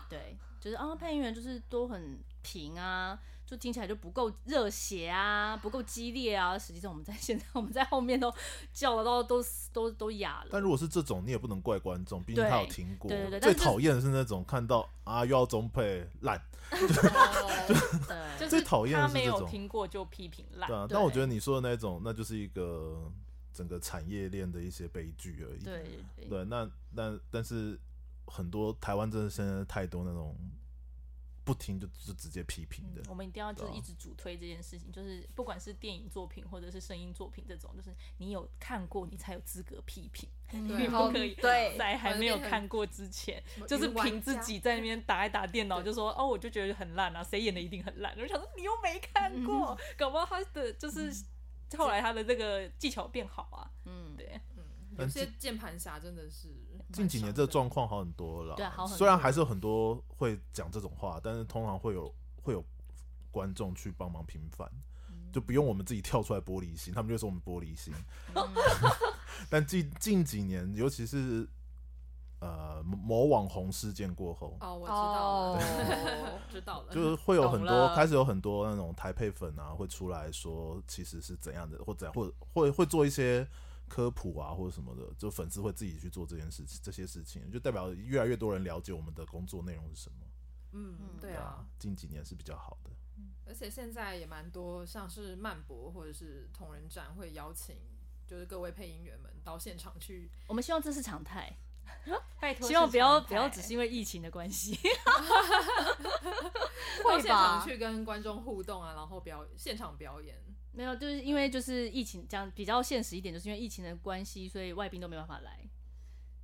[SPEAKER 3] 对，就是啊，配音员就是都很平啊，就听起来就不够热血啊，不够激烈啊。实际上我们在现在我们在后面都叫得到都都都哑了
[SPEAKER 4] 但。如果是这种，你也不能怪观众，毕竟
[SPEAKER 3] 对
[SPEAKER 4] 他有听过。
[SPEAKER 3] 对对对但
[SPEAKER 4] 最
[SPEAKER 3] 是就是
[SPEAKER 4] 讨厌的是那种看到啊又要中配烂，
[SPEAKER 3] 对，
[SPEAKER 5] 就
[SPEAKER 4] 最
[SPEAKER 5] 是
[SPEAKER 4] 讨厌的
[SPEAKER 5] 他
[SPEAKER 4] 是
[SPEAKER 5] 没
[SPEAKER 4] 这
[SPEAKER 5] 有
[SPEAKER 4] 种
[SPEAKER 5] 听过就批评烂
[SPEAKER 4] 对。啊。
[SPEAKER 3] 对
[SPEAKER 4] 那我觉得你说的那种，那就是一个整个产业链的一些悲剧而已。
[SPEAKER 3] 对对对
[SPEAKER 4] 对，那那但是很多台湾真的现在太多那种不听就就直接批评的
[SPEAKER 5] 嗯，我们一定要就是
[SPEAKER 4] 对啊
[SPEAKER 5] 一直主推这件事情，就是不管是电影作品或者是声音作品这种，就是你有看过，你才有资格批评，
[SPEAKER 1] 对啊
[SPEAKER 5] 不可
[SPEAKER 3] 哦
[SPEAKER 5] 以
[SPEAKER 2] 对
[SPEAKER 5] 在还没有
[SPEAKER 1] 我那边很
[SPEAKER 5] 看过之前
[SPEAKER 1] 么，
[SPEAKER 5] 就是
[SPEAKER 1] 云玩
[SPEAKER 5] 凭自
[SPEAKER 1] 家
[SPEAKER 5] 己在那边打一打电脑，
[SPEAKER 1] 对
[SPEAKER 5] 就说哦，我就觉得很烂啊，谁演的一定很烂。我就想说你又没看过，
[SPEAKER 3] 嗯
[SPEAKER 5] 搞不好他的就是后来他的这个技巧变好啊，
[SPEAKER 3] 嗯，
[SPEAKER 5] 对。
[SPEAKER 1] 有
[SPEAKER 4] 但
[SPEAKER 1] 些
[SPEAKER 4] 近
[SPEAKER 1] 键盘侠真的是
[SPEAKER 4] 嗯近几年这状况好很多了啦。
[SPEAKER 3] 对啊好很多
[SPEAKER 4] 虽然还是有很多会讲这种话，但是通常会有会有观众去帮忙平反，
[SPEAKER 3] 嗯
[SPEAKER 4] 就不用我们自己跳出来玻璃心，他们就会说我们玻 璃心。但近近几年，尤其是呃某某网红事件过后，
[SPEAKER 1] 哦，我知道
[SPEAKER 2] 哦
[SPEAKER 1] 了， 知道了，
[SPEAKER 4] 就是会有很
[SPEAKER 2] 懂
[SPEAKER 4] 多
[SPEAKER 2] 了
[SPEAKER 4] 开始有很多那种台配粉啊，会出来说其实是怎样的，或怎样，或会会做一些科普啊，或者什么的，就粉丝会自己去做这件事情，这些事情就代表越来越多人了解我们的工作内容是什么。
[SPEAKER 1] 嗯，对啊，，
[SPEAKER 4] 近几年是比较好的。
[SPEAKER 1] 而且现在也蛮多，像是漫博或者是同人展会邀请，就是各位配音员们到现场去，
[SPEAKER 3] 我们希望这是常态，
[SPEAKER 5] 拜托，
[SPEAKER 3] 希望不要不要只是因为疫情的关系。
[SPEAKER 1] 到
[SPEAKER 2] 会
[SPEAKER 1] 现
[SPEAKER 2] 吧
[SPEAKER 1] 场？去跟观众互动啊，然后表现场表演，
[SPEAKER 3] 没有，就是因为就是疫情这样比较现实一点，就是因为疫情的关系，所以外宾都没办法来。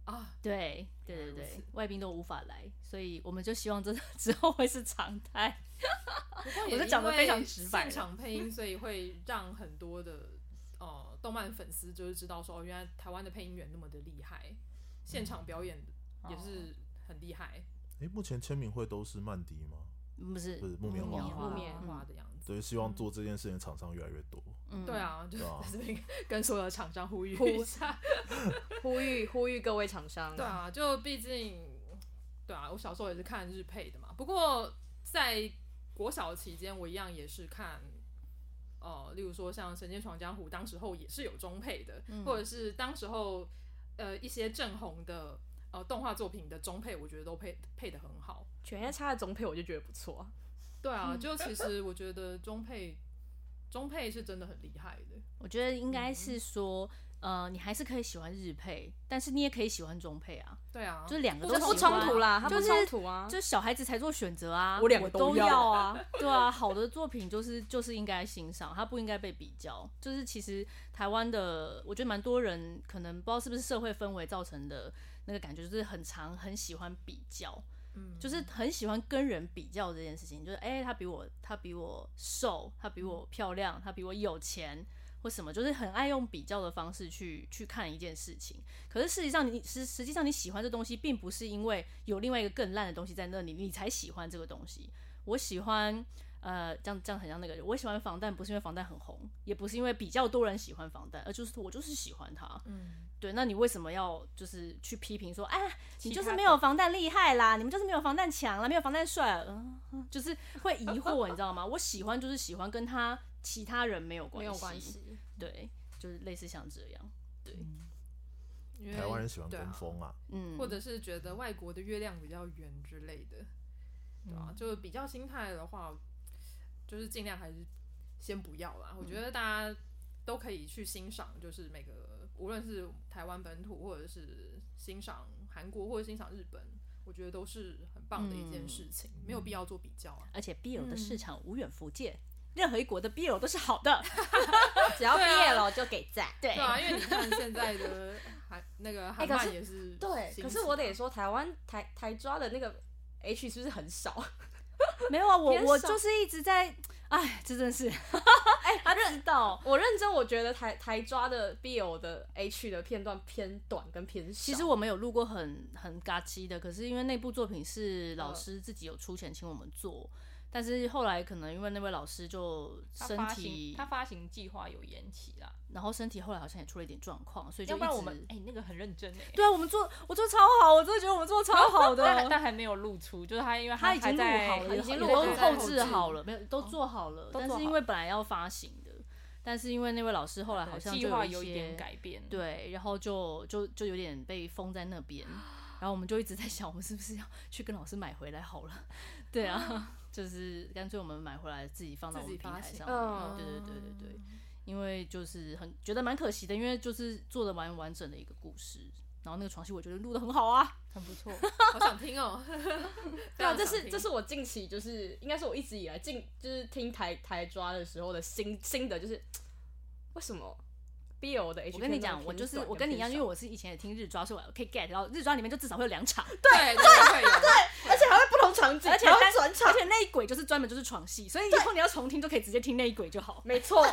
[SPEAKER 1] 啊，
[SPEAKER 3] 对对
[SPEAKER 1] 原来
[SPEAKER 3] 对
[SPEAKER 1] 如
[SPEAKER 3] 对
[SPEAKER 1] 此，
[SPEAKER 3] 外宾都无法来，所以我们就希望这 之后会是常态。
[SPEAKER 1] 我
[SPEAKER 3] 我是讲得非常直白了
[SPEAKER 1] 现场配音，所以会让很多的呃动漫粉丝就是知道说，哦，原来台湾的配音员那么的厉害，现场表演也
[SPEAKER 4] 哦
[SPEAKER 1] 是很厉害，
[SPEAKER 4] 诶，目前签名会都是曼迪吗？
[SPEAKER 3] 嗯不是
[SPEAKER 4] 不是木棉花
[SPEAKER 1] 木
[SPEAKER 3] 木
[SPEAKER 1] 棉
[SPEAKER 3] 棉
[SPEAKER 1] 花
[SPEAKER 3] 花，
[SPEAKER 1] 的样子。
[SPEAKER 4] 所以希望做这件事情的厂商越来越多。
[SPEAKER 3] 嗯
[SPEAKER 1] 对，啊，就是
[SPEAKER 4] 对啊
[SPEAKER 1] 在这边跟所有的厂商呼吁
[SPEAKER 2] 呼
[SPEAKER 1] 一下。
[SPEAKER 2] 呼吁呼吁各位厂商，
[SPEAKER 1] 对啊，就毕竟，对啊，我小时候也是看日配的嘛。不过在国小期间，我一样也是看，呃，例如说像《神剑闯江湖》，当时候也是有中配的，或者是当时候呃一些正红的呃动画作品的中配，我觉得都配配的很好。嗯
[SPEAKER 2] 犬夜叉的总配我就觉得不错啊，
[SPEAKER 1] 对啊，就其实我觉得中配中配是真的很厉害的。
[SPEAKER 3] 我觉得应该是说，呃，你还是可以喜欢日配，但是你也可以喜欢中配啊，
[SPEAKER 1] 对啊，
[SPEAKER 3] 就是两个都
[SPEAKER 2] 这不
[SPEAKER 3] 喜欢
[SPEAKER 2] 冲突啦，它
[SPEAKER 3] 就
[SPEAKER 2] 不
[SPEAKER 3] 是
[SPEAKER 2] 冲突啊，
[SPEAKER 3] 就是小孩子才做选择啊，
[SPEAKER 2] 我两个
[SPEAKER 3] 都
[SPEAKER 2] 都要
[SPEAKER 3] 啊，对啊，好的作品就是就是应该欣赏，它不应该被比较。就是其实台湾的，我觉得蛮多人可能不知道是不是社会氛围造成的那个感觉，就是很常很喜欢比较，
[SPEAKER 1] 嗯
[SPEAKER 3] 就是很喜欢跟人比较这件事情，就是哎、诶他比我他比我瘦，他比
[SPEAKER 1] 嗯
[SPEAKER 3] 我漂亮，他比我有钱。或什么，就是很爱用比较的方式去去看一件事情。可是事实上你，实实际上你喜欢这东西，并不是因为有另外一个更烂的东西在那里，你才喜欢这个东西。我喜欢，呃，这样这样很像那个，我喜欢防弹，不是因为防弹很红，也不是因为比较多人喜欢防弹，而就是我就是喜欢它。
[SPEAKER 1] 嗯，
[SPEAKER 3] 对，那你为什么要就是去批评说，哎呀，你就
[SPEAKER 5] 他
[SPEAKER 3] 是
[SPEAKER 5] 的
[SPEAKER 3] 没有防弹厉害啦，你们就是没有防弹强啦，没有防弹帅啊，嗯、嗯就是会疑惑，你知道吗？我喜欢就是喜欢，跟他其他人没有关
[SPEAKER 2] 没
[SPEAKER 3] 系，
[SPEAKER 2] 有关。系。
[SPEAKER 3] 对，就是类似像这样，
[SPEAKER 1] 因为
[SPEAKER 4] 台湾人喜欢
[SPEAKER 1] 对啊
[SPEAKER 4] 跟风啊，
[SPEAKER 3] 嗯，
[SPEAKER 1] 或者是觉得外国的月亮比较圆之类的，对
[SPEAKER 2] 嗯
[SPEAKER 1] 啊，就是比较心态的话，就是尽量还是先不要啦。我
[SPEAKER 2] 嗯
[SPEAKER 1] 觉得大家都可以去欣赏，就是每个无论是台湾本土，或者是欣赏韩国，或者欣赏日本，我觉得都是很棒的一件
[SPEAKER 2] 嗯
[SPEAKER 1] 事情，没有必要做比较啊。
[SPEAKER 3] 而且 BL 的市场无远弗届，任何一国的 BL 都是好的。
[SPEAKER 2] 只要毕
[SPEAKER 1] 对啊
[SPEAKER 2] 业了就给赞。
[SPEAKER 3] 对
[SPEAKER 1] 对啊，因为你看现在的韩那个韩
[SPEAKER 2] 哎可
[SPEAKER 1] 漫
[SPEAKER 2] 是
[SPEAKER 1] 也是、
[SPEAKER 2] 对，可是我得，说，台湾台台抓的那个 H 是不是很少？
[SPEAKER 3] 没有啊，我
[SPEAKER 2] 偏少
[SPEAKER 3] 我就是一直在，哎，这 真是，哎， 他知道。
[SPEAKER 2] 我认真，我觉得台台抓的 BL 的 H 的片段偏短跟偏少。
[SPEAKER 3] 其实我们有录过很很嘎叽的，可是因为那部作品是
[SPEAKER 2] 嗯
[SPEAKER 3] 老师自己有出钱请我们做，但是后来可能因为那位老师就
[SPEAKER 5] 他
[SPEAKER 3] 身
[SPEAKER 5] 发行
[SPEAKER 3] 体
[SPEAKER 5] 他，发行计划有延期啦，
[SPEAKER 3] 然后身体后来好像也出了一点状况，所以就
[SPEAKER 5] 要不然我
[SPEAKER 3] 一直
[SPEAKER 5] 们哎、那个很认真哎、
[SPEAKER 3] 对啊，我们做我做超好，我真的觉得我们做超好 的。
[SPEAKER 5] 但但还没有露出，就是他因为
[SPEAKER 3] 他已经
[SPEAKER 5] 还
[SPEAKER 3] 录
[SPEAKER 5] 在
[SPEAKER 3] 好了，
[SPEAKER 5] 已经录
[SPEAKER 3] 我
[SPEAKER 1] 好
[SPEAKER 3] 用
[SPEAKER 1] 了
[SPEAKER 3] 后
[SPEAKER 1] 后
[SPEAKER 3] 置
[SPEAKER 1] 置
[SPEAKER 3] 好了，没有都做好了，
[SPEAKER 5] 哦都
[SPEAKER 3] 但
[SPEAKER 5] 做
[SPEAKER 3] 是因
[SPEAKER 5] 好
[SPEAKER 3] 为本来要发行的，但是因为那位老师后来好像
[SPEAKER 5] 呃计
[SPEAKER 3] 就
[SPEAKER 5] 划
[SPEAKER 3] 有
[SPEAKER 5] 有一
[SPEAKER 3] 些
[SPEAKER 5] 点改变，，
[SPEAKER 3] 对，然后就就就有点被封在那边，然后我们就一直在想，我们是不是要去跟老师买回来好了？ 对啊， 就是干脆我们买回来自己放到我
[SPEAKER 1] 自
[SPEAKER 3] 们
[SPEAKER 1] 己
[SPEAKER 3] 平
[SPEAKER 1] 发
[SPEAKER 3] 台
[SPEAKER 1] 行
[SPEAKER 3] 上
[SPEAKER 2] 嗯
[SPEAKER 3] 面。对对对对
[SPEAKER 5] 嗯
[SPEAKER 3] 对，因为就是很觉得蛮可惜的，因为就是做的蛮完整的一个故事，然后那个床戏我觉得录的很好啊，
[SPEAKER 5] 很不错。
[SPEAKER 1] 好想听哦。
[SPEAKER 2] 对啊，
[SPEAKER 1] 非常
[SPEAKER 2] 这
[SPEAKER 1] 想
[SPEAKER 2] 是
[SPEAKER 1] 听
[SPEAKER 2] 这是我近期就是应该是我一直以来近就是听台台抓的时候的心心得，就是为什么 BL 的 H
[SPEAKER 3] 我跟你
[SPEAKER 2] 片段
[SPEAKER 3] 讲，我就
[SPEAKER 2] 偏
[SPEAKER 3] 是
[SPEAKER 2] 短
[SPEAKER 3] 我跟你一样，因为
[SPEAKER 2] 偏少
[SPEAKER 3] 我是以前也听日抓，所以我可以 get 到日抓里面就至少会有两 场，
[SPEAKER 1] 对对对
[SPEAKER 2] 而且还会不同 场景，
[SPEAKER 3] 而且
[SPEAKER 2] 还会
[SPEAKER 3] 单
[SPEAKER 2] 转
[SPEAKER 3] 而
[SPEAKER 2] 场，
[SPEAKER 3] 且那一轨就是专门就是床戏，所以以后你要重听就可以直接听那一轨就好。
[SPEAKER 2] 没 错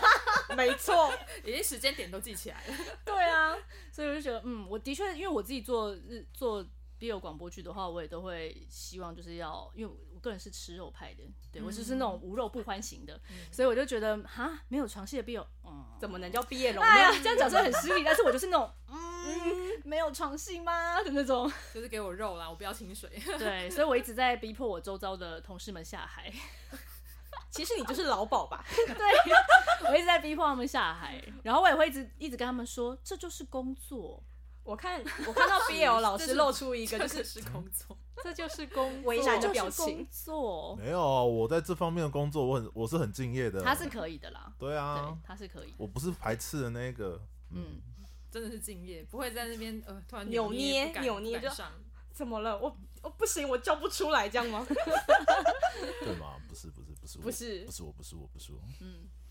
[SPEAKER 2] 没错，
[SPEAKER 1] 对，已经时间点都记起来了。
[SPEAKER 3] 对啊， 所以我就觉得，嗯，我的确，因为我自己做日做 BL 广播剧的话，我也都会希望就是要，因为我我个人是吃肉派的，对我就是那种无肉不欢型的，所以我就觉得哈，没有床戏的 BL，嗯，
[SPEAKER 2] 怎么能叫毕业龙
[SPEAKER 3] 哎呀
[SPEAKER 2] 呢？，
[SPEAKER 3] 这样讲是很失礼，但是我就是那种嗯，没有床戏吗 的那种。
[SPEAKER 1] 就是给我肉啦，我不要清 水。
[SPEAKER 3] 对，所以我一直在逼迫我周遭的同事们下海。
[SPEAKER 2] 其实你就是劳保吧，
[SPEAKER 3] 对，我一直在逼迫他们下海，然后我也会一直一直跟他们说，这就是工作。
[SPEAKER 2] 我看我看到 BL 老
[SPEAKER 1] 这
[SPEAKER 2] 师
[SPEAKER 1] 是
[SPEAKER 2] 露出一 个就
[SPEAKER 1] 这
[SPEAKER 2] 是
[SPEAKER 1] 是工作，
[SPEAKER 5] 这就是公
[SPEAKER 2] 为
[SPEAKER 3] 这
[SPEAKER 2] 难的
[SPEAKER 3] 就
[SPEAKER 2] 表
[SPEAKER 3] 是工
[SPEAKER 2] 情，
[SPEAKER 3] 作，
[SPEAKER 4] 没有啊，我在这方面的工作，我很我是很敬业的。
[SPEAKER 3] 他是可以的啦，
[SPEAKER 4] 对
[SPEAKER 3] 对
[SPEAKER 4] 啊，，
[SPEAKER 3] 他是可以的。
[SPEAKER 4] 我不是排斥的那个，
[SPEAKER 3] 嗯，
[SPEAKER 1] 真的是敬业，不会在那边呃突然
[SPEAKER 2] 扭捏
[SPEAKER 1] 不敢
[SPEAKER 2] 扭捏
[SPEAKER 1] 不敢
[SPEAKER 2] 就
[SPEAKER 1] 上。
[SPEAKER 2] 怎么了？我我不行，我叫不出来，这样吗？
[SPEAKER 4] 对吗？不是不是不是我
[SPEAKER 2] 不是
[SPEAKER 4] 不是我不是我不是我，哦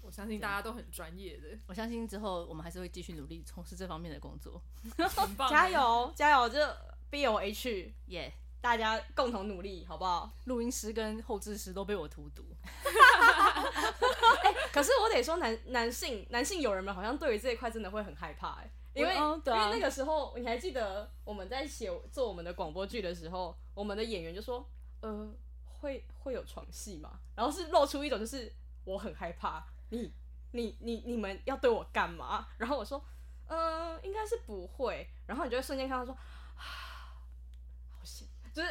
[SPEAKER 1] 我相信大家都很专业的，
[SPEAKER 3] 我相信之后我们还是会继续努力从事这方面的工作。
[SPEAKER 1] 很棒。
[SPEAKER 2] 加！油加油，这 BL H
[SPEAKER 3] 耶、
[SPEAKER 2] 大家共同努力，好不好？
[SPEAKER 3] 录音师跟后置师都被我荼毒。
[SPEAKER 2] 可是我得说男，男性男性友人们好像对于这一块真的会很害怕、欸，因为、
[SPEAKER 3] 哦对啊
[SPEAKER 2] 因为那个时候你还记得我们在写做我们的广播剧的时候，我们的演员就说，呃，会会有床戏吗？然后是露出一种就是我很害怕，你你你你们要对我干嘛？然后我说，嗯、应该是不会。然后你就会瞬间看到说，啊，好险，就是。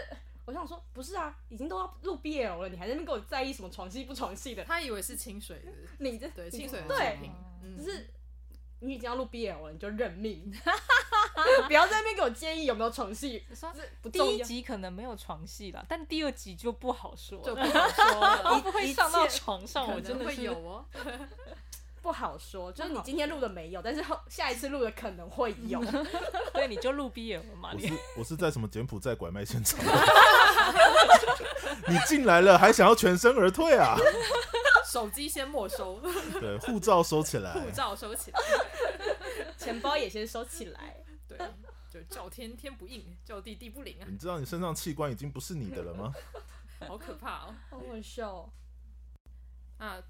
[SPEAKER 2] 我想说，不是啊，已经都要录 BL 了，你还在那边跟我在意什么床戏不床戏的？
[SPEAKER 1] 他以为是清水的，
[SPEAKER 2] 你这
[SPEAKER 1] 对
[SPEAKER 2] 你
[SPEAKER 1] 清水的
[SPEAKER 2] 对
[SPEAKER 1] 作，品，嗯，
[SPEAKER 2] 就是你已经要录 BL 了，你就认 命，不要在那边给我建议有没有床戏，
[SPEAKER 5] 说
[SPEAKER 2] 这不
[SPEAKER 5] 第
[SPEAKER 2] 重
[SPEAKER 5] 一
[SPEAKER 2] 要
[SPEAKER 5] 集可能没有床戏啦，但第二集就不好说
[SPEAKER 1] 就
[SPEAKER 5] 了。
[SPEAKER 1] 不好说了，
[SPEAKER 5] 会不会上到床上，我
[SPEAKER 1] 可
[SPEAKER 5] 真
[SPEAKER 1] 能
[SPEAKER 5] 的
[SPEAKER 1] 会
[SPEAKER 5] 是
[SPEAKER 1] 有哦。
[SPEAKER 2] 不好说，就是你今天录的没有，但是后下一次录的可能会 有。
[SPEAKER 5] 对，你就录 BL 嘛，
[SPEAKER 4] 我
[SPEAKER 5] 你
[SPEAKER 4] 是我是在什么柬埔寨拐卖现场？ 你进来了还想要全身而退啊？
[SPEAKER 1] 手机先没 收，护
[SPEAKER 4] 对，护照收起来。
[SPEAKER 1] 照收起来。
[SPEAKER 2] 钱包也先收起来。
[SPEAKER 1] 对，就叫天天不应，叫地地不灵啊，
[SPEAKER 4] 你知道你身上器官已经不是你的了吗？
[SPEAKER 1] 好可怕哦。
[SPEAKER 2] 好好笑。
[SPEAKER 1] 那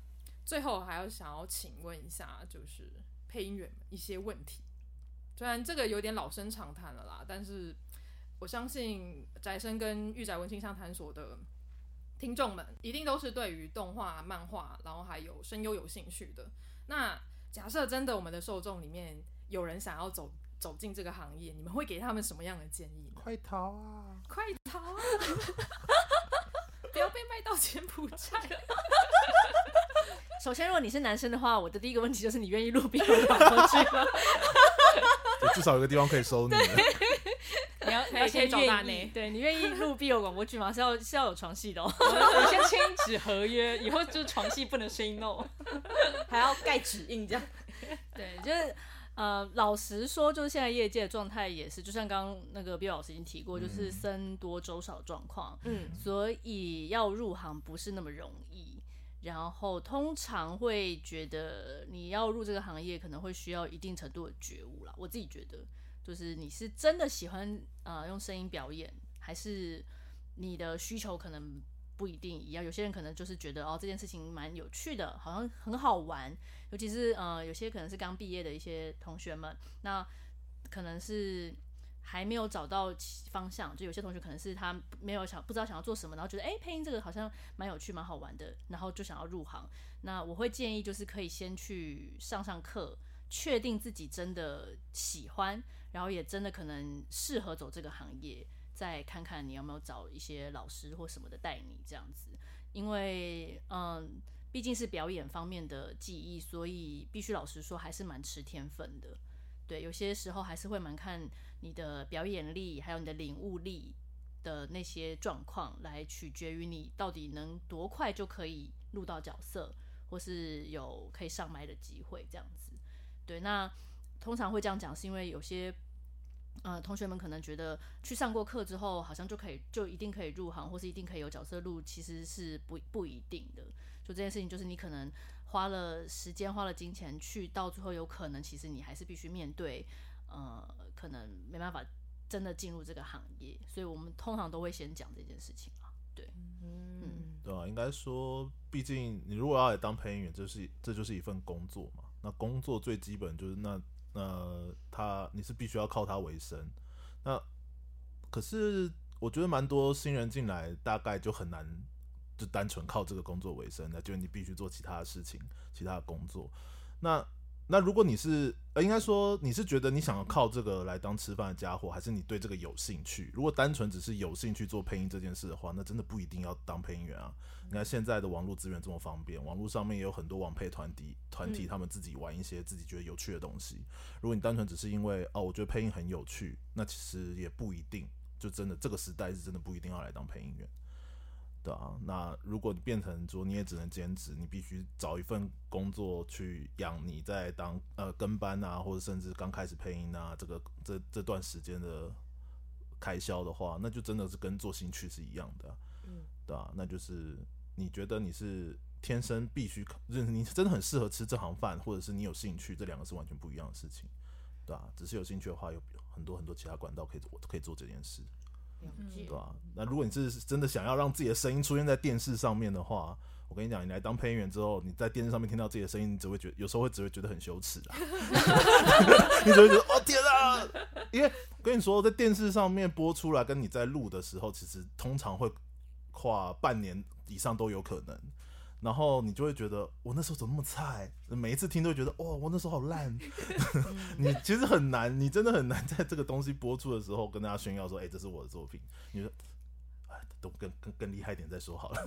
[SPEAKER 1] 最后还要想要请问一下，就是配音员们一些问题。虽然这个有点老生常谈了啦，但是我相信宅生跟御宅文青相谈所的听众们，一定都是对于动画、漫画，然后还有声优有兴趣的。那假设真的我们的受众里面有人想要走走进这个行业，你们会给他们什么样的建议呢？
[SPEAKER 4] 快逃啊！
[SPEAKER 1] 快逃啊！不要被卖到柬埔寨。
[SPEAKER 3] 首先，如果你是男生的话，我的第一个问题就是你愿意录 BL 广播剧吗？
[SPEAKER 4] 就至少有个地方可以收你了。
[SPEAKER 5] 你要你要
[SPEAKER 1] 可以可以
[SPEAKER 5] 先
[SPEAKER 1] 找大
[SPEAKER 5] 愿
[SPEAKER 1] 内
[SPEAKER 5] 意，
[SPEAKER 3] 对你愿意录 BL 广播剧吗？是要是要有床戏的哦。
[SPEAKER 5] 我们先签纸合约，以后就是床戏不能 say no。
[SPEAKER 2] 还要盖指印 这样。
[SPEAKER 3] 对，就是呃，老实说，就是现在业界的状态也是，就像刚刚那个毕老师已经提过，
[SPEAKER 5] 嗯
[SPEAKER 3] 就是僧多粥少状况，
[SPEAKER 2] 嗯，
[SPEAKER 3] 所以要入行不是那么容易。然后通常会觉得你要入这个行业，可能会需要一定程度的觉悟啦。我自己觉得，就是你是真的喜欢呃用声音表演，还是你的需求可能不一定一样。有些人可能就是觉得哦这件事情蛮有趣的，好像很好玩，尤其是呃有些可能是刚毕业的一些同学们，那可能是还没有找到其方向，就有些同学可能是他没有想不知道想要做什么，然后觉得哎、诶配音这个好像蛮有趣蛮好玩的，然后就想要入行。那我会建议就是可以先去上上课，确定自己真的喜欢，然后也真的可能适合走这个行业，再看看你有没有找一些老师或什么的带你这样子。因为嗯，毕竟是表演方面的技艺，所以必须老实说还是蛮吃天分的。对，有些时候还是会蛮看你的表演力，还有你的领悟力的那些状况，来取决于你到底能多快就可以录到角色，或是有可以上麦的机会这样子。对，那通常会这样讲，是因为有些呃同学们可能觉得去上过课之后，好像就可以就一定可以入行，或是一定可以有角色录，其实是不不一定的。就这件事情，就是你可能花了时间、花了金钱去，到最后有可能其实你还是必须面对，呃，可能没办法真的进入这个行业，所以我们通常都会先讲这件事情啊。
[SPEAKER 2] 嗯，
[SPEAKER 4] 对啊，应该说，毕竟你如果要来当配音员，这是这就是一份工作嘛。那工作最基本就是那那他你是必须要靠他为生。那可是我觉得蛮多新人进来，大概就很难就单纯靠这个工作为生，那就是你必须做其他的事情，其他的工作。那那如果你是呃，应该说你是觉得你想要靠这个来当吃饭的家伙，还是你对这个有兴趣？如果单纯只是有兴趣做配音这件事的话，那真的不一定要当配音员啊。你看现在的网络资源这么方便，网络上面也有很多网配团体团体，他们自己玩一些自己觉得有趣的东西。如果你单纯只是因为哦，我觉得配音很有趣，那其实也不一定，就真的这个时代是真的不一定要来当配音员。对啊，那如果你变成说你也只能兼职，你必须找一份工作去养你在当呃跟班啊，或者甚至刚开始配音啊，这个这这段时间的开销的话，那就真的是跟做兴趣是一样的啊、
[SPEAKER 2] 嗯
[SPEAKER 4] 对啊，那就是你觉得你是天生必须，就是你真的很适合吃这行饭，或者是你有兴趣，这两个是完全不一样的事情，对啊，只是有兴趣的话，有很多很多其他管道可以我可以做这件事。
[SPEAKER 2] 了解
[SPEAKER 4] 对。啊，那如果你是真的想要让自己的声音出现在电视上面的话，我跟你讲，你来当配音员之后，你在电视上面听到自己的声音，你只会觉得有时候会只会觉得很羞耻啊， 你只会觉得哦天啊，因为我跟你说，在电视上面播出来跟你在录的时候，其实通常会跨半年以上都有可能。然后你就会觉得我那时候怎么那么菜？每一次听都会觉得哇、我那时候好烂。 你其实很难，你真的很难在这个东西播出的时候跟大家炫耀说，哎、这是我的作品。你说，哎，等我更更更厉害一点再说好了。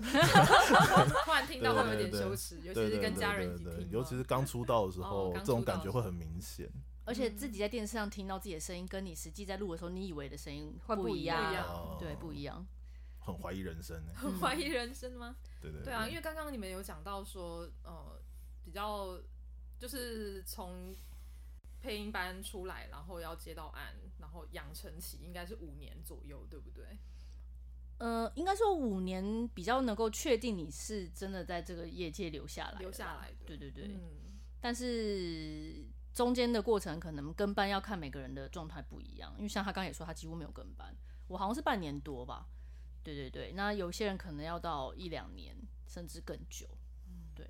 [SPEAKER 1] 突然听到会有点羞耻，尤其
[SPEAKER 4] 对
[SPEAKER 1] 是
[SPEAKER 4] 对对
[SPEAKER 1] 跟家人
[SPEAKER 4] 对
[SPEAKER 1] 一起
[SPEAKER 4] 对，
[SPEAKER 1] 听，
[SPEAKER 4] 尤其是刚出道的时
[SPEAKER 1] 哦
[SPEAKER 4] 候，
[SPEAKER 1] 刚
[SPEAKER 4] 这种
[SPEAKER 1] 出道
[SPEAKER 4] 感
[SPEAKER 1] 的
[SPEAKER 4] 觉
[SPEAKER 1] 时候
[SPEAKER 4] 会很明显。
[SPEAKER 3] 而且
[SPEAKER 1] 嗯
[SPEAKER 3] 自己在电视上听到自己的声音，跟你实际在录的时候你以为的声音
[SPEAKER 2] 会不
[SPEAKER 3] 不
[SPEAKER 2] 一
[SPEAKER 3] 一
[SPEAKER 2] 样
[SPEAKER 3] 样，
[SPEAKER 1] 不一样
[SPEAKER 4] 哦
[SPEAKER 3] 对，不一样。
[SPEAKER 4] 很怀疑人生呢、欸
[SPEAKER 1] 很 怀疑人生吗？啊
[SPEAKER 4] 对对
[SPEAKER 1] 对啊，因为刚刚你们有讲到说，呃，比较就是从配音班出来，然后要接到案，然后养成期应该是五年左右，对不对？
[SPEAKER 3] 呃，应该说五年比较能够确定你是真的在这个业界留下来了啦，
[SPEAKER 1] 留下来的
[SPEAKER 3] 对对对，
[SPEAKER 1] 嗯，
[SPEAKER 3] 但是中间的过程可能跟班要看每个人的状态不一样，因为像他刚刚也说，他几乎没有跟班，我好像是半年多吧。对对对，那有些人可能要到一两年，甚至更久。
[SPEAKER 1] 嗯
[SPEAKER 3] 对，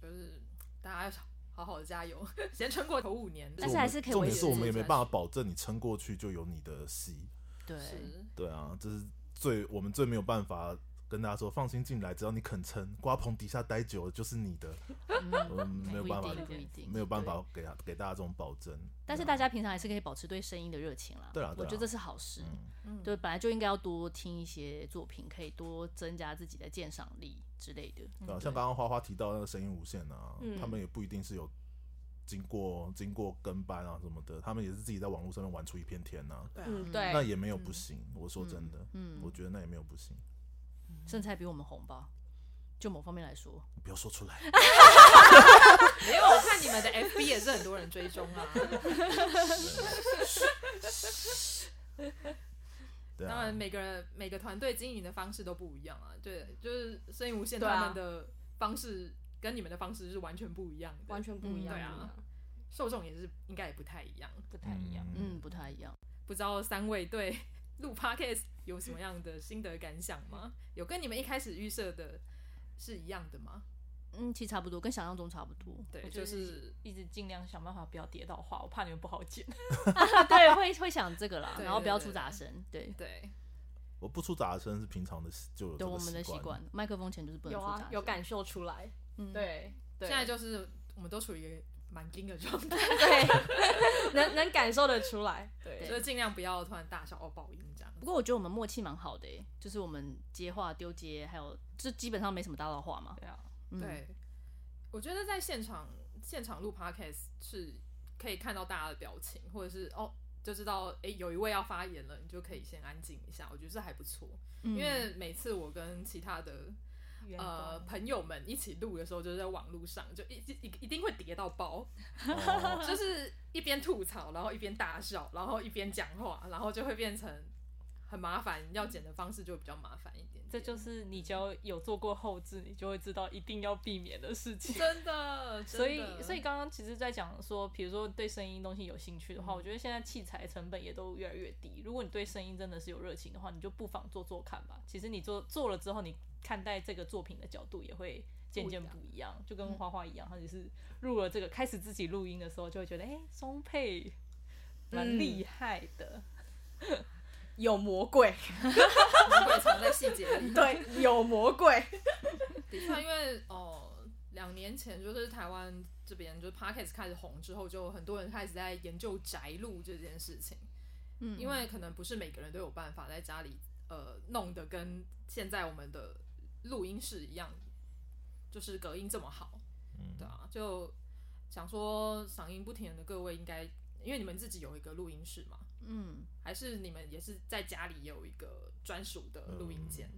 [SPEAKER 1] 就是大家好好加油， 先撑过头五年。
[SPEAKER 3] 但是还是可以
[SPEAKER 4] 重
[SPEAKER 3] 维
[SPEAKER 4] 点
[SPEAKER 3] 持
[SPEAKER 4] 是我们也没办法
[SPEAKER 1] 法。
[SPEAKER 4] 保证你撑过去就有你的戏。
[SPEAKER 3] 对，
[SPEAKER 1] 是
[SPEAKER 4] 对啊，这是最我们最没有办法跟大家说，放心进来，只要你肯撑，瓜棚底下待久了就是你的。
[SPEAKER 3] 嗯，
[SPEAKER 4] 我们没有
[SPEAKER 3] 不一
[SPEAKER 4] 办法
[SPEAKER 3] 定，不一定，
[SPEAKER 4] 没有办
[SPEAKER 3] 对。
[SPEAKER 4] 法给他给大家这种保证。啊
[SPEAKER 3] 但是大家平常还是可以保持对声音的热情啦。
[SPEAKER 4] 对啊
[SPEAKER 3] 我
[SPEAKER 4] 对啊
[SPEAKER 3] 觉得这是好事。
[SPEAKER 1] 嗯
[SPEAKER 3] 对，本来就应该要多听一些作品，可以多增加自己的鉴赏力之类的。嗯
[SPEAKER 4] 对啊，像刚刚花花提到那个声音无限啊，
[SPEAKER 2] 嗯
[SPEAKER 4] 他们也不一定是有经过经过跟班啊什么的，他们也是自己在网络上面玩出一片天呐、啊。
[SPEAKER 1] 对啊，
[SPEAKER 2] 嗯，
[SPEAKER 4] 那
[SPEAKER 2] 对，
[SPEAKER 4] 也没有不行，我说真的，
[SPEAKER 3] 嗯
[SPEAKER 4] 我觉得那也没有不行，
[SPEAKER 3] 身材比我们红吧？就某方面来说，
[SPEAKER 4] 不要说出 来。
[SPEAKER 1] 没有，我看你们的 FB 也是很多人追踪啊。
[SPEAKER 4] 对
[SPEAKER 1] 当
[SPEAKER 4] 啊
[SPEAKER 1] 然，，每个人每个团队经营的方式都不一样啊。对，就是声音无限
[SPEAKER 2] 对啊
[SPEAKER 1] 他们的方式跟你们的方式是完全不一样的，
[SPEAKER 2] 完全不一样，
[SPEAKER 1] 嗯对啊受众也是应该也不太一样。
[SPEAKER 5] 不太一样。
[SPEAKER 4] 嗯
[SPEAKER 3] 嗯，不太一样。
[SPEAKER 1] 不知道三位对录 podcast 有什么样的心得感想吗？有跟你们一开始预设的是一样的吗？
[SPEAKER 3] 嗯，其实差不多，跟想象中差不多。
[SPEAKER 1] 对，
[SPEAKER 5] 我
[SPEAKER 1] 就
[SPEAKER 5] 就是是一直尽量想办法不要跌到话，我怕你们不好剪。
[SPEAKER 3] 对，会会想这个啦，
[SPEAKER 1] 对
[SPEAKER 3] 然后不要
[SPEAKER 1] 对
[SPEAKER 3] 出
[SPEAKER 1] 对
[SPEAKER 3] 杂声。对，
[SPEAKER 1] 对，
[SPEAKER 4] 我不出杂声是平常的习就有这
[SPEAKER 3] 对，
[SPEAKER 4] 个
[SPEAKER 3] 我们的习惯，麦克风前就是不能
[SPEAKER 2] 有
[SPEAKER 3] 出杂
[SPEAKER 2] 啊
[SPEAKER 3] 声。，
[SPEAKER 2] 有感受出来，
[SPEAKER 3] 嗯
[SPEAKER 2] 对，对
[SPEAKER 1] 现在就是我们都处于一个蛮惊的状态，
[SPEAKER 2] 对，能能感受得出来，对
[SPEAKER 1] 就是尽量不要突然大笑哦爆音这样。
[SPEAKER 3] 不过我觉得我们默契蛮好的诶，就是我们接话丢接，还有就基本上没什么搭到话嘛。
[SPEAKER 5] 对啊，
[SPEAKER 3] 嗯，
[SPEAKER 1] 对，我觉得在现场现场录 podcast 是可以看到大家的表情，或者是哦就知道诶有一位要发言了，你就可以先安静一下，我觉得这还不错。
[SPEAKER 3] 嗯
[SPEAKER 1] 因为每次我跟其他的呃
[SPEAKER 5] 呃，
[SPEAKER 1] 朋友们一起录的时候，就是在网路上就一一一定会叠到 爆，
[SPEAKER 4] 哦
[SPEAKER 1] 就是一边吐槽，然后一边大笑，然后一边讲话，然后就会变成很麻烦，要剪的方式就会比较麻烦一点点
[SPEAKER 5] 这就是你只要有做过后置，你就会知道一定要避免的事情。
[SPEAKER 1] 真的，
[SPEAKER 5] 所
[SPEAKER 1] 真
[SPEAKER 5] 以
[SPEAKER 1] 的，
[SPEAKER 5] 所以刚刚其实，在讲说，比如说对声音东西有兴趣的话，我觉得现在器材成本也都越来越低。如果你对声音真的是有热情的话，你就不妨做做看吧。其实你做做了之后，你看待这个作品的角度也会渐渐不一样。嗯就跟花花一样，她只是入了这个开始自己录音的时候，就会觉得，哎、松配蛮厉害的。
[SPEAKER 2] 有魔鬼，
[SPEAKER 1] 魔鬼藏在细节里。
[SPEAKER 2] 对，有魔鬼，
[SPEAKER 1] 的确，因为哦，两年前就是台湾这边就是 podcast 开始红之后，就很多人开始在研究宅录这件事情。
[SPEAKER 3] 嗯
[SPEAKER 1] 因为可能不是每个人都有办法在家里呃弄得跟现在我们的录音室一样，就是隔音这么好，
[SPEAKER 4] 嗯
[SPEAKER 1] 对啊，就想说嗓音不甜的各位应该，因为你们自己有一个录音室嘛，
[SPEAKER 3] 嗯，
[SPEAKER 1] 还是你们也是在家里也有一个专属的
[SPEAKER 4] 嗯
[SPEAKER 1] 录音间、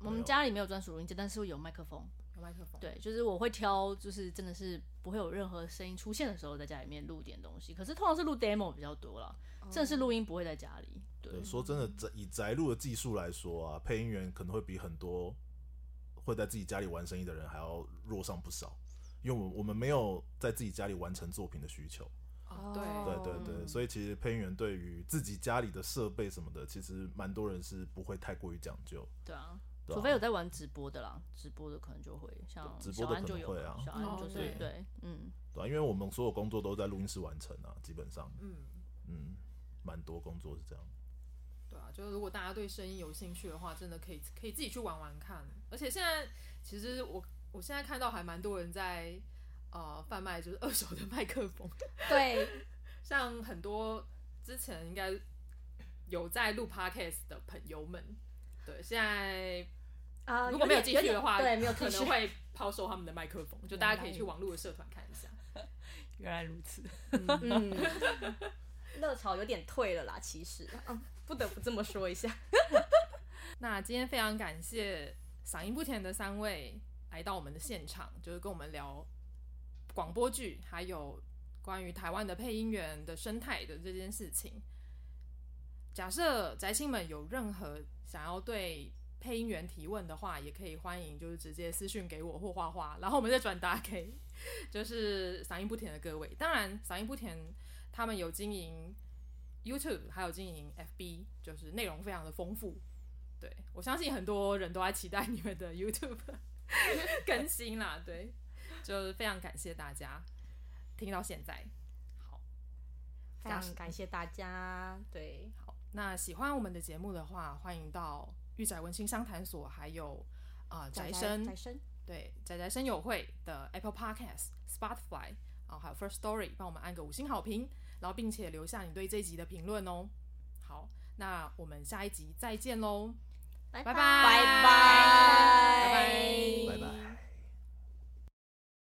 [SPEAKER 3] 我们家里没有专属录音机，但是有麦克风。
[SPEAKER 1] 有麦克风？，
[SPEAKER 3] 对，就是我会挑，就是真的是不会有任何声音出现的时候，在家里面录点东西。可是通常是录 demo 比较多啦，
[SPEAKER 2] 哦
[SPEAKER 3] 真的是录音不会在家里。对，
[SPEAKER 4] 对，说真的，宅以宅录的技术来说啊，配音员可能会比很多会在自己家里玩生意的人还要弱上不少，因为我我们没有在自己家里完成作品的需求。
[SPEAKER 1] 哦、对。
[SPEAKER 2] 哦
[SPEAKER 4] 对对对，所以其实配音员对于自己家里的设备什么的，其实蛮多人是不会太过于讲究。
[SPEAKER 3] 对啊，
[SPEAKER 4] 对啊
[SPEAKER 3] 除非有在玩直播的啦，直播的可能就会像
[SPEAKER 4] 直
[SPEAKER 3] 小
[SPEAKER 4] 播的
[SPEAKER 3] 安
[SPEAKER 4] 可
[SPEAKER 3] 就
[SPEAKER 4] 能
[SPEAKER 3] 有
[SPEAKER 4] 会
[SPEAKER 3] 嘛
[SPEAKER 4] 啊
[SPEAKER 3] 小安
[SPEAKER 1] 哦
[SPEAKER 3] 就是
[SPEAKER 1] 对
[SPEAKER 3] 对，嗯，
[SPEAKER 4] 对、啊，因为我们所有工作都在录音室完成啊，基本上，
[SPEAKER 1] 嗯，
[SPEAKER 4] 嗯，蛮多工作是这样。
[SPEAKER 3] 嗯
[SPEAKER 1] 对啊，就是如果大家对声音有兴趣的话，真的可以可以自己去玩玩看。而且现在其实我我现在看到还蛮多人在呃贩卖就是二手的麦克风，
[SPEAKER 2] 对，
[SPEAKER 1] 像很多之前应该有在录 podcast 的朋友们，对，现在
[SPEAKER 2] 啊，
[SPEAKER 1] 如果没有
[SPEAKER 2] 点
[SPEAKER 1] 继续的
[SPEAKER 2] 点
[SPEAKER 1] 话，
[SPEAKER 2] 对，没有
[SPEAKER 1] 可
[SPEAKER 2] 继续
[SPEAKER 1] 能，会抛售他们的麦克风，就大家可以去网络的社团看一下。
[SPEAKER 5] 原来如此，
[SPEAKER 2] 嗯， 热潮有点退了啦，其实，嗯，不得不这么说一下，
[SPEAKER 1] 那今天非常感谢嗓音不甜的三位来到我们的现场，就是跟我们聊广播剧，还有关于台湾的配音员的生态的这件事情。假设宅青们有任何想要对配音员提问的话，也可以欢迎就是直接私讯给我或花花，然后我们再转达给就是嗓音不甜的各位。当然，嗓音不甜他们有经营 YouTube，还有经营 FB，就是内容非常的丰富。对我相信很多人都在期待你们的 YouTube 更新啦。对，就是非常感谢大家听到现在。好，
[SPEAKER 2] 非常感谢大家。对，
[SPEAKER 1] 好，那喜欢我们的节目的话，欢迎到御宅文青商谈所，还有啊、呃宅生
[SPEAKER 2] 宅生，
[SPEAKER 1] 对宅宅生友会的 Apple Podcast、Spotify，然后还有 First Story，帮我们按个五星好评，然后并且留下你对这一集的评论哦。好，那我们下一集再见喽，
[SPEAKER 2] 拜
[SPEAKER 1] 拜
[SPEAKER 2] 拜